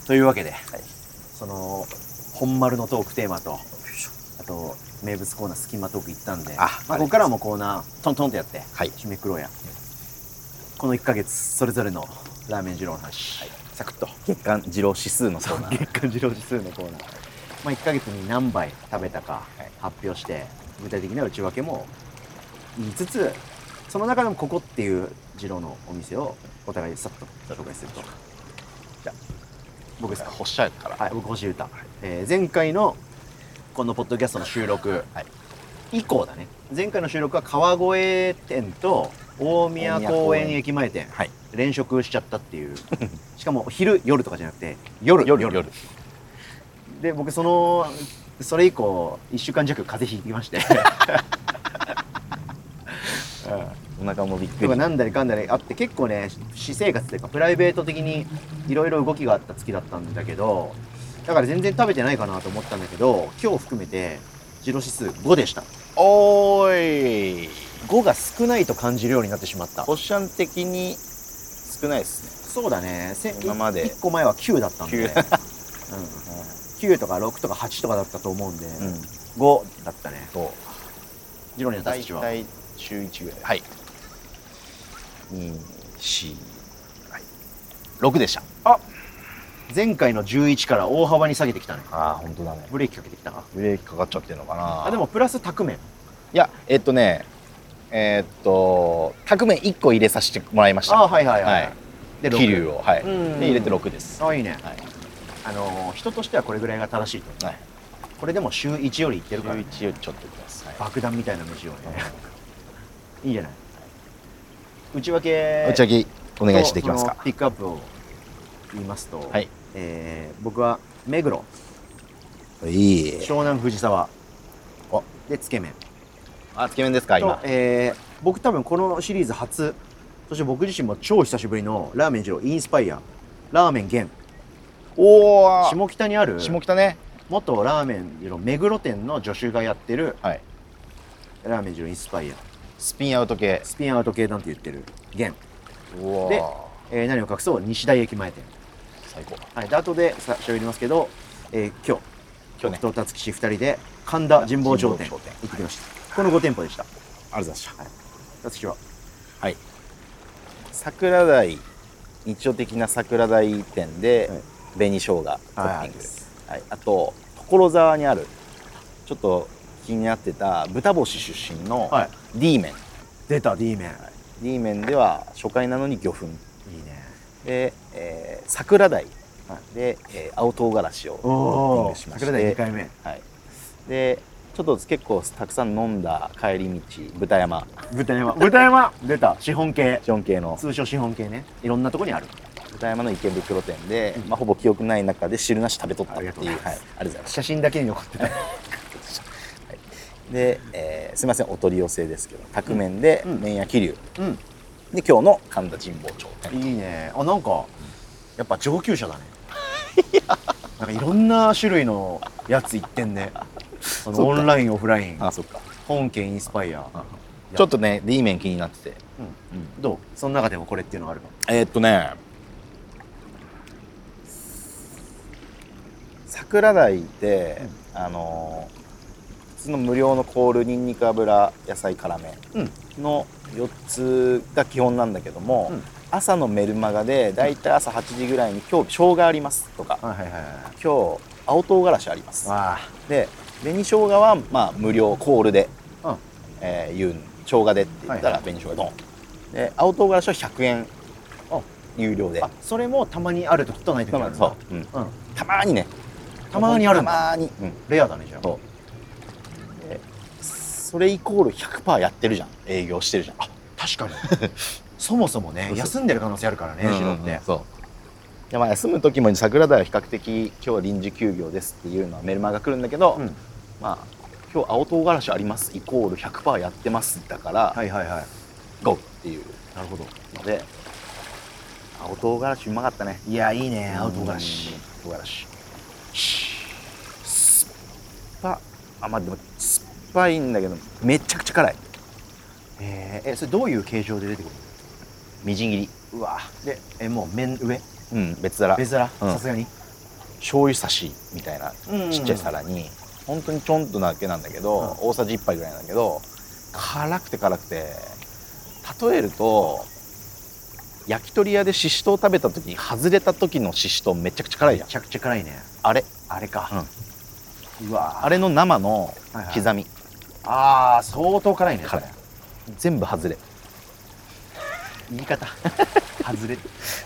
Speaker 1: というわけで、その本丸のトークテーマとあと名物コーナースキマトーク行ったんで
Speaker 2: あ
Speaker 1: まあ、ここからはもうコーナートントンとやって
Speaker 2: はい
Speaker 1: 締めくろうやこの1ヶ月それぞれのラーメン二郎の話、サクッと
Speaker 2: 月間二郎指数のコー ナー
Speaker 1: 月間二郎指数のコーナー、まあ、1ヶ月に何杯食べたか
Speaker 2: はい
Speaker 1: 発表して具体的な内訳も言いつつその中でもここっていう二郎のお店をお互いさっと紹介するとじゃあ僕ですか
Speaker 2: 干しちゃうから
Speaker 1: はい、僕星歌、えー前回のこのポッドキャストの収録
Speaker 2: はい
Speaker 1: 以降だね前回の収録は川越店と大宮公園駅前店
Speaker 2: はい
Speaker 1: 連食しちゃったっていうしかも昼夜とかじゃなくて夜
Speaker 2: 夜夜
Speaker 1: で僕そのそれ以降1週間弱風邪ひきまして
Speaker 2: お腹もびっく
Speaker 1: と
Speaker 2: り
Speaker 1: かなんだりかんだりあって結構ね私生活というかプライベート的にいろいろ動きがあった月だったんだけどだから全然食べてないかなと思ったんだけど今日含めてジロ指数5でした
Speaker 2: おーい
Speaker 1: 5が少ないと感じるようになってしまった
Speaker 2: ポッシャン的に少ないです
Speaker 1: そうだねせ
Speaker 2: 今まで
Speaker 1: 1個前は9だったんで、うん、
Speaker 2: 9
Speaker 1: 9とか6とか8とかだったと思うんで、
Speaker 2: ね
Speaker 1: 5だったね
Speaker 2: と
Speaker 1: ジロには
Speaker 2: 大
Speaker 1: 達しは
Speaker 2: 体週1ぐらいはい246、はい、6でした
Speaker 1: 前回の11から大幅に下げてきたね
Speaker 2: ああ本当だね
Speaker 1: ブレーキかけてきたな
Speaker 2: ブレーキかかっちゃってるのかな
Speaker 1: あでもプラス宅麺
Speaker 2: いやえっとねえっと革命1個入れさせてもらいました
Speaker 1: あはいはいはい、
Speaker 2: は
Speaker 1: で
Speaker 2: 桐
Speaker 1: 六
Speaker 2: 生をはい
Speaker 1: うん
Speaker 2: で入れて6です
Speaker 1: あいいね、
Speaker 2: はい
Speaker 1: あのー人としてはこれぐらいが正しいと
Speaker 2: はい
Speaker 1: これでも週1よりいってるから、ね、
Speaker 2: 11よりちょっといきますはい
Speaker 1: 爆弾みたいな飯をね いいじゃない内訳
Speaker 2: 打ち上げお願いしていきます
Speaker 1: そ
Speaker 2: か
Speaker 1: のピックアップを言いますと、
Speaker 2: はい
Speaker 1: えー僕は目黒
Speaker 2: いい
Speaker 1: 湘南藤沢
Speaker 2: お
Speaker 1: でつけ麺
Speaker 2: あつけ麺ですか
Speaker 1: と
Speaker 2: 今、
Speaker 1: えー僕多分このシリーズ初そして僕自身も超久しぶりのラーメン二郎インスパイアラーメン源
Speaker 2: おお
Speaker 1: 下北にある
Speaker 2: 下北ね
Speaker 1: 元ラーメン二郎目黒店の助手がやってる
Speaker 2: はい
Speaker 1: ラーメン二郎インスパイア
Speaker 2: スピンアウト系
Speaker 1: スピンアウト系なんて言ってる源、
Speaker 2: うわ
Speaker 1: でえー何を隠そう西大駅前店
Speaker 2: 最高
Speaker 1: はい、で後でさ喋りますけど、えー、今日
Speaker 2: 去年
Speaker 1: 僕と辰吉2人で神田神保町店
Speaker 2: 神
Speaker 1: 行
Speaker 2: 保
Speaker 1: っ
Speaker 2: 町店
Speaker 1: てきました、この5店舗でした
Speaker 2: ありがとうございました
Speaker 1: 辰吉は
Speaker 2: はい桜台日常的な桜台店で
Speaker 1: はい
Speaker 2: 紅生姜トッピング、
Speaker 1: です
Speaker 2: はい、あと所沢にあるちょっと気になってた豚星出身の
Speaker 1: はい
Speaker 2: D 麺、
Speaker 1: 出た D 面、
Speaker 2: D 麺では初回なのに魚粉
Speaker 1: い、いね
Speaker 2: で、えー桜台
Speaker 1: は
Speaker 2: で、えー青唐辛子をトッピン
Speaker 1: おお
Speaker 2: グしまして
Speaker 1: 桜台2回目
Speaker 2: はい、でちょっと結構たくさん飲んだ帰り道豚山
Speaker 1: 豚山豚山 出た資本系
Speaker 2: ジョン系の
Speaker 1: 通称資本系ねいろんなとこにある
Speaker 2: 豚山の池袋店で、
Speaker 1: うん
Speaker 2: まあ、ほぼ記憶ない中で汁なし食べとったっていう
Speaker 1: ありがとうございます
Speaker 2: はい、ありがとうございま
Speaker 1: 写真だけに残ってた
Speaker 2: すで、えーすいませんお取り寄せですけど宅麺で
Speaker 1: うん
Speaker 2: 麺屋桐
Speaker 1: うん
Speaker 2: 生で今日の神田神保町店
Speaker 1: いいねあなんかやっぱ上級者だねなんか いろんな種類のやつ行ってんねその
Speaker 2: そっ
Speaker 1: オ
Speaker 2: か
Speaker 1: ンラインオフライン
Speaker 2: あそっか
Speaker 1: 本家インスパイア
Speaker 2: ちょっとね D 麺気になってて、
Speaker 1: う
Speaker 2: うん
Speaker 1: どうその中でもこれっていうのがあるの
Speaker 2: えーっとね桜台って、あのー普通の無料のコールにんにく油野菜辛めの4つが基本なんだけども、
Speaker 1: うん
Speaker 2: 朝のメルマガでだいたい朝8時ぐらいに今日生姜ありますとか、
Speaker 1: はいはいはいはい
Speaker 2: 今日青唐辛子あります
Speaker 1: わ
Speaker 2: で紅生姜はまあ無料コールで、
Speaker 1: うん
Speaker 2: えー言うん生姜でって言った
Speaker 1: はいは
Speaker 2: ら紅生姜ドン、で青唐辛子は100円
Speaker 1: あ
Speaker 2: 有料で
Speaker 1: ああそれもたまにある時とない時
Speaker 2: た
Speaker 1: あ
Speaker 2: ま
Speaker 1: る
Speaker 2: そう、うん
Speaker 1: うん
Speaker 2: たまにね
Speaker 1: たまにある
Speaker 2: た
Speaker 1: ん
Speaker 2: ま
Speaker 1: だ
Speaker 2: ーに、うん
Speaker 1: レアだねじゃあ
Speaker 2: そうでそれイコール100%やってるじゃん営業してるじゃん
Speaker 1: 確かに そもそもね
Speaker 2: そうそう
Speaker 1: 休んでる可能性あるからね
Speaker 2: うん
Speaker 1: シロって
Speaker 2: そうでまあ休む時も桜台は比較的今日は臨時休業ですっていうのはメルマガ来るんだけど、
Speaker 1: うん
Speaker 2: まあ今日青唐辛子ありますイコール100%やってますだから、
Speaker 1: はいはいはい
Speaker 2: ゴーっていう
Speaker 1: なるほど
Speaker 2: ので青唐辛子うまかったね
Speaker 1: いやいいね青唐辛
Speaker 2: う
Speaker 1: 子
Speaker 2: ん青唐辛子酸っぱあまあでも酸っぱいんだけどめちゃくちゃ辛い
Speaker 1: えーえそれどういう形状で出てくる
Speaker 2: みじん切り
Speaker 1: うわでえもう麺上
Speaker 2: うん別皿
Speaker 1: 別皿
Speaker 2: うん
Speaker 1: さすがに
Speaker 2: 醤油差しみたいなちっちゃい皿に本当にちょんとなだけなんだけど、大さじ1杯ぐらいなんだけど辛くて辛くて例えると焼き鳥屋でししとう食べた時に外れた時のししとうめちゃくちゃ辛い
Speaker 1: め
Speaker 2: じゃん
Speaker 1: ちゃくちゃ辛いね
Speaker 2: あれ
Speaker 1: あれかうわ
Speaker 2: あれの生の
Speaker 1: はいはい
Speaker 2: 刻み、
Speaker 1: あー相当辛いねそれ
Speaker 2: 辛い全部外れ
Speaker 1: 言い 方外れ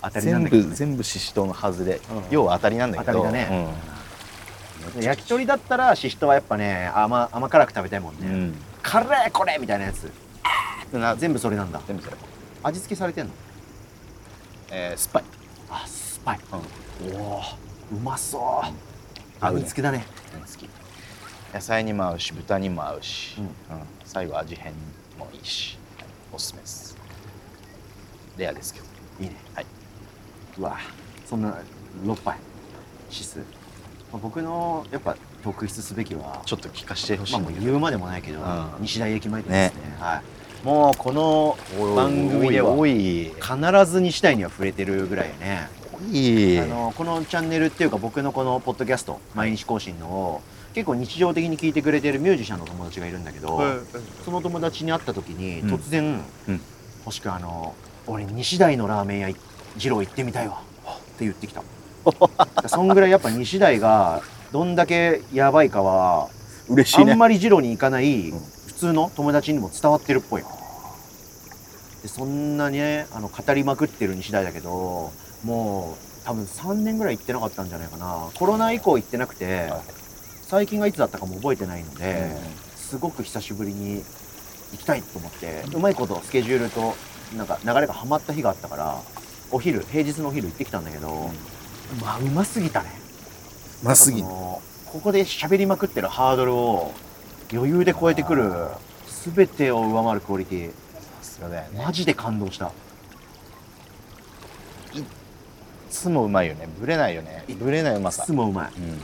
Speaker 1: 当たりなん
Speaker 2: 全
Speaker 1: だけ
Speaker 2: 部
Speaker 1: どね
Speaker 2: 全部ししとうの外れ、
Speaker 1: うん
Speaker 2: 要は当たりなんだけど
Speaker 1: 当たりだね
Speaker 2: うん
Speaker 1: 焼き鳥だったらししとうはやっぱね甘甘辛く食べたいもん
Speaker 2: う
Speaker 1: ね、
Speaker 2: ん
Speaker 1: カレーこれみたいなやつ
Speaker 2: な全
Speaker 1: 全部それなんだ
Speaker 2: 全部それ、
Speaker 1: 味付けされてんの
Speaker 2: えー、酸っ
Speaker 1: あ酸っぱい
Speaker 2: ぱい、うん、
Speaker 1: おおうまそう
Speaker 2: うん合うね
Speaker 1: 味付けだね
Speaker 2: 好き野菜にも合うし豚にも合うし、
Speaker 1: うん
Speaker 2: うん最後味変もいいし、はいおすすめですレアですけど
Speaker 1: いいね
Speaker 2: はいう
Speaker 1: わそんな6杯シス僕のやっぱ特筆すべきは
Speaker 2: ちょっと聞かせてほしい
Speaker 1: まあもう言うまでもないけど、
Speaker 2: うん
Speaker 1: 西大駅前店ですね
Speaker 2: ね
Speaker 1: はいもうこの
Speaker 2: おい
Speaker 1: 番組では
Speaker 2: おい
Speaker 1: 必ず西大には触れてるぐらいね
Speaker 2: おい
Speaker 1: あのこのチャンネルっていうか僕のこのポッドキャスト毎日更新のを結構日常的に聞いてくれてるミュージシャンの友達がいるんだけど、その友達に会った時に
Speaker 2: うん
Speaker 1: 突然、
Speaker 2: うん
Speaker 1: 星君あの俺西大のラーメン屋い二郎行ってみたいわって言ってきた そんぐらいやっぱ西大がどんだけやばいかは
Speaker 2: 嬉しい
Speaker 1: あ
Speaker 2: ね
Speaker 1: んまり二郎に行かない
Speaker 2: うん
Speaker 1: 普通の友達にも伝わってるっぽいでそんなねあの語りまくってるに次第だけどもう多分3年ぐらい行ってなかったんじゃないかなコロナ以降行ってなくて
Speaker 2: はい
Speaker 1: 最近がいつだったかも覚えてないの
Speaker 2: う
Speaker 1: で、すごく久しぶりに行きたいと思ってうまいことスケジュールとなんか流れがハマった日があったからお昼平日のお昼行ってきたんだけど、まあうますぎたね
Speaker 2: んまあすぎ
Speaker 1: やっぱそのここで喋りまくってるハードルを余裕で超えてくる全てを上回るクオリティ
Speaker 2: そうだよね
Speaker 1: マジで感動した
Speaker 2: いつもうまいよねぶれないよねぶれないうま
Speaker 1: い
Speaker 2: さ
Speaker 1: つもうま
Speaker 2: うん
Speaker 1: い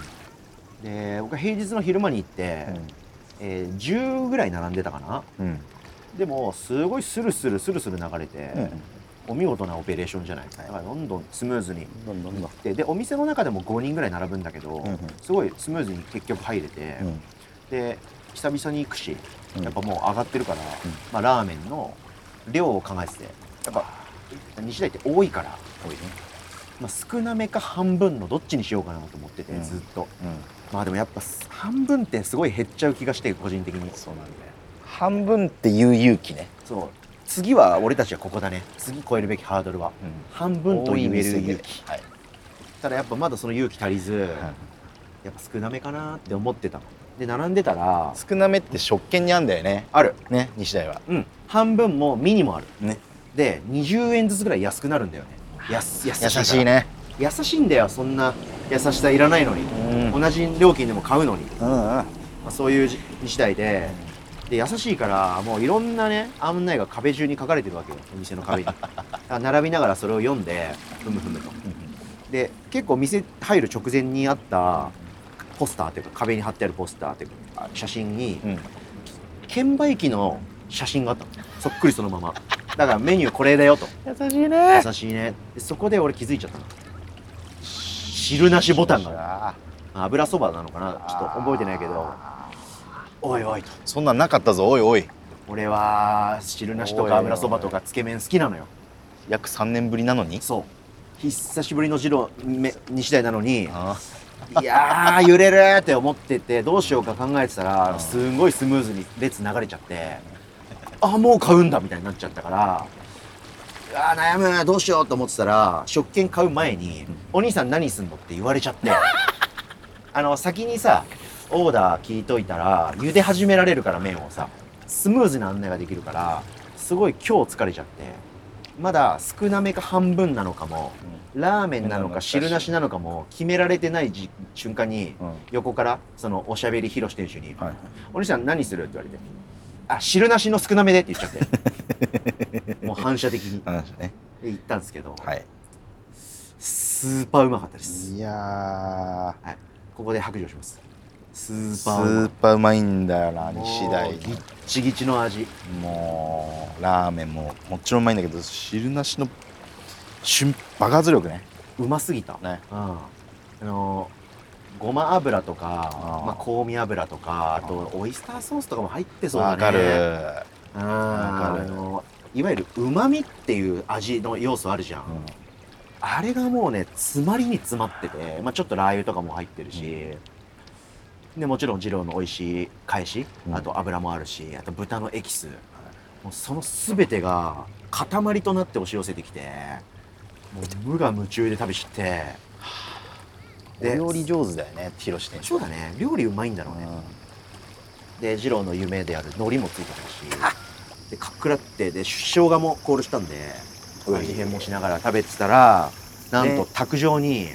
Speaker 1: で僕は平日の昼間に行って、えー10ぐらい並んでたかな
Speaker 2: うんうん
Speaker 1: でもすごいスルスルスルスル流れて、
Speaker 2: うん
Speaker 1: お見事なオペレーションじゃないだからどんどんスムーズに
Speaker 2: どんどん
Speaker 1: 行ってでお店の中でも5人ぐらい並ぶんだけど、
Speaker 2: うんうん
Speaker 1: すごいスムーズに結局入れて、
Speaker 2: うん
Speaker 1: で久々に行くし
Speaker 2: うん
Speaker 1: やっぱもう上がってるから、
Speaker 2: うん
Speaker 1: まあ、ラーメンの量を考えててやっぱ西大って多いから、
Speaker 2: 多いね
Speaker 1: まあ、少なめか半分のどっちにしようかなと思ってて、
Speaker 2: うん
Speaker 1: ずっと
Speaker 2: うん
Speaker 1: まあでもやっぱ半分ってすごい減っちゃう気がして個人的にそうなんだよ
Speaker 2: 半分っていう勇気ね
Speaker 1: そう次は俺たちはここだね次超えるべきハードルは半分と言える勇気
Speaker 2: はい
Speaker 1: ただやっぱまだその勇気足りず、やっぱ少なめかなって思ってたので並んでたら
Speaker 2: 少なめって食券にあんだよね
Speaker 1: ある
Speaker 2: ね西大は
Speaker 1: うん半分もミニもある
Speaker 2: ね
Speaker 1: で20円ずつぐらい安くなるんだよねやす優しい
Speaker 2: 優
Speaker 1: から
Speaker 2: しいね
Speaker 1: 優しいんだよそんな優しさいらないのに
Speaker 2: うんうん
Speaker 1: 同じ料金でも買うのに、
Speaker 2: うん
Speaker 1: まあ、そういうじ次第でで優しいからもういろんなね案内が壁中に書かれてるわけよお店の 壁にだから並びながらそれを読んでふむふむとで結構店入る直前にあったポスターというか壁に貼ってあるポスターというか写真に
Speaker 2: うん
Speaker 1: 券売機の写真があったのそっくりそのままだからメニューこれだよと
Speaker 2: 優しいね
Speaker 1: 優しいねでそこで俺気づいちゃったの汁なしボタンが
Speaker 2: が
Speaker 1: 油そばなのかなちょっと覚えてないけどおいおいと
Speaker 2: そんなんなかったぞおいおい
Speaker 1: 俺は汁なしと
Speaker 2: おいおい
Speaker 1: か
Speaker 2: おい
Speaker 1: 油そばとかつけ麺好きなのよ
Speaker 2: 約3年ぶりなのに
Speaker 1: そう久しぶりの二郎め西大なのに
Speaker 2: あ
Speaker 1: いやー揺れるーって思っててどうしようか考えてた
Speaker 2: う
Speaker 1: ら
Speaker 2: ん
Speaker 1: すんごいスムーズに列流れちゃってあもう買うんだみたいになっちゃったからうわー悩むどうしようと思ってたら食券買う前に「お兄さん何すんの?」って言われちゃって あの先にさオーダー聞いといたら茹で始められるから麺をさスムーズな案内ができるからすごい今日疲れちゃってまだ少なめか半分なのかもラーメンなのか汁なしなのかも決められてないじ瞬間に
Speaker 2: うん
Speaker 1: 横からそのおしゃべり広し店主に
Speaker 2: はい
Speaker 1: 「お兄さん何する?」って言われて「あ汁なしの少なめで」って言っちゃって もう反射的にで
Speaker 2: 話ね
Speaker 1: 行ったんですけど
Speaker 2: はい
Speaker 1: スーパーうまかったです
Speaker 2: いやー
Speaker 1: ここで白状しますスー
Speaker 2: ス
Speaker 1: パーうま
Speaker 2: ー
Speaker 1: い
Speaker 2: パーうまいんだよな西大
Speaker 1: もうギッチギチの味
Speaker 2: もうラーメンももちろんうまいんだけど汁なしの瞬爆発力ね
Speaker 1: うますぎた
Speaker 2: ね
Speaker 1: うんあのごま油とか
Speaker 2: あー
Speaker 1: まあ、香味油とかあとオイスターソースとかも入ってそうだね
Speaker 2: わかる
Speaker 1: あー
Speaker 2: わかる
Speaker 1: あのいわゆるうまみっていう味の要素あるじゃん、あれがもうね詰まりに詰まってて、まあ、ちょっとラー油とかも入ってるし、でもちろん二郎の美味しい返し、
Speaker 2: うん
Speaker 1: あと油もあるしあと豚のエキス、もうその全てが塊となって押し寄せてきてもう無我夢中で旅して
Speaker 2: うんお
Speaker 1: で
Speaker 2: 料理上手だよね広志店主
Speaker 1: そうだね料理うまいんだろうね、
Speaker 2: う
Speaker 1: で二郎の夢である海苔もついてたしでかっくらってで生姜もコールしたんで
Speaker 2: うん
Speaker 1: 味変もしながら食べてたらなんと
Speaker 2: ね
Speaker 1: 卓上に
Speaker 2: ん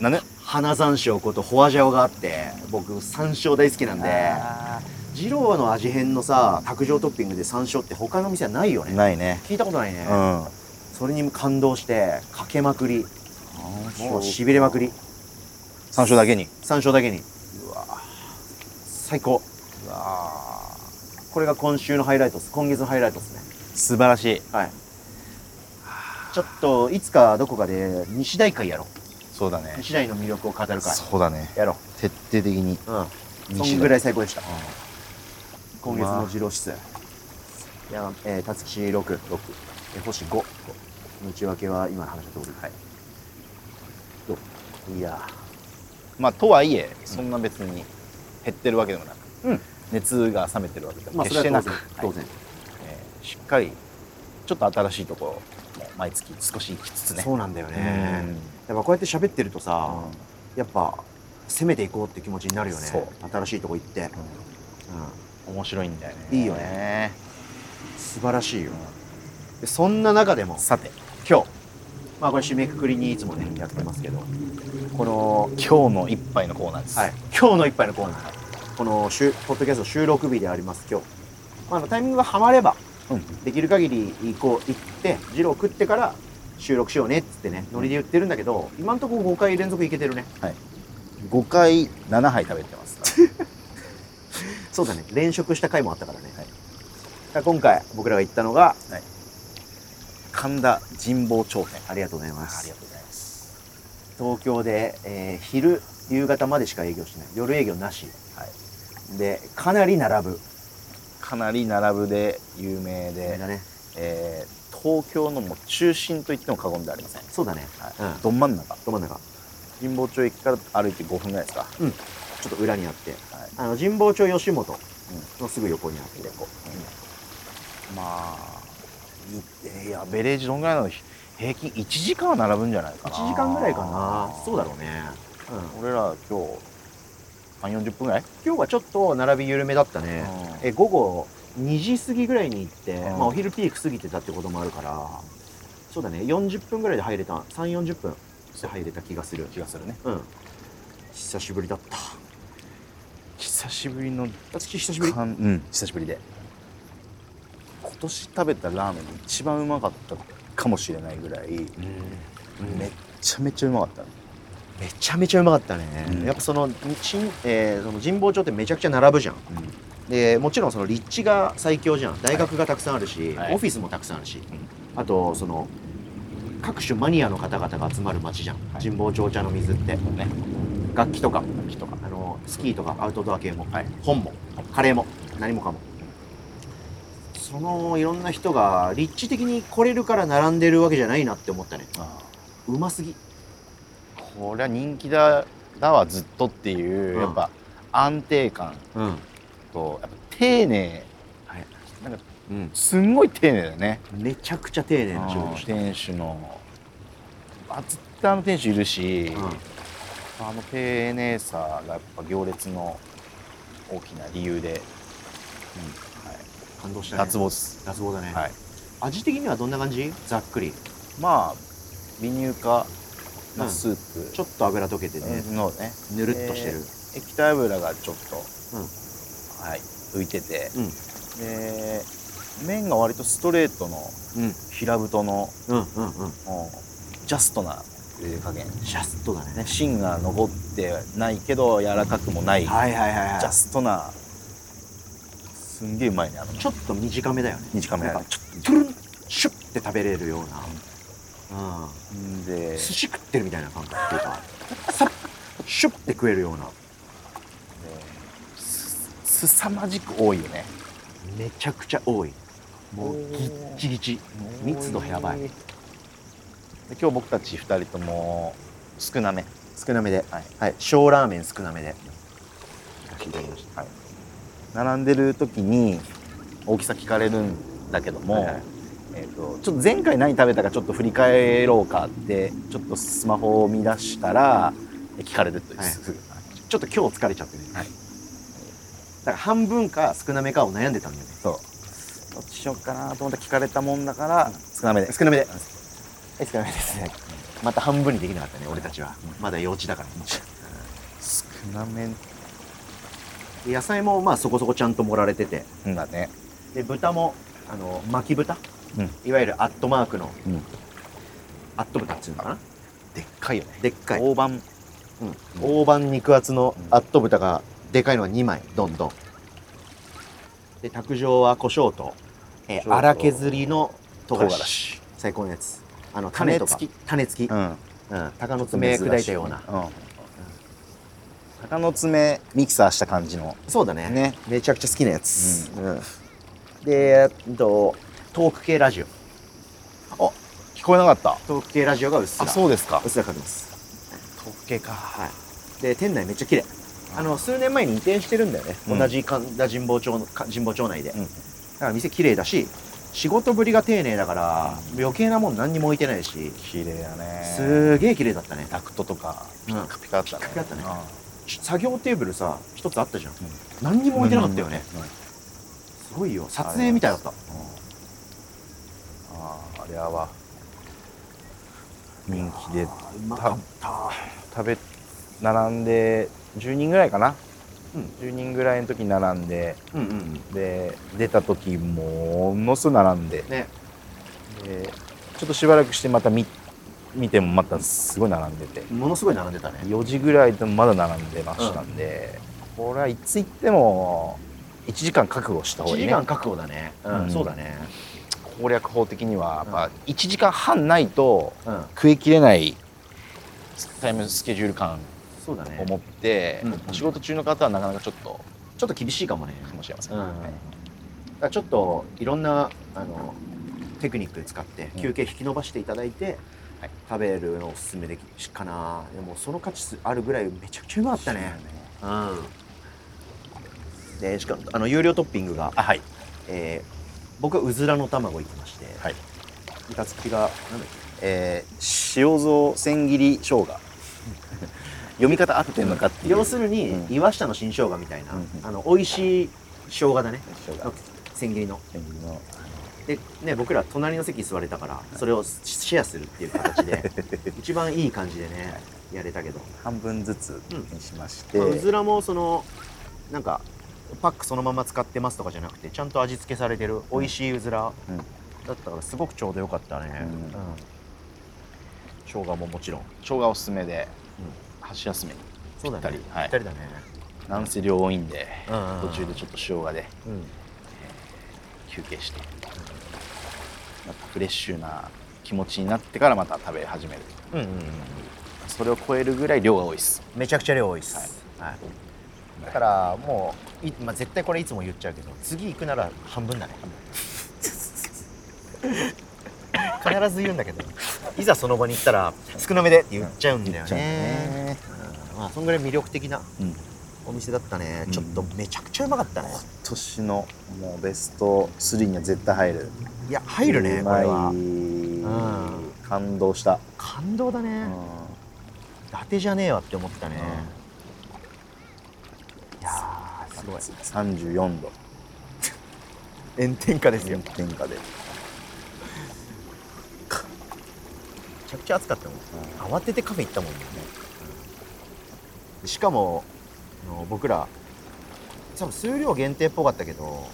Speaker 2: なんで
Speaker 1: 花山椒ことホアジャオがあって僕山椒大好きなんで二郎の味変のさ卓上トッピングで山椒って他の店はないよね
Speaker 2: ないね
Speaker 1: 聞いたことないね、
Speaker 2: うん
Speaker 1: それに感動してかけまくりもうしびれまくり
Speaker 2: 山椒だけに
Speaker 1: 山椒だけに
Speaker 2: うわ
Speaker 1: 最高
Speaker 2: うわ
Speaker 1: これが今週のハイライトっす今月のハイライトですね
Speaker 2: 素晴らしい
Speaker 1: はい。ちょっと、いつかどこかで、西大会やろう。
Speaker 2: そうだね
Speaker 1: 西大の魅力を語る会。
Speaker 2: そうだね
Speaker 1: やろ
Speaker 2: 徹底的に
Speaker 1: う。うん。そ
Speaker 2: 西
Speaker 1: ん
Speaker 2: 大
Speaker 1: ぐらい最高でした。
Speaker 2: う
Speaker 1: 今月の二郎指数。いや、えー、たつき6、6。えー、星5。の内訳は今の話した通り。はい。どういや
Speaker 2: んまあとはいえそんな別に減ってるわけでもなく
Speaker 1: うん
Speaker 2: 熱が冷めてるわけで
Speaker 1: ま
Speaker 2: も
Speaker 1: あ
Speaker 2: 決
Speaker 1: そ
Speaker 2: して
Speaker 1: れ
Speaker 2: な
Speaker 1: は
Speaker 2: く、
Speaker 1: 当然、
Speaker 2: はいえーしっかりちょっと新しいところも毎月少し行きつつね
Speaker 1: そうなんだよ
Speaker 2: う
Speaker 1: ね、
Speaker 2: ん
Speaker 1: やっぱこうやって喋ってるとさ、
Speaker 2: あ
Speaker 1: やっぱ攻めていこうって気持ちになるよね
Speaker 2: そう
Speaker 1: 新しいとこ行って、
Speaker 2: 面白いんだよね
Speaker 1: いいよ
Speaker 2: ね
Speaker 1: うん素晴らしいよ、でそんな中でも
Speaker 2: さて
Speaker 1: 今日まあこれ締めくくりにいつもねやってますけどこの
Speaker 2: 今日の一杯のコーナーです、
Speaker 1: はい、今日の一杯のコーナー、この収ポッドキャスト収録日であります、今日、まあ、あのタイミングがはまれば、
Speaker 2: うん
Speaker 1: できる限り行こう行って、ジロー食ってから収録しようねっつってね、ノリで言ってるんだけど、今んとこ5回連続いけてるね、
Speaker 2: 5回7杯食べてますか
Speaker 1: そうだね、連食した回もあったからね、だから今回、僕らが行ったのが、
Speaker 2: ら神田神保町店
Speaker 1: ありがとうございま
Speaker 2: あり
Speaker 1: す
Speaker 2: が、とうございます
Speaker 1: 東京で、えー昼、夕方までしか営業しない、夜営業なし、
Speaker 2: は
Speaker 1: でかなり並ぶ、
Speaker 2: かなり並ぶで有名
Speaker 1: あれ
Speaker 2: で
Speaker 1: だ、ね、
Speaker 2: えー東京のもう中心と言っても過言ではありません、
Speaker 1: そうだね、
Speaker 2: はい
Speaker 1: うん
Speaker 2: ど真ん中
Speaker 1: ど真ん中、
Speaker 2: 神保町駅から歩いて5分ぐらいですか、は
Speaker 1: ちょっと裏にあって。
Speaker 2: い、
Speaker 1: あの神保町吉本のすぐ横にあって、こ
Speaker 2: まあいいやベレージどんぐらいなの平均1時間は並ぶんじゃないか
Speaker 1: う
Speaker 2: な
Speaker 1: 1時間ぐらいかなそうだろうね、うん、
Speaker 2: 俺ら今日3 4 0分ぐらい、
Speaker 1: 今日はちょっと並び緩めだったね、
Speaker 2: え
Speaker 1: え午後2時過ぎぐらいに行って、
Speaker 2: ん
Speaker 1: まあ、お昼ピーク過ぎてたってこともあるからそうだね40分ぐらいで入れた3 4 0分で入れた気がする
Speaker 2: 気がするね
Speaker 1: うん久しぶりだった
Speaker 2: 久しぶりの
Speaker 1: 私久しぶり
Speaker 2: かんうん久しぶりで今年食べたラーメンで一番うまかったかもしれないぐらい、
Speaker 1: うん
Speaker 2: めっちゃめちゃうまかった
Speaker 1: めちゃめちゃうまかったね、
Speaker 2: うん
Speaker 1: やっぱそのちん、えーその神保町ってめちゃくちゃ並ぶじゃんでもちろんその立地が最強じゃん大学がたくさんあるし、
Speaker 2: はい
Speaker 1: オフィスもたくさんあるし、あとその各種マニアの方々が集まる街じゃん、
Speaker 2: はい
Speaker 1: 神保町茶の水って
Speaker 2: ね
Speaker 1: 楽器とかとかあのスキーとかアウトドア系も、本もカレーも何もかもそのいろんな人が立地的に来れるから並んでるわけじゃないなって思ったね
Speaker 2: あ
Speaker 1: うますぎ
Speaker 2: あこりゃ人気だだわずっとっていう、
Speaker 1: うん
Speaker 2: やっぱ安定感
Speaker 1: うん
Speaker 2: とやっぱ丁寧、
Speaker 1: はい
Speaker 2: なんか
Speaker 1: うん
Speaker 2: すんごい丁寧だよね
Speaker 1: めちゃくちゃ丁寧な仕事して
Speaker 2: 店主のあずっとあの店主いるし、あの丁寧さがやっぱ行列の大きな理由で、
Speaker 1: 感動したね
Speaker 2: 脱帽です、
Speaker 1: 脱帽だね、
Speaker 2: はい、
Speaker 1: 味的にはどんな感じざっくり
Speaker 2: まあ美乳化、まあ
Speaker 1: うん
Speaker 2: スープ
Speaker 1: ちょっと油溶けてね、
Speaker 2: のね
Speaker 1: ぬるっとしてる、
Speaker 2: 液体油がちょっと、
Speaker 1: うん
Speaker 2: はい、浮いてて、
Speaker 1: うん
Speaker 2: で麺が割とストレートの
Speaker 1: うん
Speaker 2: 平太の、
Speaker 1: うんうんうん
Speaker 2: もうジャストな茹で加減
Speaker 1: ジャストだね
Speaker 2: ね、芯が残ってないけど柔らかくもない、
Speaker 1: はいはいはいはい
Speaker 2: ジャストなすんげえうまいねあの
Speaker 1: ちょっと短めだよね
Speaker 2: 短め
Speaker 1: な
Speaker 2: なんの
Speaker 1: かちょっとトゥルンシュッって食べれるような、うん
Speaker 2: で
Speaker 1: 寿司食ってるみたいな感覚っていうかさっシュッて食えるような
Speaker 2: すすさまじく多いよね
Speaker 1: めちゃくちゃ多いもうギッチギチ密度やばい
Speaker 2: で今日僕たち2人とも少なめ
Speaker 1: 少なめで
Speaker 2: はい、
Speaker 1: はい小ラーメン少なめで
Speaker 2: はい、並んでる時に大きさ聞かれるんだけども、
Speaker 1: はいはい
Speaker 2: えー、とちょっと前回何食べたかちょっと振り返ろうかってちょっとスマホを見出したら聞かれるという、
Speaker 1: はい
Speaker 2: すぐ
Speaker 1: ちょっと今日疲れちゃってね、
Speaker 2: はい
Speaker 1: だから半分か少なめかを悩んでたんだよね
Speaker 2: そうどっちしようかなと思って聞かれたもんだから少なめで
Speaker 1: 少なめで
Speaker 2: はい少なめですね
Speaker 1: また半分にできなかったね俺たちはまだ幼稚だから
Speaker 2: 少なめ
Speaker 1: で野菜もまあそこそこちゃんと盛られてて
Speaker 2: んだね
Speaker 1: で豚もあの巻き豚、
Speaker 2: うん
Speaker 1: いわゆるアットマークの、
Speaker 2: うん
Speaker 1: アット豚っていうのかな
Speaker 2: でっかいよね
Speaker 1: でっかい、
Speaker 2: 大判
Speaker 1: 大判肉厚の
Speaker 2: うん
Speaker 1: アット豚がでかいのは2枚どんどんで卓上は胡椒と、え
Speaker 2: 胡椒と
Speaker 1: ー、荒削りの唐辛子
Speaker 2: 唐辛子
Speaker 1: 最高のやつあの種とか
Speaker 2: 種付
Speaker 1: 種付き、うん
Speaker 2: ん
Speaker 1: 鷹の爪砕いたような、
Speaker 2: うん鷹の爪ミキサーした感じの
Speaker 1: そうだね
Speaker 2: ね
Speaker 1: めちゃくちゃ好きなやつ、うんでえっとトーク系ラジオ
Speaker 2: 聞こえなかった
Speaker 1: トーク系ラジオがうっすら
Speaker 2: うですか
Speaker 1: うっすらかけます
Speaker 2: 時計か
Speaker 1: はいで店内めっちゃ綺麗あの数年前に移転してるんだよね、
Speaker 2: うん
Speaker 1: 同じ神田神保町のか神保町内で、
Speaker 2: うん
Speaker 1: だから店綺麗だし仕事ぶりが丁寧だから余計なもん何にも置いてないし
Speaker 2: 綺麗だね
Speaker 1: すーげえ綺麗だったね
Speaker 2: ダクトとか
Speaker 1: う
Speaker 2: ピ
Speaker 1: ん
Speaker 2: カピカだったね
Speaker 1: ピカピカだったね
Speaker 2: うん
Speaker 1: 作業テーブルさ一つあったじゃん、何にも置いてなかったよね、
Speaker 2: うんうん
Speaker 1: すごいよ撮影みたいだった
Speaker 2: あああれは人気で
Speaker 1: あーうま
Speaker 2: か食べ並んで10人ぐらいかな、
Speaker 1: うん
Speaker 2: 10人ぐらいの時に並んで
Speaker 1: うんうん
Speaker 2: で出た時ものすごい並んで,、
Speaker 1: ね
Speaker 2: でちょっとしばらくしてまた見見てもまたすごい並んでて
Speaker 1: うんものすごい並んでたね
Speaker 2: 4時ぐらいでもまだ並んでましたんで、これはいつ行っても1時間覚悟した
Speaker 1: 1
Speaker 2: 方がい
Speaker 1: 時
Speaker 2: いね
Speaker 1: 間確保だねうん、
Speaker 2: うん
Speaker 1: そうだね
Speaker 2: 攻略法的にはやっぱ1時間半ないと
Speaker 1: うん
Speaker 2: 食い切れないタイムスケジュール感
Speaker 1: そうだ
Speaker 2: を
Speaker 1: ね
Speaker 2: 持って、
Speaker 1: うん
Speaker 2: お仕事中の方はなかなかちょっと
Speaker 1: ちょっと厳しいかもね
Speaker 2: かもしれません、
Speaker 1: うん、だか
Speaker 2: ね
Speaker 1: らちょっといろんなあのテクニック使って
Speaker 2: うん
Speaker 1: 休憩引き伸ばしていただいて、
Speaker 2: はい
Speaker 1: 食べるのをおすすめできるかなでもその価値すあるぐらいめちゃくちゃうまかったねうんでしかもあの有料トッピングが、
Speaker 2: あはい
Speaker 1: えー僕はうずらの卵いきまして
Speaker 2: はい
Speaker 1: イタツキがなんだっけ
Speaker 2: えー、塩蔵千切り生姜読み方合ってんのかっていう
Speaker 1: 要するに、
Speaker 2: うん
Speaker 1: 岩下の新生姜みたいな、
Speaker 2: うんうん
Speaker 1: あの美味しい生姜だね
Speaker 2: 生姜
Speaker 1: 千切りの
Speaker 2: 千切りの
Speaker 1: でね僕ら隣の席座れたからそれをシェアするっていう形で 一番いい感じでねやれたけど、
Speaker 2: 半分ずつ
Speaker 1: う
Speaker 2: にしまして、
Speaker 1: まあうずらもそのなんかパックそのまま使ってますとかじゃなくてちゃんと味付けされてる美味しいうずら
Speaker 2: うん
Speaker 1: だったからすごくちょうどよかったね、
Speaker 2: う
Speaker 1: う
Speaker 2: ん
Speaker 1: ん生姜ももちろん
Speaker 2: 生姜おすすめで、箸休めに
Speaker 1: そうだね
Speaker 2: ぴったりは
Speaker 1: ぴ
Speaker 2: い
Speaker 1: ったりだね、
Speaker 2: なんせ量多いんで、
Speaker 1: うん
Speaker 2: 途中でちょっと生姜で
Speaker 1: うん
Speaker 2: 休憩して、またフレッシュな気持ちになってからまた食べ始める
Speaker 1: うんうんうん
Speaker 2: それを超えるぐらい量が多いです
Speaker 1: めちゃくちゃ量多いっす、はいだからもうい、まあ、絶対これいつも言っちゃうけど次行くなら半分だね必ず言うんだけどいざその場に行ったら少なめでって言っちゃうんだよね,、うんまあそんぐらい魅力的な
Speaker 2: うん
Speaker 1: お店だったね、
Speaker 2: うん
Speaker 1: ちょっとめちゃくちゃうまかったね
Speaker 2: 今年のもうベスト3には絶対入る
Speaker 1: いや入るね
Speaker 2: う
Speaker 1: こ
Speaker 2: まい
Speaker 1: れはん
Speaker 2: 感動した、
Speaker 1: 感動だね、
Speaker 2: う
Speaker 1: 伊
Speaker 2: ん
Speaker 1: 達じゃねえわって思ったね、いやーすごい
Speaker 2: 34度
Speaker 1: 炎天下ですよ、
Speaker 2: 炎
Speaker 1: め
Speaker 2: 天下で
Speaker 1: ちゃくちゃ暑かったもん慌ててカフェ行ったもんね、しかもあの僕ら多分数量限定っぽかったけど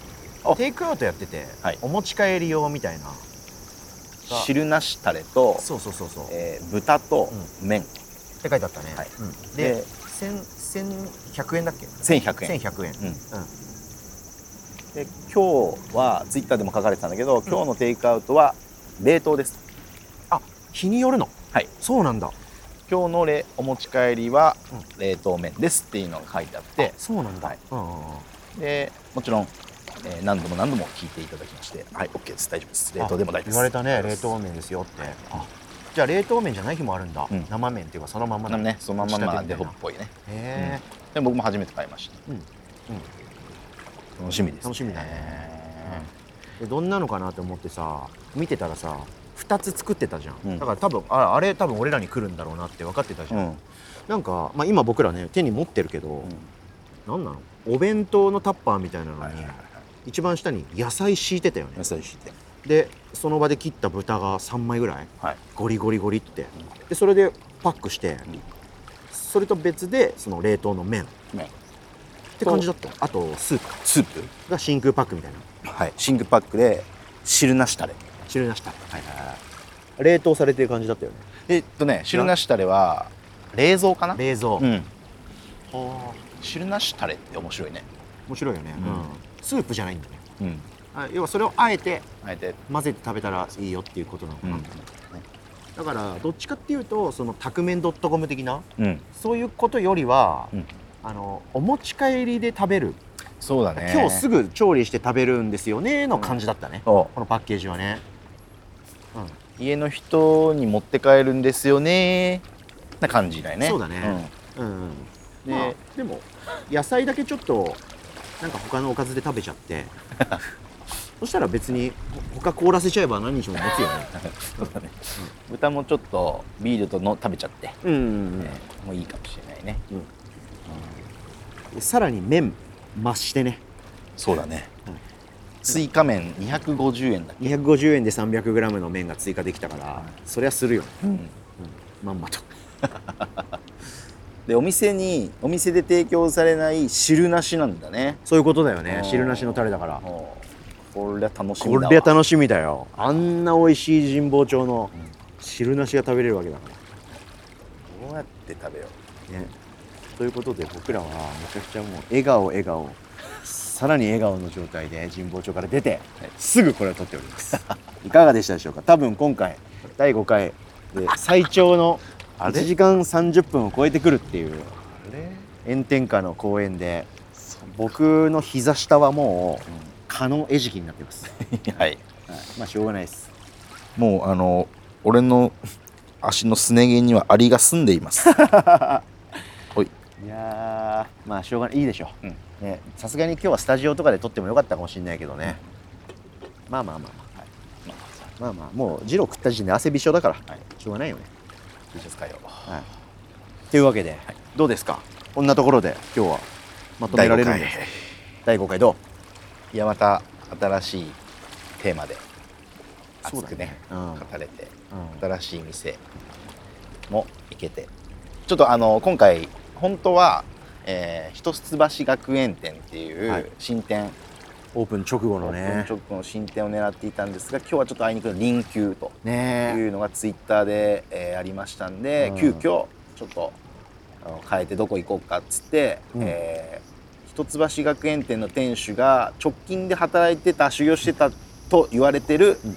Speaker 2: あ
Speaker 1: テイクアウトやってて、
Speaker 2: はい
Speaker 1: お持ち帰り用みたいな
Speaker 2: 汁なしタレと、
Speaker 1: そうそうそうそう、
Speaker 2: えー豚と麺、
Speaker 1: って書いてあったね、
Speaker 2: はい
Speaker 1: うんで
Speaker 2: で
Speaker 1: 1100円だっけ
Speaker 2: 1100円
Speaker 1: 1100円
Speaker 2: で今日はツイッターでも書かれてたんだけど今日のテイクアウトは冷凍です
Speaker 1: 日によるの
Speaker 2: はい
Speaker 1: そうなんだ
Speaker 2: 今日のれお持ち帰りは冷凍麺ですっていうのが書いてあって
Speaker 1: そうなんだ、うんうんうん
Speaker 2: でもちろん、えー何度も何度も聞いていただきましてはい OK です大丈夫です冷凍でも大丈夫です
Speaker 1: 言われたね冷凍麺ですよってあじゃあ冷凍麺じゃない日もあるんだ、
Speaker 2: うん
Speaker 1: 生麺っていうかそのまんま
Speaker 2: まあ
Speaker 1: だ
Speaker 2: ねそのまんままあ
Speaker 1: 仕立て
Speaker 2: デ
Speaker 1: みた
Speaker 2: ホ
Speaker 1: いな
Speaker 2: っぽいね
Speaker 1: へ
Speaker 2: で僕も初めて買いました、
Speaker 1: うんうん
Speaker 2: 楽しみです、
Speaker 1: 楽しみだね
Speaker 2: ね
Speaker 1: え、でどんなのかなって思ってさ見てたらさ2つ作ってたじゃん、
Speaker 2: うん
Speaker 1: だから多分ああれ多分俺らに来るんだろうなって分かってたじ
Speaker 2: う
Speaker 1: ゃん、
Speaker 2: ん、
Speaker 1: なんか、まあ、今僕らね手に持ってるけど、なんなのお弁当のタッパーみたいなの
Speaker 2: はいは
Speaker 1: に
Speaker 2: いはい
Speaker 1: 一番下に野菜敷いてたよね
Speaker 2: 野菜敷いて
Speaker 1: でその場で切った豚が3枚ぐらい
Speaker 2: はい
Speaker 1: ゴリゴリゴリってでそれでパックして、
Speaker 2: うん
Speaker 1: それと別でその冷凍の麺っ
Speaker 2: 麺
Speaker 1: て感じだったあとスープか
Speaker 2: スープ
Speaker 1: が真空パックみたいな
Speaker 2: はいシングパックで汁なしタレ
Speaker 1: 汁なした
Speaker 2: はいはいはい
Speaker 1: 冷凍されてる感じだったよね
Speaker 2: えっとね汁なしタレは冷蔵かな
Speaker 1: 冷蔵、
Speaker 2: うん
Speaker 1: はあ
Speaker 2: 汁なしタレって面白いね
Speaker 1: 面白いよね、
Speaker 2: うん
Speaker 1: スープじゃないんだね
Speaker 2: うん
Speaker 1: あ要はそれをあえて
Speaker 2: あえて
Speaker 1: 混ぜて食べたらいいよっていうことなのかな、
Speaker 2: うん
Speaker 1: だからどっちかっていうとその宅麺 .com 的な
Speaker 2: うん
Speaker 1: そういうことよりは、
Speaker 2: うん
Speaker 1: あのお持ち帰りで食べる、
Speaker 2: そうだね
Speaker 1: 今日すぐ調理して食べるんですよねの感じだったね、
Speaker 2: そ
Speaker 1: このパッケージはね
Speaker 2: う家の人に持って帰るんですよねな感じだよね
Speaker 1: そうだねうん、
Speaker 2: うんで、
Speaker 1: まあでも野菜だけちょっとなんか他のおかずで食べちゃって そしたら別にほ他凍らせちゃえば何日も持つよね
Speaker 2: 豚もちょっとビールとの食べちゃって、
Speaker 1: うんうん
Speaker 2: ねもういいかもしれないね
Speaker 1: うんさらに麺増してね
Speaker 2: そうだね、
Speaker 1: うん
Speaker 2: 追加麺250円だっけ、
Speaker 1: 250円で 300g の麺が追加できたからそりゃするよね
Speaker 2: うん
Speaker 1: まんまと
Speaker 2: でお店にお店で提供されない汁なしなんだね
Speaker 1: そういうことだよね
Speaker 2: あー
Speaker 1: 汁なしのタレだから
Speaker 2: これは楽しみ
Speaker 1: こ
Speaker 2: だわ
Speaker 1: れ楽しみだよあんな美味しい神保町の汁なしが食べれるわけだか
Speaker 2: どうやって食べよう
Speaker 1: らねということで僕らはめちゃくちゃもう笑顔笑顔さらに笑顔の状態で神保町から出てすぐこれを撮っております いかがでしたでしょうか多分今回第5回で最長の
Speaker 2: あ
Speaker 1: 1
Speaker 2: れ
Speaker 1: 時間30分を超えてくるっていう
Speaker 2: あれ
Speaker 1: 炎天下の公園で僕の膝下はもう蚊の餌食になって ます、はい、
Speaker 2: はい
Speaker 1: まあしょうがないです
Speaker 2: もうあの俺の足のすね毛にはアリが住んでいます
Speaker 1: いやーまあしょうがないいいでしょ
Speaker 2: うん
Speaker 1: うねさすがに今日はスタジオとかで撮ってもよかったかもしれないけどねまあまあまあまあ、はいまあまあもうジロー食った時点で汗びしょだから、しょうがないよね
Speaker 2: T シャツ買いよう
Speaker 1: というわけで、どうですかこんなところで今日はまとめられるん
Speaker 2: 第
Speaker 1: で
Speaker 2: 五回
Speaker 1: 第5回ど
Speaker 2: いやまた新しいテーマで熱くね
Speaker 1: う、うん
Speaker 2: 語れて
Speaker 1: うん
Speaker 2: 新しい店も行けてちょっとあの今回本当は、えー、一橋学園店ってい
Speaker 1: はいう
Speaker 2: 新店、
Speaker 1: オープン直後
Speaker 2: オ
Speaker 1: の
Speaker 2: ー
Speaker 1: ね
Speaker 2: プン直後の新店を狙っていたんですが今日はちょっとあいにくの臨休と
Speaker 1: ね
Speaker 2: いうのがツイッターで、えーありましたんで、
Speaker 1: うん
Speaker 2: 急遽ちょっとあの変えてどこ行こうかっつって、
Speaker 1: うん
Speaker 2: えー一橋学園店の店主が直近で働いてた修行してたと言われてる
Speaker 1: うん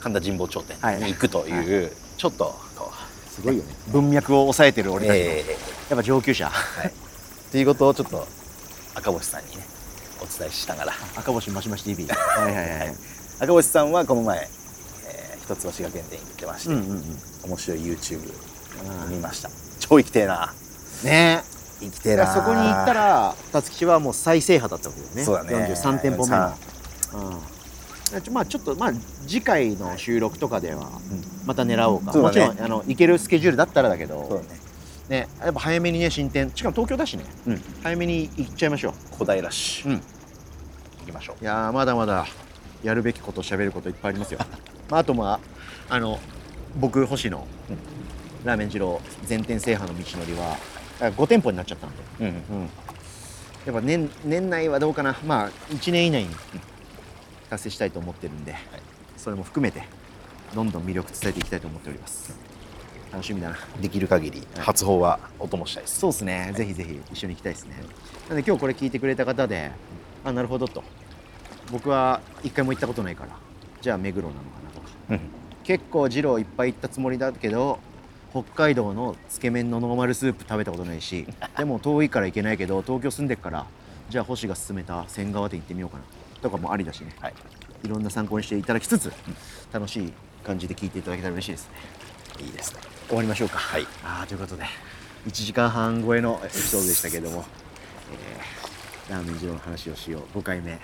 Speaker 2: 神田神保町店に行くという、ちょっとこ
Speaker 1: すごいよね文脈を抑えてる
Speaker 2: う、
Speaker 1: 俺たちの、
Speaker 2: え
Speaker 1: やっぱ上級者
Speaker 2: ーっていうことをちょっと赤星さんにねお伝えしながら
Speaker 1: 赤星マシマシ TV はいはいはい、
Speaker 2: 赤星さんはこの前、えー一橋学園店に行ってまして、
Speaker 1: うんうんうん
Speaker 2: 面白い YouTube
Speaker 1: うん
Speaker 2: 見ました、超生きてえな
Speaker 1: ね
Speaker 2: 生き
Speaker 1: え
Speaker 2: てえ
Speaker 1: だ
Speaker 2: な
Speaker 1: からそこに行ったらたつきはもう最制覇だったわけだよね
Speaker 2: そうだね
Speaker 1: 43店舗目
Speaker 2: さ
Speaker 1: の、うんちょまあちょっとまあ次回の収録とかではまた狙おうか、
Speaker 2: そう
Speaker 1: も
Speaker 2: だ
Speaker 1: ち
Speaker 2: ね
Speaker 1: ろんあの行けるスケジュールだったらだけど
Speaker 2: そうだね
Speaker 1: ねやっぱ早めにね進展しかも東京だしね、
Speaker 2: うん
Speaker 1: 早めに行っちゃいましょう
Speaker 2: 小平市、
Speaker 1: うん
Speaker 2: 行きましょ
Speaker 1: いやーまだまだやるべきこと喋ることいっぱいあります よまああとまああの僕星野、
Speaker 2: うん
Speaker 1: ラーメン二郎全店制覇の道のりはあ5店舗になっちゃったんで
Speaker 2: う、
Speaker 1: やっぱ年年内はどうかな、まあ、1年以内に達成したいと思ってるんで、それも含めて、どんどん魅力伝えていきたいと思っております。楽しみだな。
Speaker 2: できる限り
Speaker 1: はい
Speaker 2: 初訪はお供したいです、
Speaker 1: そうですね、ぜひぜひ一緒に行きたいですね。なんで、今日これ聞いてくれた方で、あ、なるほどと、僕は一回も行ったことないから、じゃあ目黒なのかなとか、
Speaker 2: うん
Speaker 1: 結構、二郎いっぱい行ったつもりだけど、北海道のつけ麺のノーマルスープ食べたことない し、でも遠いから行けないけど、東京住んでっから、じゃあ星が勧めた仙川店行ってみようかなとかもありだしね、
Speaker 2: はい、
Speaker 1: ろんな参考にしていただきつつ、楽しい感じで聞いていただけたら嬉しいですね。
Speaker 2: いいですね
Speaker 1: 終わりましょうか。
Speaker 2: はい
Speaker 1: あーということで、1時間半超えのエピソードでしたけれども、えーラーメン二郎の話をしよう5回目、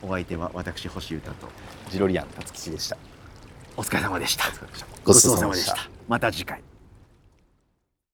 Speaker 1: お相手は私、星歌と、
Speaker 2: ジロリアン辰吉でした
Speaker 1: お疲れ様でした。
Speaker 2: ごちそうさまでした
Speaker 1: また次回。